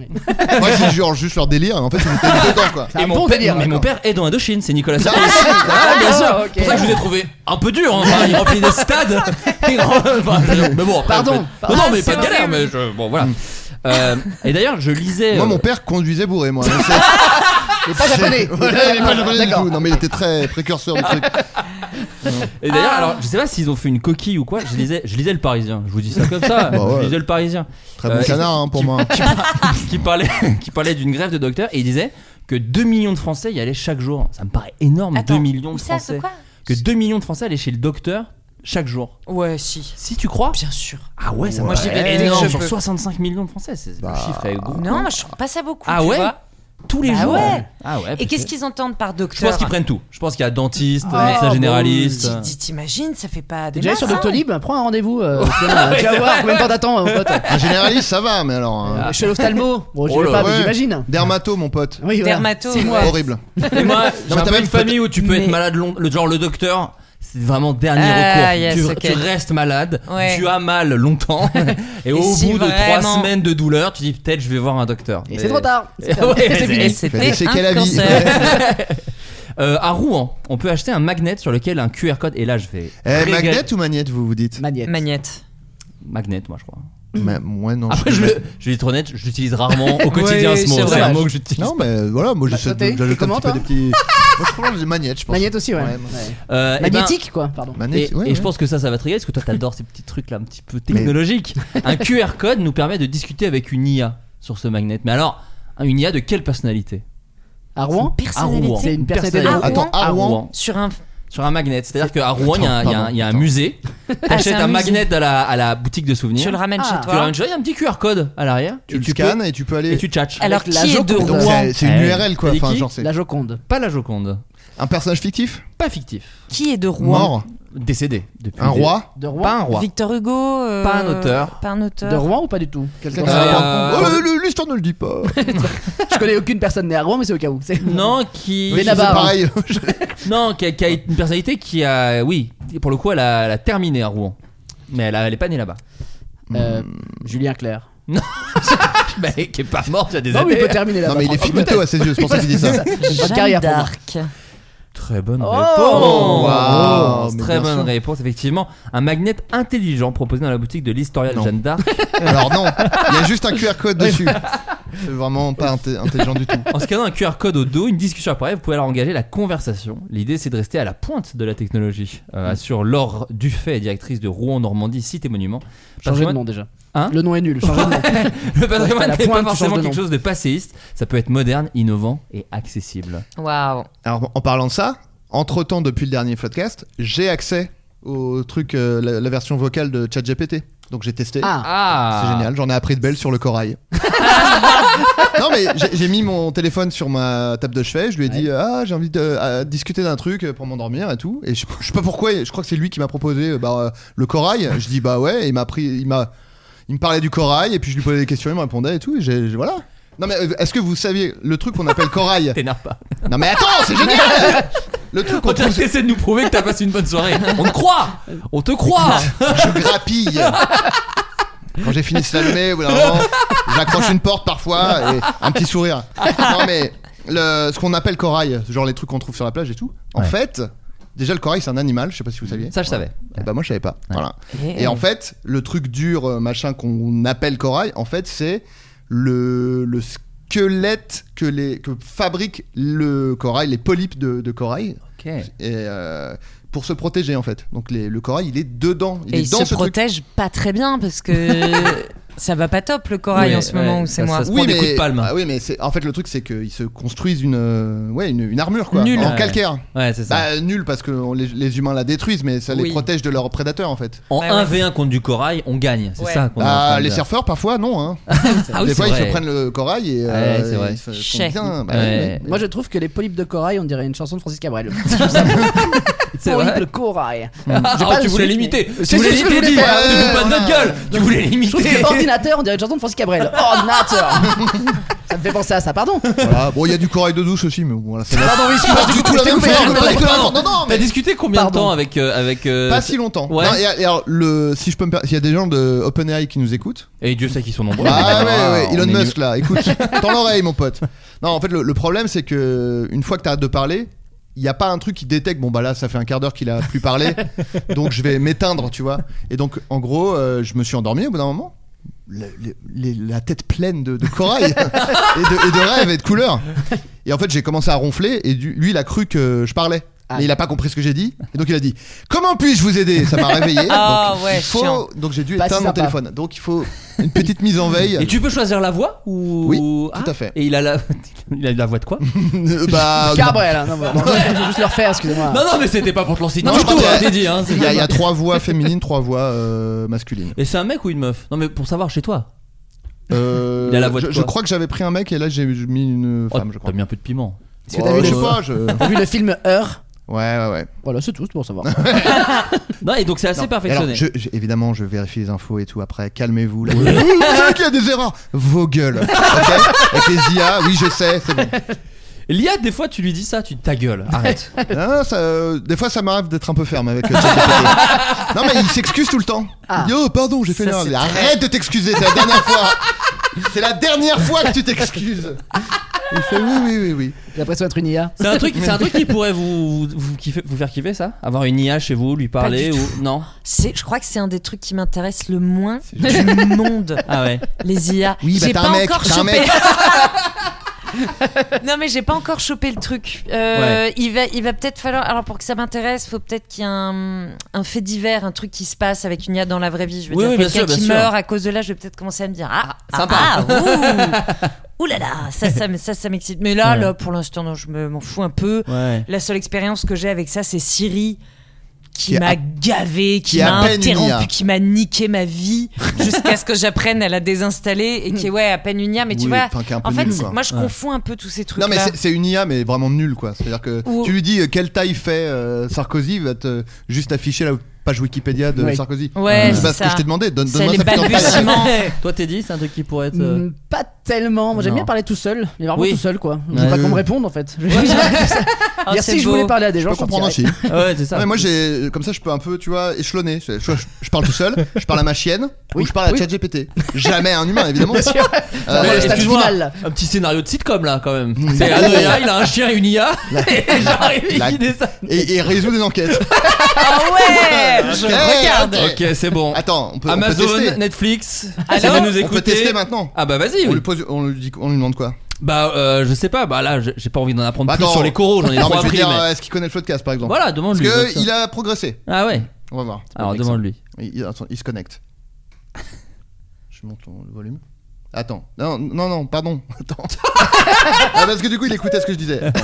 moi, c'est genre juste leur délire, et en fait, ils étaient dedans, quoi.
C'est un
Et mon
bon
père-
délire,
mais mon
d'accord.
père est dans Indochine, c'est Nicolas Sarkozy.
Ah, si,
Ah, bien sûr.
Ah, ok.
C'est pour ça que je vous ai trouvé un peu dur. hein. Enfin, il remplit des stades. Il rem- enfin, mais bon, après,
Pardon.
en fait-
Pardon.
Non, non,
Ah,
mais
c'est
pas de galère. Mais
horrible.
je- bon, voilà. Euh, et d'ailleurs, je lisais.
Moi,
euh,
mon père conduisait bourré, moi. Donc, c'est-
Il est pas japonais.
Voilà, il est pas japonais du
D'accord.
tout. Non, mais il était très précurseur du truc.
Et d'ailleurs,
Ah.
alors, je sais pas s'ils ont fait une coquille ou quoi. Je lisais, je lisais le Parisien. Je vous dis ça comme ça.
Bah ouais.
Je lisais le Parisien.
Très bon
Euh,
canard, hein, pour moi.
qui parlait, qui parlait d'une grève de docteurs et il disait que 2 millions de Français y allaient chaque jour. Ça me paraît énorme, 2 millions de
Où ça,
Français.
c'est quoi
Que 2 millions de Français allaient chez le docteur chaque jour.
Ouais, si.
Si tu crois
Bien sûr.
Ah ouais, ça
Moi,
me
j'y
paraît
vais dès que
énorme. Bah.
je
Sur
peux.
65 millions de Français, c'est- le chiffre est gros.
Non, moi, je trouve pas ça beaucoup.
Ah
tu
ouais
vois.
Tous les
Bah
jours
ouais.
Ah ouais.
Et qu'est-ce
peut-être.
qu'ils entendent par
Je pense
docteur
qu'ils prennent tout. Je pense qu'il y a dentiste,
Ah,
médecin
bon,
généraliste.
Tu- tu- T'imagines, ça fait pas
T'es
des
déjà allé
masses,
sur
hein.
Doctolib Prends un rendez-vous. euh, tu vas- tu vas voir combien de temps t'attends, euh, mon pote.
Un généraliste, ça va, mais alors.
Ah,
hein.
Je suis à l'ophtalmo. Ah, Bon, j'y
Oh
vais
là,
pas, Ah, mais
Ouais.
j'imagine.
Dermato, mon pote.
Oui, voilà.
Dermato,
Six
ouais.
mois.
Horrible.
Et moi, j'ai
mais
un
t'as
peu
même
une famille où tu peux être
Mais-
malade long, le genre le docteur. C'est vraiment dernier
Ah,
recours.
yes,
tu,
ok.
tu restes malade,
Ouais.
tu as mal longtemps, et, au
si
bout de trois
vraiment-
semaines de douleur, tu dis peut-être je vais voir un docteur.
Et
Mais-
c'est trop tard.
Ouais,
C'est terminé. C'est
c'est-
fini.
Et
Fais
c'était
des séquelles
un
à vie.
cancer.
Euh, à Rouen, on peut acheter un magnet sur lequel un QR code. Et là, je vais.
Eh,
régaler-
Magnette ou Magnette, vous vous dites
Magnette.
Magnette.
Magnet, moi, je crois.
Ma- Moi, non.
Après,
je-
je, le- je vais être honnête, je l'utilise rarement au quotidien
Ouais,
ce
c'est
mot. C'est
vrai.
un mot que j'utilise.
Non, mais voilà, moi
Bah,
j'essaie
toi, t'es-
de. J'ajoute
comment,
un petit
toi
peu des petits. Moi, je crois que j'ai Magnette, je pense.
Magnette aussi, ouais.
Ouais,
Ouais.
Euh, eh ben,
Magnétique, quoi, pardon.
Magnette,
Et,
Bah, ouais,
et je
ouais.
pense que ça, ça va te régler parce que toi, t'adores ces petits trucs là un petit peu technologiques. Un QR code nous permet de discuter avec une IA sur ce magnet. Mais alors, une IA de quelle personnalité
À Rouen
À Rouen.
C'est une personnalité de
Ah,
Rouen.
Attends, à
À Rouen.
Rouen.
Sur un.
Sur un magnet. C'est-à-dire qu'à Rouen, il y a, un- il y a un- il y a un
Attends.
musée.
Ah, c'est
T'achètes
un
un,
musée.
magnet à la, à la boutique de souvenirs.
Tu le ramènes
Ah.
chez
Tu
toi.
le ramènes chez toi, il y a un petit QR code à l'arrière.
Tu le
peux-
scannes et tu peux aller.
et tu tchatches.
Alors,
Avec la
qui est de
Joconde.
Donc,
Rouen
c'est- c'est une
Eh.
URL, quoi.
Et
Enfin,
qui
genre, c'est
La Joconde.
Pas la Joconde.
un personnage fictif
Pas fictif.
Qui est de Rouen
Mort
Décédé. Depuis
Un
des-
roi
De Rouen
Pas un roi.
Victor Hugo. euh,
Pas un auteur.
Pas un auteur.
De Rouen ou pas du tout Quelqu'un
Quelqu'un
qui
qui
s'en
Euh,
s'en
rend
rend compte. Oh, le- le- L'histoire ne le dit pas.
compte. Je connais aucune personne née à Rouen, mais c'est au cas où. C'est-
Non, qui.
Oui,
C'est
là-bas.
pareil.
Non, qui a, qui a une personnalité qui a. Oui, pour le coup, elle a, elle a terminé
Hmm.
à Rouen. Mais elle, a- elle est pas née là-bas.
Euh, Julien Clerc.
Non. bah, qui est pas mort il y a des
Non, mais il
années.
peut terminer là.
Non, mais il est finito à ses yeux, c'est pour ça qu'il dit ça.
Jeanne
carrière pour moi.
d'Arc.
Très bonne
Oh,
réponse.
waouh, mais
Très
bien
bonne
sûr.
réponse, effectivement. Un magnet intelligent proposé dans la boutique de l'historienne
Non.
Jeanne d'Arc.
Alors non, il y a juste un QR code dessus. C'est vraiment pas inté- intelligent du tout.
En scannant un QR code au dos, une discussion apparaît, vous pouvez alors engager la conversation. L'idée, c'est de rester à la pointe de la technologie. Euh, Assure Laure Dufay, directrice de Rouen, Normandie, site et monuments.
Changer de
Patrimoine-
nom déjà.
Hein
Le nom est nul. Changer de nom. Ouais,
Le
à
patrimoine
la
n'est
pointe,
pas
tu
forcément
changes de
quelque
nom.
chose de passéiste. Ça peut être moderne, innovant et accessible.
Waouh.
Alors en parlant de ça, entre temps depuis le dernier podcast, j'ai accès au truc, euh, la, la version vocale de ChatGPT. Donc j'ai testé.
Ah,
Ah
C'est génial, j'en ai appris de belles sur le corail. non mais j'ai- j'ai mis mon téléphone sur ma table de chevet, je lui ai dit ah j'ai envie de euh, discuter d'un truc pour m'endormir et tout et je, je sais pas pourquoi, je crois que c'est lui qui m'a proposé euh, bah, euh, le corail, je dis bah ouais, et il m'a pris il m'a il me parlait du corail et puis je lui posais des questions, il me répondait et tout et j'ai j'ai- voilà. Non mais euh, est-ce que vous saviez le truc qu'on appelle corail
T'énerve pas.
Non mais attends, c'est génial Le truc qu'on
Quand
trouve,
tu essaies de nous prouver que t'as passé une bonne soirée, on te croit On te croit
je grappille Quand j'ai fini de slammer, au bout d'un moment, j'accroche une porte parfois et un petit sourire. Non mais, le, ce qu'on appelle corail, genre les trucs qu'on trouve sur la plage et tout, en
Ouais.
fait, déjà le corail c'est un animal, je sais pas si vous saviez.
Ça, je savais.
Eh ben, moi je savais pas. Voilà. Et en fait, le truc dur, euh, machin qu'on appelle corail, en fait, c'est le, le squelette que, les, que fabrique le corail, les polypes de, de corail,
Ok.
et euh, pour se protéger en fait. Donc les- le corail, il est dedans. Il
Et
est
il
dans
se
ce truc.
protège pas très bien parce que ça va pas top le corail
Oui,
en ce
ouais,
moment où c'est
ça-
moi.
ça se prend des coups de palme.
ah oui, mais c'est en fait le truc, c'est qu'ils se construisent une, euh, ouais, une, une armure quoi,
Nul.
en
Ouais.
calcaire.
Ouais, c'est ça.
Bah, euh, nul parce que on- les, les humains la détruisent, mais ça les
Oui.
protège de leurs prédateurs en fait.
en
ouais,
1v1 contre du corail, on gagne. C'est
Ouais.
ça qu'on est en
Bah,
train de
les
dire.
surfeurs parfois non. Hein.
Ah oui,
Des
c'est
fois ils
vrai.
se prennent le corail et euh,
Ouais, c'est vrai.
ils se font
Chais.
bien. Bah,
Ouais.
moi je trouve que les polypes de corail, on dirait une chanson de Francis Cabrel.
C'est
Polypes
vrai.
de corail.
Ah,
J'ai pas
tu
le
voulais
suite,
l'imiter.
mais-
Tu
Si,
voulais
si, je voulais
l'imiter, dis.
faire.
Ah, te fous pas de notre gueule. Tu voulais
Je trouve
l'imiter.
que ordinateur, on dirait une chanson de Francis Cabrel. Ordinateur Ça me fait penser à ça, pardon
Voilà. Bon, il y a du corail de douce aussi, mais bon, voilà, c'est
Pardon, oui,
pas du tout la même chose.
coupé,
pas du tout la même
pardon.
chose. Non, non,
T'as
mais
discuté combien de
Pardon.
temps avec euh, avec euh,
pas si longtemps.
Ouais.
Non, et- et alors, le, si je peux me per- s'il y a des gens de OpenAI qui nous écoutent.
Et Dieu sait qu'ils sont nombreux.
Ah ouais,
Ah,
ouais,
on est
Elon Musk
nul.
là, écoute, tends l'oreille mon pote. Non, en fait le, le problème c'est que une fois que t'arrêtes de parler, il n'y a pas un truc qui détecte, bon bah là ça fait un quart d'heure qu'il a plus parlé, donc je vais m'éteindre, tu vois. Et donc en gros, euh, je me suis endormi au bout d'un moment. Le- le- les- la tête pleine de, de corail et, de, et de rêves et de couleurs. Et en fait, j'ai commencé à ronfler et du- lui, il a cru que je parlais.
Ah.
Mais il a pas compris ce que j'ai dit. Et donc, il a dit Comment puis-je vous aider Ça m'a réveillé.
Ah,
donc,
ouais,
il faut-
chiant.
donc j'ai dû
Pas si
éteindre mon
sympa.
téléphone. Donc, il faut une petite mise en veille.
Et tu peux choisir la voix ou
Oui,
Ah,
tout à fait.
Et il a la il a la voix de quoi
Euh, bah,
Cabrel, hein, non, bon, bon, je vais juste le refaire, excusez-moi.
Non non mais c'était pas pour te lancer
Non,
du
je
tout,
crois
hein,
que-
t'es dit hein. c'est-
Il y, a, il y a trois voix féminines, trois voix euh, masculines.
Et c'est un mec ou une meuf Non mais pour savoir chez toi.
Euh,
Il a la voix de
je, je
quoi
crois que j'avais pris un mec et là j'ai mis une
Oh,
femme, je crois.
T'as mis un peu de piment.
Est-ce que t'as vu
Oh,
le-
je sais pas, je- Ouais,
T'as vu le film Heure
ouais, ouais.
Voilà, c'est tout, c'est pour savoir.
Non et donc c'est assez
Non.
perfectionné.
Alors, je- je- évidemment, je vérifie les infos et tout après. Calmez-vous. là. Vous savez qu'il y a des erreurs. Vos gueules. ok Avec les IA, oui, je sais, c'est bon.
Lia des fois tu lui dis ça, tu ta gueule, arrête.
Non, ça, euh, des fois, ça m'arrive d'être un peu ferme avec euh, ChatGPT. non, mais il s'excuse tout le temps. Il dit Oh, pardon, j'ai fait une
Ah. Ça,
erreur.
c'est
Mais Arrête de t'excuser, c'est la dernière fois. C'est la dernière fois que tu t'excuses. Il fait Oui, oui, oui, oui.
J'ai l'impression d'être une IA.
C'est un truc c'est un truc qui pourrait vous vous, vous kiffer- vous faire kiffer ça Avoir une IA chez vous, lui parler
du
ou non
C'est, je crois que c'est un des trucs qui m'intéresse le moins du monde.
Ah ouais.
Les IA.
Oui, bah,
j'ai
t'es un
pas
mec,
encore
t'es un
chopé.
mec.
non mais j'ai pas encore chopé le truc. Euh, Il va, il va peut-être falloir. Alors pour que ça m'intéresse, faut peut-être qu'il y ait un, un fait divers, un truc qui se passe avec une IA dans la vraie vie. Je veux
Oui,
dire
oui, bien
quelqu'un
sûr, bien
qui
sûr.
meurt à cause de là, je vais peut-être commencer à me dire ah, ah,
sympa.
ah, ouh, ouh là là, ça, ça, me- ça, ça m'excite. Mais là,
Ouais.
là, pour l'instant, non, je me- m'en fous un peu.
Ouais.
La seule expérience que j'ai avec ça, c'est Siri qui,
Qui a-
m'a gavé, qui,
qui a
m'a
à peine une IA.
interrompu, qui m'a niqué ma vie jusqu'à ce que j'apprenne à la désinstaller et qui est ouais à peine une IA. Mais tu
Oui,
vois,
enfin, qui est un peu
en fait,
nulle, quoi.
moi je confonds un peu tous ces trucs.
Non, mais
là.
c'est- c'est une IA, mais vraiment nulle, quoi. C'est-à-dire que
Ou-
tu lui dis euh, quelle taille fait euh, Sarkozy, il va te juste afficher la page Wikipédia de
Oui.
Sarkozy.
Ouais, c'est
C'est pas ce que
ça.
je t'ai demandé. Donne,
C'est
moi
les
cette campagne.
balbutiements.
Toi, t'es dit, c'est un truc qui pourrait être. euh,
Mm.
Hmm, Pas tellement. Moi, j'aime
Non.
bien parler tout seul. Mais vraiment
Oui.
tout seul, quoi. Je
Ouais.
veux pas qu'on
Oui.
me réponde, en fait. Je-
Ah,
Dire,
c'est
si je
beau.
voulais parler à des
Je
gens,
peux
je
comprendre un
sortirais.
chiffre.
Ah Ouais, c'est ça.
Ouais, moi, j'ai comme ça, je peux un peu, tu vois, échelonner. Je, je- je parle tout seul, je parle à ma chienne, ou je parle à
Oui.
ChatGPT. Jamais à un humain, évidemment. Euh,
Ouais,
Ouais,
le stade
excuse-moi,
final, là.
un petit scénario de sitcom là quand même. C'est Adrien, il a un chien et une IA. et j'arrive
Mm. La-
il dit ça.
et, et résoudre des enquêtes.
Ah ouais Je
Ok,
regarde
ok.
Ok, c'est bon.
Attends, on peut, on peut
Amazon,
tester.
Netflix,
Allô
ça va nous
On peut
écouter.
tester maintenant.
Ah bah vas-y.
On
oui.
lui, pose, on, lui dit, on lui demande quoi
Bah euh, je sais pas. Bah là, j'ai j'ai pas envie d'en apprendre
Bah,
plus
attends.
sur les coraux. J'en ai
Non, mais
trop
je veux
appris.
dire,
mais-
euh, est-ce qu'il connaît le podcast par exemple
Voilà, demande-lui.
Parce
comme ça.
qu'il a progressé.
Ah ouais.
On va voir.
Alors demande-lui.
Il, il- attends, il se connecte. Je monte le volume. Attends. Non, non, non, pardon. Attends. Ah, parce que du coup, il écoutait ce que je disais. Attends.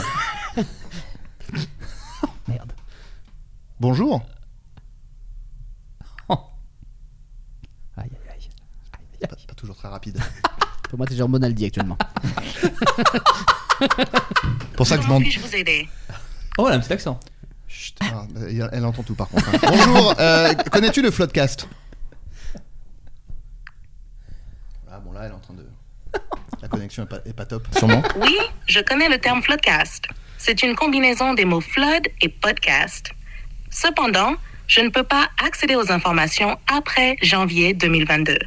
Merde.
Bonjour.
Aïe, aïe, aïe.
Pas, pas toujours très rapide.
Pour moi, t'es genre Bonaldi actuellement.
Pour ça que je demande.
Oh là, un petit accent.
Chut, ah, elle- elle entend tout par contre. hein. Bonjour. euh, Connais-tu le Floodcast Ah bon là, elle est en train de. La connexion est pas, est pas top. Sûrement.
Oui, je connais le terme floodcast. C'est une combinaison des mots flood et podcast. Cependant, je ne peux pas accéder aux informations après janvier 2022.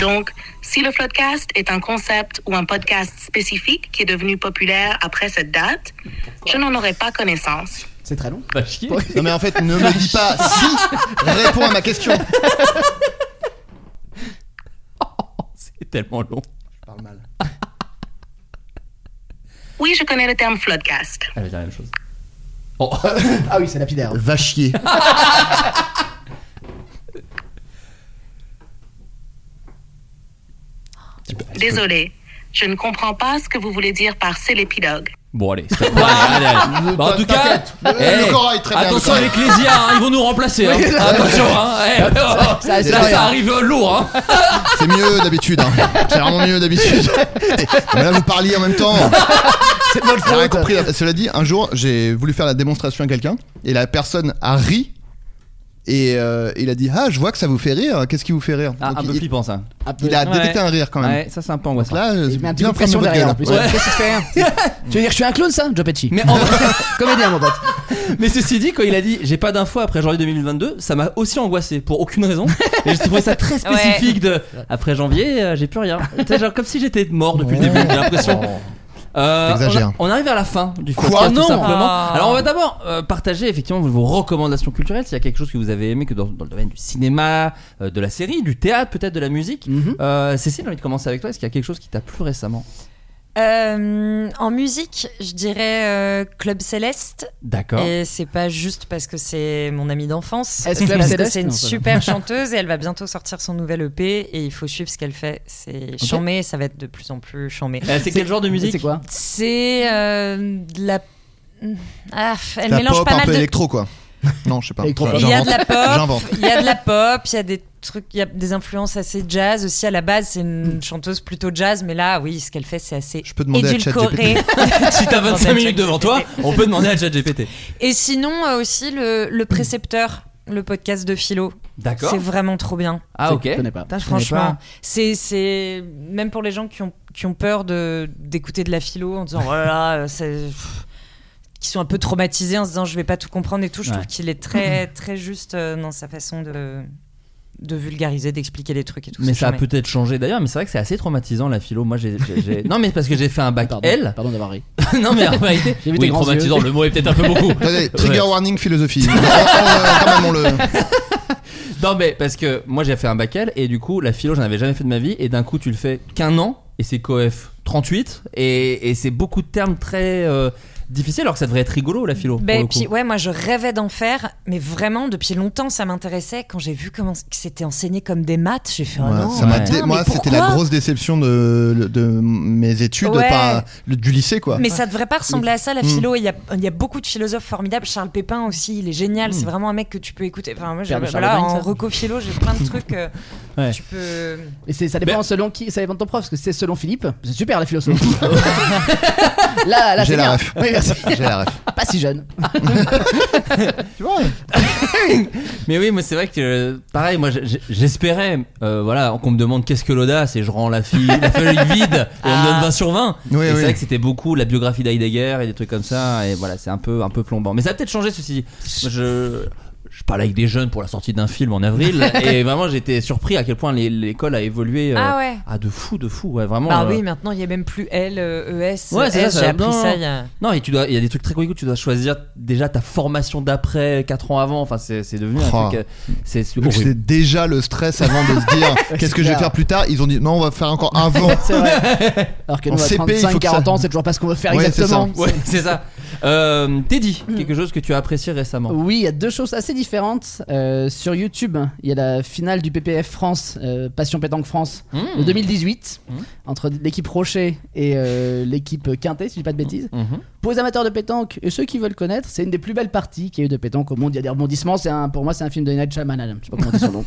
Donc, si le floodcast est un concept ou un podcast spécifique qui est devenu populaire après cette date, je n'en aurai pas connaissance.
C'est très long.
Pas chier.
Non mais en fait, ne me dis pas si. Réponds à ma question.
C'est tellement long.
Je parle mal.
Oui, je connais le terme floodcast.
Ah, mais c'est la même chose. Oh.
Ah oui, c'est lapidaire.
Va chier.
Désolé, je ne comprends pas ce que vous voulez dire par célépidogue.
Bon allez, stop. Allez, allez, allez. Bah, en tout cas,
T'inquiète. Le-
hey,
le corail, très bien,
attention
le corail.
avec les IA, hein, ils vont nous remplacer. hein. Attention, hein. Hey, oh,
ça- ça-
là, ça arrive lourd. Hein.
C'est mieux d'habitude. hein. C'est vraiment mieux d'habitude. Mais là, vous parliez en même temps. C'est votre faute. compris. Cela dit, un jour, j'ai voulu faire la démonstration à quelqu'un et la personne a ri. Et euh, il a dit Ah, je vois que ça vous fait rire. Qu'est-ce qui vous fait rire
Ah,
Donc,
un peu
il,
flippant ça.
il a
Ouais.
détecté un rire quand même.
Ouais, ça c'est un peu angoissant.
Là, je
Il met un petit
bien
peu de pression
fermé votre
derrière en
gueule.
plus.
Ouais.
Qu'est-ce que tu fais, hein Tu veux dire, je suis un clown, ça Joe Pesci.
Mais, en-
Comédien, mon pote.
mais ceci dit, quand il a dit j'ai pas d'infos après janvier 2022, ça m'a aussi angoissé pour aucune raison. Et j'ai trouvé ça très spécifique de après janvier, euh, j'ai plus rien. Tu sais, genre comme si j'étais mort depuis le début, j'ai l'impression. Euh, on,
Oh. T'exagères.
a- on arrive à la fin du
Quoi
podcast tout
Non
simplement.
Ah.
Alors on va d'abord euh, partager effectivement vos recommandations culturelles. S'il y a quelque chose que vous avez aimé que dans, dans le domaine du cinéma, euh, de la série, du théâtre, peut-être de la musique.
Mhm.
Euh, Cécile, j'ai envie de commencer avec toi. Est-ce qu'il y a quelque chose qui t'a plu récemment
Euh, en musique, je dirais euh, Club Céleste.
D'accord.
Et c'est pas juste parce que c'est mon amie d'enfance.
Eh,
Est-ce
c'est
Club
parce
Céleste
que c'est une
Non, ça va.
super chanteuse et elle va bientôt sortir son nouvel EP et il faut suivre ce qu'elle fait. C'est chambé et ça va être de plus en plus chambé.
Euh, c'est quel genre de musique
C'est quoi
C'est euh, de la. Ah, elle
La
mélange
hein. pop
pas
un
mal
peu
de.
électro quoi. Non, je sais pas.
Électro-pop.
Il y a de
J'invente.
la
J'invente.
pop, il y a de la pop, il y a des trucs, il y a des influences assez jazz aussi à la base. C'est une chanteuse plutôt jazz, mais là, oui, ce qu'elle fait, c'est assez
Mm. Je peux demander à
édulcoré.
Si t'as 25
Attends,
minutes devant toi, on peut demander à ChatGPT.
Et sinon euh, aussi le, le précepteur, le podcast de philo.
D'accord.
C'est vraiment trop bien.
Ah ok.
Je connais pas. Je connais
Franchement,
pas.
c'est c'est même pour les gens qui ont qui ont peur de d'écouter de la philo en disant oh voilà, qui sont un peu traumatisés en se disant je vais pas tout comprendre et tout. Je
Ouais.
trouve qu'il est très très juste euh, dans sa façon de de vulgariser, d'expliquer les trucs et tout.
Mais
C'est
ça a
charmé.
peut-être changé d'ailleurs, mais c'est vrai que c'est assez traumatisant la philo. Moi j'ai. j'ai- j'ai- Non mais parce que j'ai fait un bac
Pardon,
L.
pardon d'avoir ri.
non mais en réalité.
J'ai vu tes
oui,
grands
traumatisant,
yeux.
le mot est peut-être un peu beaucoup.
Attendez, Trigger
Ouais.
warning philosophie. On- on, euh, quand même, on le-
Non mais parce que moi j'ai fait un bac L et du coup la philo j'en avais jamais fait de ma vie et d'un coup tu le fais qu'un an et c'est coef 38 et, et c'est beaucoup de termes très euh, difficiles alors que ça devrait être rigolo la philo.
Ben,
pour le coup.
puis ouais, moi je rêvais d'en faire, mais vraiment depuis longtemps ça m'intéressait. Quand j'ai vu comment c- que c'était enseigné comme des maths, j'ai fait ah
Ouais,
non.
ça m'a
ouais.
dé-
Putain,
Moi,
mais
c'était la
pourquoi
grosse déception de, de mes études,
Ouais.
pas le- du lycée, quoi.
Mais ça devrait pas ressembler à ça la philo. Il y, a, il y a beaucoup de philosophes formidables. Charles Pépin aussi, il est génial. C'est vraiment un mec que tu peux écouter. Enfin, moi, j'ai-
Père de
voilà,
Charlemagne,
en
ça.
reco philo, j'ai plein de trucs. euh,
Ouais.
Tu peux.
Mais c'est- ça dépend
Mais-
selon qui, ça dépend de ton prof, parce que c'est selon Philippe. C'est super la philo selon Philippe. là, là,
J'ai
c'est
la
bien.
ref.
Oui, merci.
J'ai la ref.
Pas si jeune.
Tu vois
Mais oui, moi c'est vrai que euh, pareil, moi j- j- j'espérais euh, voilà qu'on me demande qu'est-ce que l'audace et je rends la, fille, la feuille vide et on me donne 20 sur 20.
Ah. Oui,
et
oui.
c'est vrai que c'était beaucoup la biographie d'Heidegger et des trucs comme ça et voilà, c'est un peu un peu plombant. Mais ça a peut-être changé ceci. dit. Moi, je je parlais avec des jeunes pour la sortie d'un film en avril et vraiment j'étais surpris à quel point l'é- l'école a évolué euh,
Ah ouais.
à de fou de fou ouais vraiment
Bah
euh,
oui, maintenant il y a même plus L, euh, ES,
Ouais, c'est ça,
S,
ça-
j'ai appris
non,
ça il y a.
non et tu dois il y a des trucs très compliqués où tu dois choisir déjà ta formation d'après 4 ans avant enfin c'est c'est devenu un
Oh.
truc euh, c'est c'est
Vu que
horrible.
c'était déjà le stress avant de se dire qu'est-ce que je vais
clair.
faire plus tard, ils ont dit non, on va faire encore un vent.
C'est vrai. Alors que nous,
En
à
CP, il faut
35,
que ça-
40 ans, c'est toujours pas ce qu'on veut faire
Ouais, c'est
exactement.
ça.
Ouais, c'est ça. Euh, Teddy,
Mm.
quelque chose que tu as apprécié récemment.
Oui, il y a deux choses assez différentes. Euh, sur YouTube, il y a la finale du PPF France, euh, Passion Pétanque France,
Mmh.
de 2018, entre l'équipe Rocher et euh, l'équipe Quintet, si je dis pas de bêtises.
Mmh.
Pour les amateurs de pétanque et ceux qui veulent connaître, c'est une des plus belles parties qu'il y a eu de pétanque au monde. Il y a des rebondissements. C'est un, pour moi, c'est un film de Night Shyamalan. Je sais pas comment on dit son nom.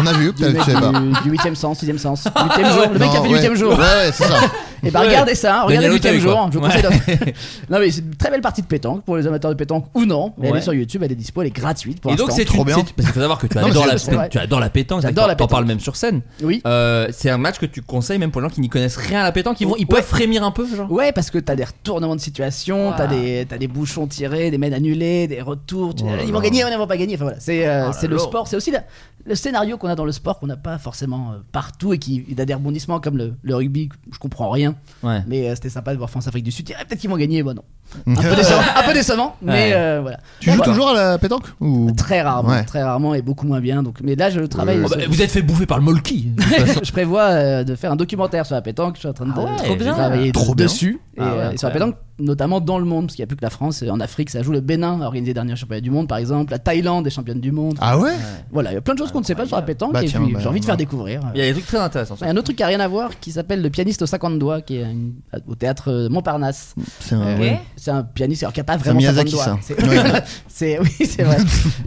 On a vu,
Du, mec
peut-être, je sais pas.
du- du huitième sens, sixième sens, huitième jour. Le mec qui a fait
Non,
le
ouais.
huitième jour.
Ouais, ouais, c'est ça.
Et bah
Ouais.
regardez ça, hein, regardez
Daniel
le huitième
Auteuil, quoi.
jour. Je vous
Ouais.
conseille d'en- non mais c'est une très belle partie de pétanque pour les amateurs de pétanque ou non. Mais Elle
Ouais.
est sur YouTube, elle est dispo, elle est gratuite pour
Et donc
l'instant.
c'est
trop
une-
bien.
c'est- Parce qu'il faut savoir que tu
Non, mais
adores,
c'est-
la,
c'est vrai.
tu adores la pétanque. c'est vrai que
J'adore la
T'en
pétanque.
parles même sur scène.
Oui.
Euh, c'est un match que tu conseilles même pour les gens qui n'y connaissent rien à la pétanque. Ils, vont, ils peuvent frémir un peu, genre.
Euh, Ouais, parce que t'as des retournements de situation, t'as des, t'as des bouchons tirés, des mènes annulés, des retours. tu-
Oh
ils vont gagner, ils vont pas gagner. Enfin voilà, c'est euh, c'est le sport. C'est aussi la- le scénario qu'on a dans le sport qu'on n'a pas forcément euh, partout et qui il a des rebondissements comme le, le rugby. Je comprends rien.
Ouais.
Mais euh, c'était sympa de voir France-Afrique du Sud. Ah, Peut-être qu'ils vont gagner, moi non. Un peu décevant, un peu décevant, mais
Ouais.
euh, voilà.
Tu joues toujours à la pétanque ou...
Très rarement,
Ouais.
très rarement et beaucoup moins bien. Donc, mais là, je travaille.
Oh, bah, vous êtes fait bouffer par le molki. de toute façon.
je prévois euh, de faire un documentaire sur la pétanque. Je suis en train de,
Ah ouais,
de
trop bien.
travailler
Trop bien.
dessus et,
Ah ouais,
euh, et sur la
incroyable.
pétanque, notamment dans le monde, parce qu'il n'y a plus que la France. euh, En Afrique, ça joue le Bénin a organisé les derniers championnats du monde, par exemple. La Thaïlande est championne du monde.
Ah ouais
Voilà, il y a plein de choses qu'on ne sait pas sur la pétanque
Bah
et
tiens,
puis
bah,
j'ai envie de
bah.
faire découvrir.
Il y a des trucs très intéressants.
Il y a un autre truc qui n'a rien à voir qui s'appelle Le pianiste aux 50 doigts, qui est une- au théâtre Montparnasse.
C'est un-
Euh,
ouais.
C'est un pianiste alors, qui n'a pas
C'est un
vraiment 50
Miyazaki,
doigts.
ça.
C'est-
Ouais.
C'est oui, c'est vrai.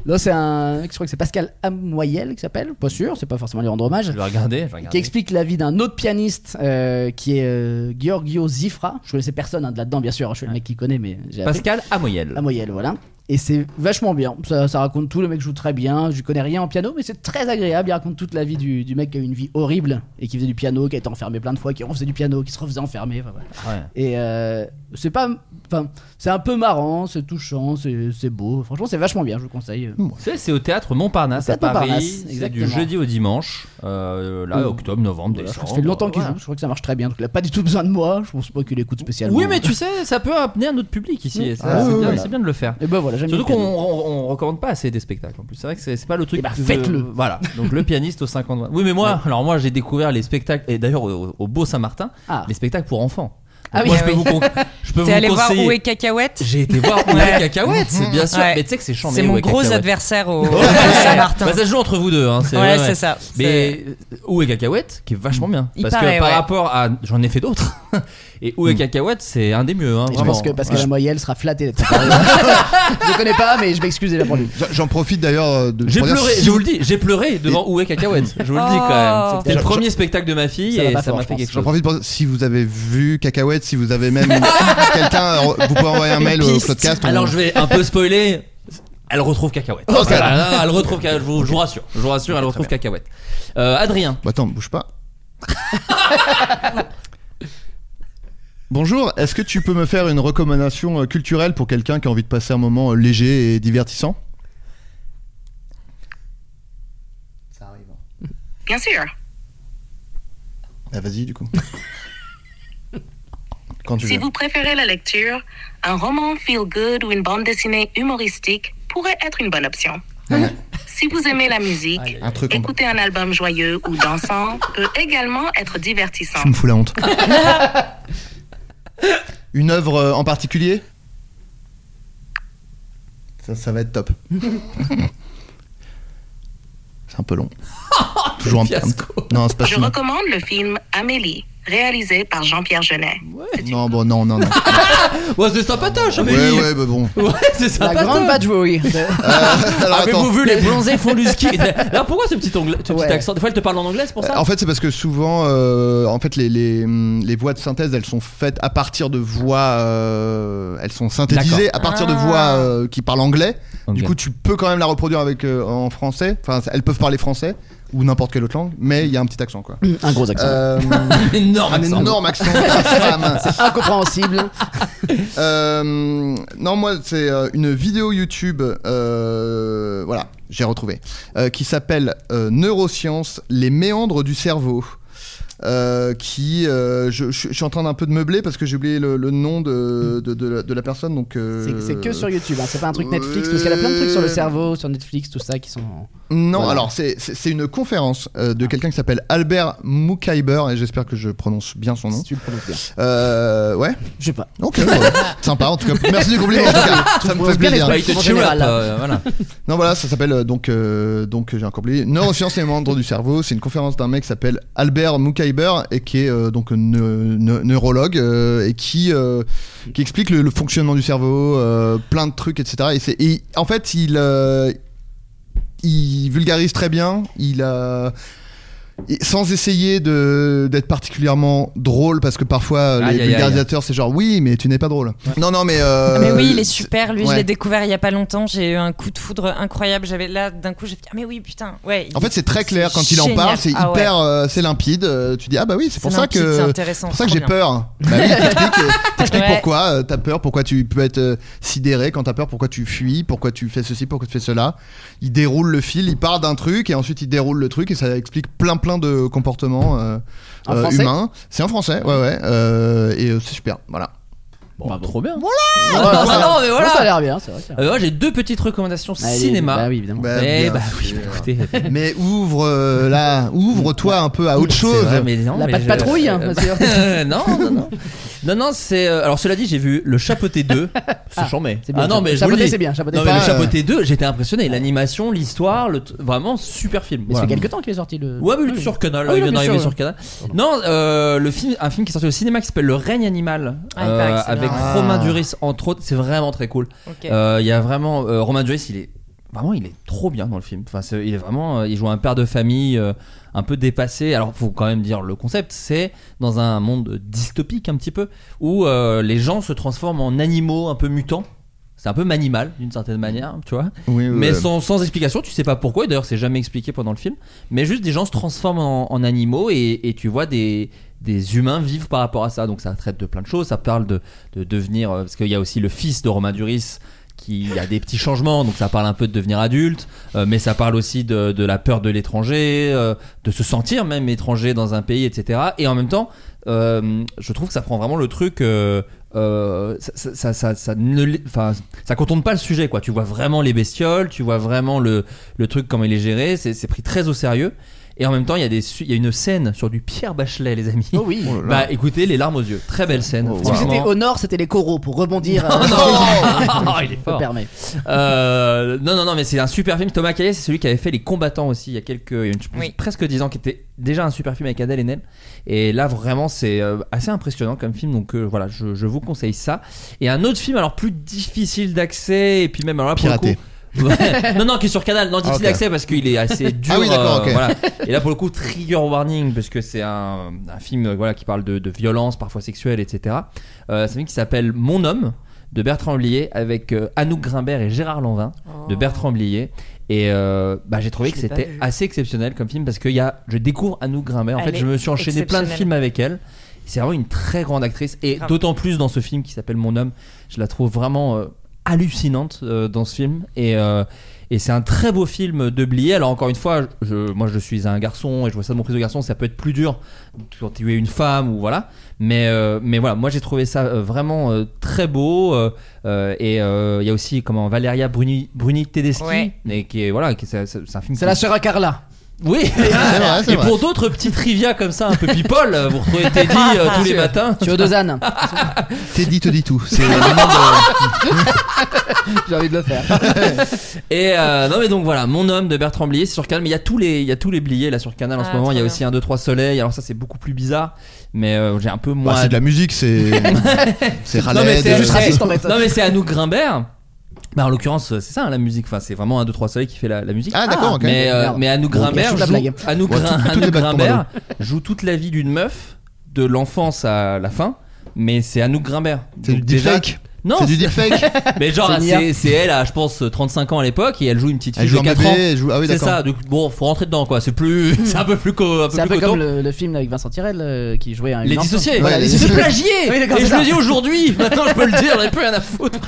Non, c'est un je crois que c'est Pascal Amoyel qui s'appelle, pas sûr, c'est pas forcément lui rendre hommage.
Je vais regarder. je vais
Qui
regarder.
explique la vie d'un autre pianiste euh, qui est euh, Giorgio Zifra. Je connaissais personne hein, de là-dedans, bien sûr. Je suis le mec qui connaît, mais j'ai appris.
Pascal Amoyel.
Amoyel, voilà. Et c'est vachement bien. Ça, ça raconte tout. Le mec joue très bien. Je connais rien en piano, mais c'est très agréable. Il raconte toute la vie du, du mec qui a eu une vie horrible et qui faisait du piano, qui a été enfermé plein de fois, qui refaisait du piano, qui se refaisait enfermer. Enfin, voilà.
Ouais.
Et euh, c'est pas, enfin, c'est un peu marrant, c'est touchant, c'est c'est beau. Franchement, c'est vachement bien. Je vous conseille.
C'est c'est au théâtre Montparnasse
Au
à
théâtre Montparnasse,
Paris. C'est du
exactement.
jeudi au dimanche. Euh,
Oui.
là, octobre, novembre,
Voilà,
décembre.
ça fait longtemps qu'il
voilà.
joue. Je crois que ça marche très bien. Donc il a pas du tout besoin de moi. Je pense pas qu'il écoute spécialement.
Oui, mais tu sais, ça peut amener un autre public ici. et ça,
Ah,
c'est
oui,
bien,
oui.
c'est bien de le faire.
Et ben voilà, j'aime
Surtout qu'on
bien le piano.
on, on recommande pas assez des spectacles en plus. C'est vrai que c'est c'est pas le truc.
Eh ben,
que-
faites-le.
Voilà. Donc le pianiste aux 50. Oui, mais moi, alors moi j'ai découvert les spectacles et d'ailleurs au, au Beau Saint-Martin,
Ah.
les spectacles pour enfants.
Ah
Donc moi
oui.
je peux
Ah
vous, con- je
T'es
peux vous
allé voir
conseiller.
où est Cacahuète
J'ai été voir où est Cacahuète, c'est bien sûr.
Ouais.
Mais tu sais que c'est chambé.
C'est
Où
mon
est
gros
Cacahuète.
adversaire au au Saint-Martin.
Bah, ça se joue entre vous deux, hein, c'est
Ouais,
vrai,
c'est ça.
Mais Où est Cacahuète, qui est vachement bien.
Il
parce que
paraît,
par
ouais. Hmm.
rapport à. J'en ai fait d'autres. Et Où est Cacahuète, c'est un des mieux. Hein,
Et je
vraiment.
pense que Pascal
Ouais.
Amoyel sera flatté d'être comparé. Je le connais pas, mais je m'excuse déjà pour lui.
J'a- J'en profite d'ailleurs euh, de.
J'ai
pour dire
pleuré,
si-
je vous le dis, j'ai pleuré devant Où est Cacahuète. Je vous le dis quand même. C'était le
J'en-
premier spectacle de ma fille
Oh. Ça va
et
pas
ça
fort,
m'a
je
fait
pense.
quelque
J'en
chose.
profite pour si vous avez vu Cacahuète, si vous avez même quelqu'un, vous pouvez envoyer un mail au
Piste.
podcast. on-
Alors je vais un peu spoiler. Elle retrouve Cacahuète. Voilà, non, non, elle retrouve Cacahuète, je vous, je vous rassure. Je vous rassure, elle retrouve Cacahuète. Euh, Adrien.
Bah, attends, bouge pas. Bonjour, est-ce que tu peux me faire une recommandation euh, culturelle pour quelqu'un qui a envie de passer un moment euh, léger et divertissant
Bien sûr.
Ah vas-y du coup. Quand tu
Si
veux.
vous préférez la lecture, un roman feel good ou une bande dessinée humoristique pourrait être une bonne option. Si vous aimez la musique,
Un truc en
écouter un album joyeux ou dansant peut également être divertissant.
Tu me fous la honte. Une œuvre euh, en particulier ça, ça va être top. C'est un peu long. Toujours un peu.
Fiasco.
Non, c'est pas
Je
fini.
recommande le film Amélie, réalisé par Jean-Pierre Jeunet.
Non, bon, non, non, non.
Ouais, c'est sympatoche,
ouais,
Ah, mais.
ouais, bah bon.
Ouais, c'est
La
sympatoche.
grande Badgery.
Euh, alors,
Avez-vous
attends.
vu les bronzés font du ski Alors pourquoi ce petit, anglais, ce petit
Ouais.
accent Des fois, elle te parle en anglais, c'est pour ça
En fait, c'est parce que souvent, euh, en fait, les, les, hum, les voix de synthèse, elles sont faites à partir de voix, euh, elles sont synthétisées à partir de voix
Ah.
euh, qui parlent anglais. Du coup, tu peux quand même la reproduire avec euh, en français. Enfin, elles peuvent parler français ou n'importe quelle autre langue, mais il y a un petit accent, quoi.
Un gros accent.
Euh,
énorme
un
accent.
énorme accent. infâme.
Incompréhensible.
Euh, non, moi, c'est euh, une vidéo YouTube, euh, voilà, j'ai retrouvé, euh, qui s'appelle euh, Neurosciences, les méandres du cerveau. euh, qui euh, je, je- je suis en train d'un peu de meubler parce que j'ai oublié le, le nom de, de, de la, de la personne donc euh,
C'est c'est que sur YouTube, hein, c'est pas un truc Netflix, parce qu'elle a plein de trucs sur le cerveau, sur Netflix, tout ça qui sont.
non
Voilà.
alors c'est- c'est c'est une conférence euh,
Ah.
de quelqu'un qui s'appelle Albert Mukaiber et j'espère que je prononce bien son nom
Si tu le prononces bien.
Euh, ouais
Je sais pas.
ok ouais. sympa en tout cas merci du compliment en tout cas. ça me fait
prononces bien les
plaisir
Bah, il te
En
cheer up,
général, là.
euh, voilà.
Non, voilà, ça s'appelle euh, donc, euh, donc j'ai encore oublié, Neurosciences et les membres du cerveau. C'est une conférence d'un mec qui s'appelle Albert Mukaiber et qui est euh, donc ne- ne- neurologue euh, et qui, euh, qui explique le, le fonctionnement du cerveau, euh, plein de trucs, etc. Et, c'est- et en fait, il, euh, il vulgarise très bien. Il a. et sans essayer de- d'être particulièrement drôle, parce que parfois euh,
Aïe, aïe,
les
aïe.
vulgarisateurs c'est genre oui, mais tu n'es pas drôle. Non, non, mais. euh,
Ah, mais oui, il est super. Lui,
ouais.
je l'ai découvert il y a pas longtemps. J'ai eu un coup de foudre incroyable. J'avais là, d'un coup, j'ai fait ah mais oui, putain, ouais.
En fait, c'est très clair quand il en
génial.
parle, c'est
Ah ouais.
hyper, euh, c'est limpide. euh, tu dis ah bah oui, c'est pour
C'est
ça
limpide,
que
c'est
c'est
intéressant,
pour ça que
trop
j'ai
bien.
peur. Bah oui, t'expliques, euh, t'expliques
Ouais.
pourquoi euh, t'as peur, pourquoi tu peux être euh, sidéré quand t'as peur, pourquoi tu fuis, pourquoi tu fais ceci, pourquoi tu fais cela. Il déroule le fil, il part d'un truc et ensuite il déroule le truc et ça explique plein plein de comportements euh,
En
euh,
français
humains. C'est en français, ouais ouais, euh, et euh, c'est super. Voilà.
Bon, trop bien.
Voilà,
Ah, non, mais voilà.
Ça a l'air bien, c'est vrai. c'est vrai.
Euh, ouais, J'ai deux petites recommandations
Allez,
cinéma.
Bah oui, évidemment.
Bah,
Eh
bien
bah oui,
sûr.
bah, écoutez.
Mais ouvre euh, là, ouvre-toi un peu à autre chose.
C'est vrai, mais non,
La
mais
patte
je-
patrouille, hein,
Euh,
parce
euh, non, non, non. Non, non, c'est. euh, Alors, cela dit, j'ai vu le Chapeauté 2. C'est chambé.
c'est bien,
Ah non, mais je vous le
Chapeauté,
dis.
c'est bien, Euh. Chapeauté,
Non,
c'est
mais le
pas,
Chapeauté 2, j'étais impressionné. L'animation, l'histoire, le t- vraiment super film.
Mais ça fait
Voilà.
quelques temps qu'il est sorti le.
Ouais, mais sur Canal,
Ah oui,
il vient
non, bien
d'arriver
sûr,
sur
ouais.
Canal. Non, euh, le film, un film qui est sorti au cinéma qui s'appelle Le règne animal euh,
Ah, il paraît que c'est
avec
bien.
Ah.
Romain Duris entre autres. C'est vraiment très cool.
Ok.
Euh, Il y a vraiment euh, Romain Duris, il est vraiment, il est trop bien dans le film. Enfin, c'est- il est vraiment, euh, il joue un père de famille euh, un peu dépassé. Alors, faut quand même dire le concept, c'est dans un monde dystopique un petit peu où euh, les gens se transforment en animaux un peu mutants. C'est un peu manimal d'une certaine manière, tu vois.
Oui, oui,
Mais
ouais.
sans, sans explication, tu sais pas pourquoi, et d'ailleurs c'est jamais expliqué pendant le film, mais juste des gens se transforment en, en animaux et, et tu vois des, des humains vivre par rapport à ça. Donc ça traite de plein de choses, ça parle de, de devenir, euh, parce qu'il y a aussi le fils de Romain Duris qui a des petits changements, donc ça parle un peu de devenir adulte, euh, mais ça parle aussi de, de la peur de l'étranger, euh, de se sentir même étranger dans un pays, etc. Et en même temps, euh, je trouve que ça prend vraiment le truc... euh, euh, ça, ça, ça, ça, ça ne, l'est- enfin, ça contourne pas le sujet, quoi. Tu vois vraiment les bestioles, tu vois vraiment le, le truc comment il est géré, c'est c'est pris très au sérieux. Et en même temps, il y, a des su- il y a une scène sur du Pierre Bachelet, les amis.
Oh oui.
Bah écoutez, les larmes aux yeux. Très belle scène.
Parce que
franchement.
c'était au nord, c'était les coraux pour rebondir. euh,
Oh non
Je
Il est
me
fort.
permets.
Euh, non, non, non, mais c'est un super film. Thomas Caillet, c'est celui qui avait fait Les Combattants aussi il y a quelques, il y a une-
Oui.
presque 10 ans, qui était déjà un super film avec Adèle Haenel. Et là, vraiment, c'est euh, assez impressionnant comme film. Donc euh, voilà, je, je vous conseille ça. Et un autre film, alors plus difficile d'accès, et puis même alors là, pour le
Piraté. Ah,
coup- Ouais. non, non, qui est sur Canal, non, difficile
ok.
d'accès parce qu'il est assez dur.
Ah oui, d'accord, ok.
voilà. Et là, pour le coup, trigger warning parce que c'est un, un film euh, voilà, qui parle de, de violence, parfois sexuelle, etc. Euh, c'est un film qui s'appelle Mon homme de Bertrand Blier avec euh, Anouk Grimbert et Gérard Lanvin
Oh.
de Bertrand Blier. Et euh, bah, j'ai trouvé
Je
que
l'ai pas
c'était
vu.
assez exceptionnel comme film parce que y a, je découvre Anouk Grimbert. En
Elle
fait, je
est
me suis enchaîné plein de
exceptionnelle.
films avec elle. C'est vraiment une très grande actrice et
Grave.
d'autant plus dans ce film qui s'appelle Mon homme. Je la trouve vraiment euh, hallucinante euh, dans ce film et euh, et c'est un très beau film de Blier. Alors encore une fois, je, moi je suis un garçon et je vois ça de mon prise de garçon, ça peut être plus dur quand tu es une femme ou voilà. Mais euh, mais voilà, moi j'ai trouvé ça euh, vraiment euh, très beau. euh, euh, et euh, il y a aussi comment Valeria Bruni Bruni Tedeschi,
Ouais.
et qui est voilà, qui- c'est c'est- c'est un film.
C'est
qui-
la sœur à Carla.
Oui,
C'est vrai, c'est
et
vrai.
pour d'autres petites rivières comme ça, un peu people, euh, vous retrouvez Teddy euh, tous les matins.
Tu es aux deux ânes.
Teddy te dit tout. C'est le moment
J'ai envie de le faire.
Et euh, non, mais donc voilà, mon homme de Bertrand Blier, c'est sur Canal. Mais il y a tous les, il y a tous les Blier là sur Canal en ce
Ah,
moment. Il y a
trop
aussi un 2 3 Soleil. Alors ça, c'est beaucoup plus bizarre, mais euh, j'ai un peu moins.
Bah, c'est de la musique, c'est. c'est
non, mais
Raled,
c'est
euh,
juste raciste, en fait.
Non, mais c'est Anouk Grimbert. Bah, en l'occurrence, euh, c'est ça hein, la musique. Enfin, c'est vraiment un 2 3 Soleil qui fait la, la musique.
Ah, d'accord, ok.
Mais, euh,
Merde.
mais Anouk
Bon,
Grimbert
cache-la
joue,
blague.
Anouk
Bon,
Grin-
toutes- toutes
Anouk
les blagues tombent à
Grimbert joue toute la vie d'une meuf, de l'enfance à la fin, mais c'est Anouk Grimbert.
C'est du
Donc, déjà-
deepfake.
Non,
C'est du deepfake.
mais genre,
C'est Nia.
c'est c'est elle, à, je pense, 35 ans à l'époque, et elle joue une petite
Elle
fille
joue
de
un
4
bébé.
ans.
elle joue- Ah oui,
c'est
d'accord.
ça, donc bon, faut rentrer dedans quoi. C'est plus, c'est un peu plus, co- un peu
C'est un
plus
peu
coton.
comme le, le film avec Vincent Tirel euh, qui jouait un.
Les
une enfant.
dissociés.
Voilà,
Ouais,
les
les
C'est
dissociés.
plagié
Oui, d'accord,
Et
c'est
je le
ça.
dis aujourd'hui, maintenant je peux le dire, j'en ai plus rien à foutre.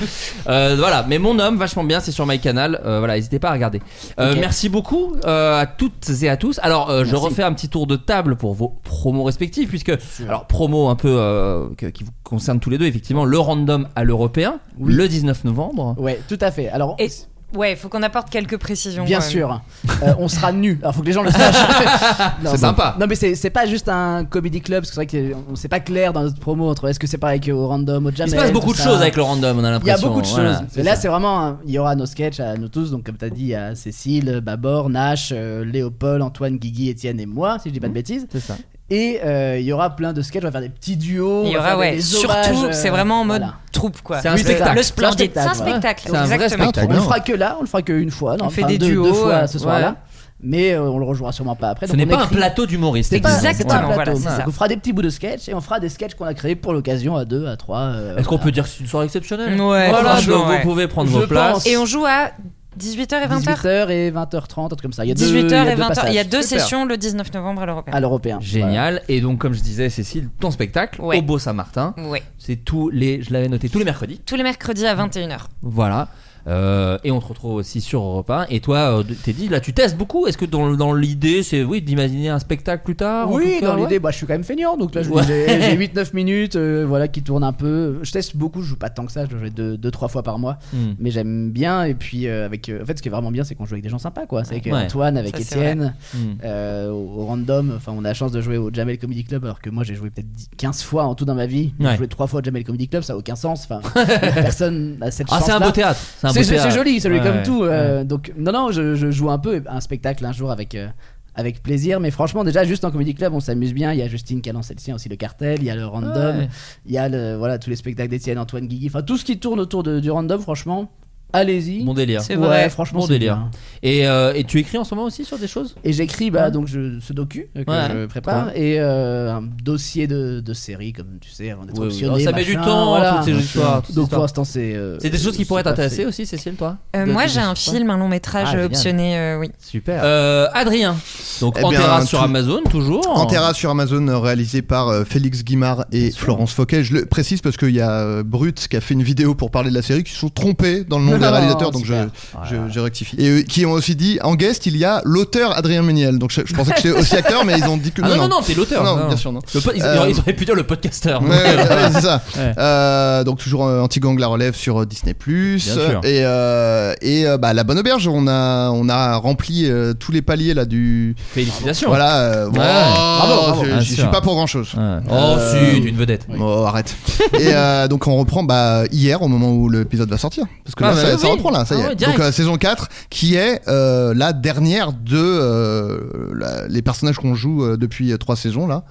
Euh, voilà, mais mon homme, vachement bien, c'est sur MyCanal. Euh, voilà, n'hésitez pas à regarder. Euh,
Ok.
Merci beaucoup euh, à toutes et à tous. Alors, euh, je
Merci.
refais un petit tour de table pour vos promos respectifs, puisque. Alors, promo un peu euh, que- qui vous concerne tous les deux, effectivement, le random à l'européen,
Oui.
le 19 novembre.
Ouais, tout à fait. Alors.
Et- Ouais, faut qu'on apporte quelques précisions.
Bien
quand même.
sûr, Euh, on sera nus. Alors faut que les gens le sachent. Non,
C'est sympa.
Non mais c'est c'est pas juste un comedy club parce que c'est vrai qu'on c'est pas clair dans notre promo entre est-ce que c'est pareil qu'au random, au jam.
Il se passe beaucoup de choses avec le random, on
Il y
a
a
l'impression.
beaucoup de choses.
Voilà,
Et
c'est
là,
ça.
c'est vraiment. un- Il y aura nos sketchs à nous tous. Donc, comme t'as dit, à Cécile, Babor, Nash, euh, Léopold, Antoine, Guigui, Étienne et moi, si je
Mhm.
dis pas de bêtises.
C'est ça.
Et euh, il y aura plein de sketchs. On va faire des petits duos.
Il y
on va
aura,
faire des-
ouais.
des
Surtout,
hommages, euh,
c'est vraiment en mode
voilà.
troupe, quoi.
C'est un
Oui, c'est
spectacle.
Le
C'est un
splendid. C'est un
spectacle,
spectacle.
C'est un vrai
exactement.
spectacle.
Bah On le
Ah, Bien.
fera que là, on le fera qu'une fois. Non,
On fait
enfin,
des
deux,
duos,
deux fois
euh,
ce soir-là.
ouais.
Mais euh, on le rejouera sûrement pas après.
Ce
donc
n'est
on
pas un
écrit-
plateau d'humoriste.
C'est pas-
exactement.
c'est pas un
Exactement,
plateau.
voilà, c'est ça.
Donc, on fera des petits bouts de sketch et on fera des sketchs qu'on a créés pour l'occasion à deux, à trois. euh,
Est-ce qu'on
voilà.
peut dire que c'est une soirée exceptionnelle
Ouais,
Voilà,
franchement,
donc
ouais.
vous pouvez prendre
Je
vos places.
pense.
Et on joue à 18h et 20h
18h et 20h30, un truc comme ça. Il y a deux-
18h et
il y a deux
20h. Il y a
passages.
deux
Super.
sessions le 19 novembre à l'Européen.
à l'européen.
Génial. Et donc, comme je disais, Cécile, ton spectacle
Ouais.
au Beau Saint-Martin,
Ouais.
c'est tous les, je l'avais noté, tous les mercredis.
Tous les mercredis
Mmh.
à 21h.
Voilà. Euh, et on te retrouve aussi sur Europe 1. Et toi, euh, t'es dit, là, tu testes beaucoup. Est-ce que dans, dans l'idée, c'est oui, d'imaginer un spectacle plus tard en
Oui,
tout cas,
dans
ouais
l'idée, bah, je suis quand même feignant, donc là je-
Ouais.
j'ai j'ai 8-9 minutes euh, voilà, qui tournent un peu. Je teste beaucoup, je joue pas tant que ça, je joue 2-3 fois par mois,
Hmm.
mais j'aime bien. Et puis, euh, avec, euh, en fait, ce qui est vraiment bien, c'est qu'on joue avec des gens sympas, quoi. C'est avec euh,
Ouais.
Antoine, avec
Ça, c'est
Étienne,
Hmm.
euh, au, au random. Enfin, on a la chance de jouer au Jamel Comedy Club, alors que moi j'ai joué peut-être 10 15 fois en tout dans ma vie.
Ouais.
J'ai joué 3 fois au Jamel Comedy Club, ça a aucun sens. Enfin, personne n'a cette
Ah,
chance.
c'est un beau théâtre. C'est un beau
C'est c'est- c'est
théâtre.
joli, c'est joli
Ouais,
comme
ouais.
tout. euh, Donc non, non, je, je joue un peu un spectacle un jour avec euh, avec plaisir, mais franchement déjà juste en comedy club on s'amuse bien. Il y a Justine qui a lancé le sien aussi le cartel, il y a le random,
Ouais.
il y a le voilà tous les spectacles d'Étienne, Antoine Guigui, enfin tout ce qui tourne autour de- du random, franchement, allez-y.
Bon délire.
C'est
ouais,
vrai,
franchement
bon
c'est
délire.
bien.
Et, euh, et tu écris en ce moment aussi sur des choses
Et j'écris bah donc je, ce docu euh, que
Ouais.
je prépare et euh, un dossier de, de série comme tu sais avant d'être
Ouais, ouais.
optionné,
Oh, Ça met du
machin,
temps,
voilà.
toutes ces histoires. toutes ces
Donc pour
histoires.
l'instant c'est euh,
C'est des choses qui pourraient
c'est pas
t'intéresser
fait.
aussi, Cécile, toi
Euh,
De-
moi,
de-
j'ai un film, un long
Ah,
métrage
génial.
optionné, euh, oui.
Super.
Euh, Adrien, donc
Eh
en
bien,
terrasse sur
tout-
Amazon, toujours.
Enterra sur Amazon, euh, réalisé par euh, Félix Guimard et Florence Fauquet. Je le précise parce qu'il y a euh, Brut qui a fait une vidéo pour parler de la série qui se sont trompés dans le nom des
Ah,
Non,
réalisateurs, donc je,
super.
je, je rectifie. Et euh, qui ont aussi dit en guest, il y a l'auteur Adrien Méniel. Donc je, je pensais que j'étais aussi acteur, mais ils ont dit que
Ah non, non, non,
non.
t'es l'auteur.
Non, bien sûr, non.
Le po- ils,
Euh,
ils auraient pu dire le podcasteur.
Ouais, ouais, ouais, c'est ça.
Ouais.
Euh, donc toujours euh, Anti-Gang la relève sur euh, Disney+.
Bien sûr.
Et, euh, et euh, bah, la bonne auberge, on a, on a rempli euh, tous les paliers là du...
Félicitations.
Voilà. euh,
Oh. Ouais. Bravo, bravo.
je-
Bien
J'y
sûr.
suis pas pour grand-chose.
Ouais. Oh,
Euh,
si, d'une vedette. Bah,
Oh, arrête. et euh, donc on reprend bah, hier au moment où l'épisode va sortir. Parce que
Ah
là,
bah
ça,
oui.
ça reprend là, ça y
Ah
est.
ouais, direct.
donc euh, saison 4 qui est euh, la dernière de euh, la- les personnages qu'on joue euh, depuis euh, trois saisons là.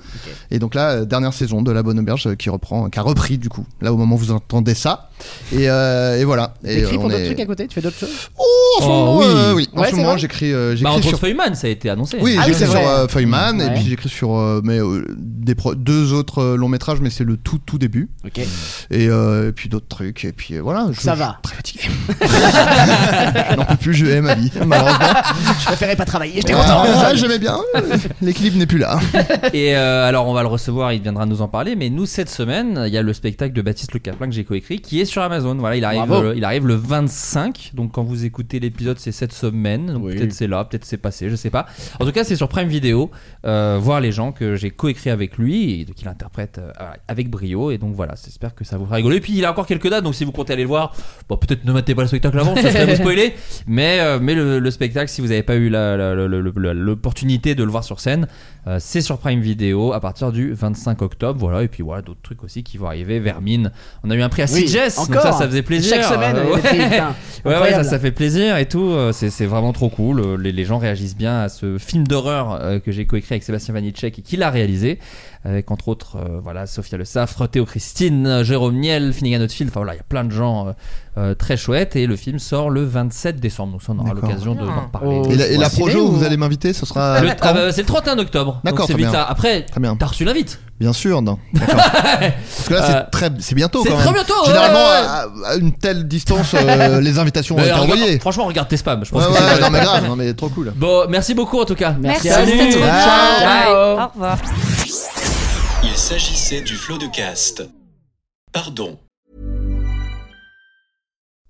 Et donc là, euh, dernière saison de La Bonne Auberge euh, qui reprend, qui a repris du coup, là au moment où vous entendez ça. Et, euh, et voilà. Et
T'écris
euh,
pour
on
d'autres
est-
trucs à côté, tu fais d'autres choses.
Oh, en ce moment,
Oh, oui.
euh, oui. En
Ouais,
ce
c'est
moment,
vrai.
j'écris euh, j'écris
Bah,
sur
entre Feuilleman, ça a été annoncé.
oui,
Ah oui,
j'écris
c'est
sur
vrai.
euh, Feuilleman et
Ouais.
puis j'écris sur euh, mais, euh, des pro- deux autres euh, longs métrages, mais c'est le tout tout début.
Ok.
Et, euh, et puis d'autres trucs et puis euh, voilà. je-
Ça
je-
va.
Très fatigué. je n'en peux plus, je hais ma vie malheureusement.
Je préférais pas travailler, j'étais content.
Ah, ça, j'aimais bien. L'équilibre n'est plus là.
Et euh, alors, on va le recevoir, il viendra nous en parler. Mais nous, cette semaine, il y a le spectacle de Baptiste Le Caplin que j'ai coécrit qui est sur Amazon. Voilà, il arrive,
Bravo.
euh, il arrive le 25. Donc quand vous écoutez l'épisode, c'est cette semaine. Donc
Oui.
peut-être c'est là, peut-être c'est passé, je sais pas. En tout cas, c'est sur Prime Video. euh, voir les gens que j'ai coécrit avec lui et qu'il interprète euh, avec brio. Et donc voilà, j'espère que ça vous fera rigoler. Et puis il a encore quelques dates. Donc si vous comptez aller le voir, bon, peut-être ne matez pas le spectacle avant, ça serait vous spoiler. Mais, euh, mais le, le spectacle, si vous n'avez pas eu la- la- le- le- le- l'opportunité de le voir sur scène, euh, c'est sur Prime Video à partir du 25 octobre. Voilà, et puis voilà, d'autres trucs aussi qui vont arriver. Vermine, on a eu un prix à
Oui,
CJS, donc
encore.
ça, ça faisait plaisir.
Chaque semaine,
Euh,
il y a des
ouais.
prix, putain.
Ouais, ouais, ça,
Incroyable.
ça fait plaisir et tout. Euh, C'est c'est vraiment trop cool. Euh, Les, les gens réagissent bien à ce film d'horreur euh, que j'ai coécrit avec Sébastien Vanitschek et qu'il a réalisé. Avec entre autres, euh, voilà, Sophia Le Saffre, Théo Christine, euh, Jérôme Niel, Finnegan Oldfield. Enfin voilà, il y a plein de gens euh, euh, très chouettes. Et le film sort le 27 décembre. Donc ça, on aura
D'accord.
l'occasion de-
Ah.
d'en reparler.
Et la, et la
Ouais, c'est
projo,
ou-
vous allez m'inviter, ce sera.
Le-
quand
ah bah, c'est le 31 octobre.
D'accord,
Donc c'est
très
vite
bien.
là. Après,
Très bien.
t'as reçu l'invite.
Bien sûr, non. D'accord. Parce que là, c'est
Euh,
très, c'est bientôt.
c'est
quand
très
même.
bientôt, ouais,
Généralement, euh,
ouais,
à- À, une telle distance, euh, les invitations ont
Mais
été
regarde-
envoyées.
franchement, regarde tes spams. Je pense
Ouais,
que c'est
ouais,
vrai.
non mais grave, non mais trop cool.
Bon, merci beaucoup en tout cas.
Merci,
Merci,
à vous.
c'était trop
Ciao.
Ciao. Au revoir.
Il s'agissait du flot de cast. Pardon.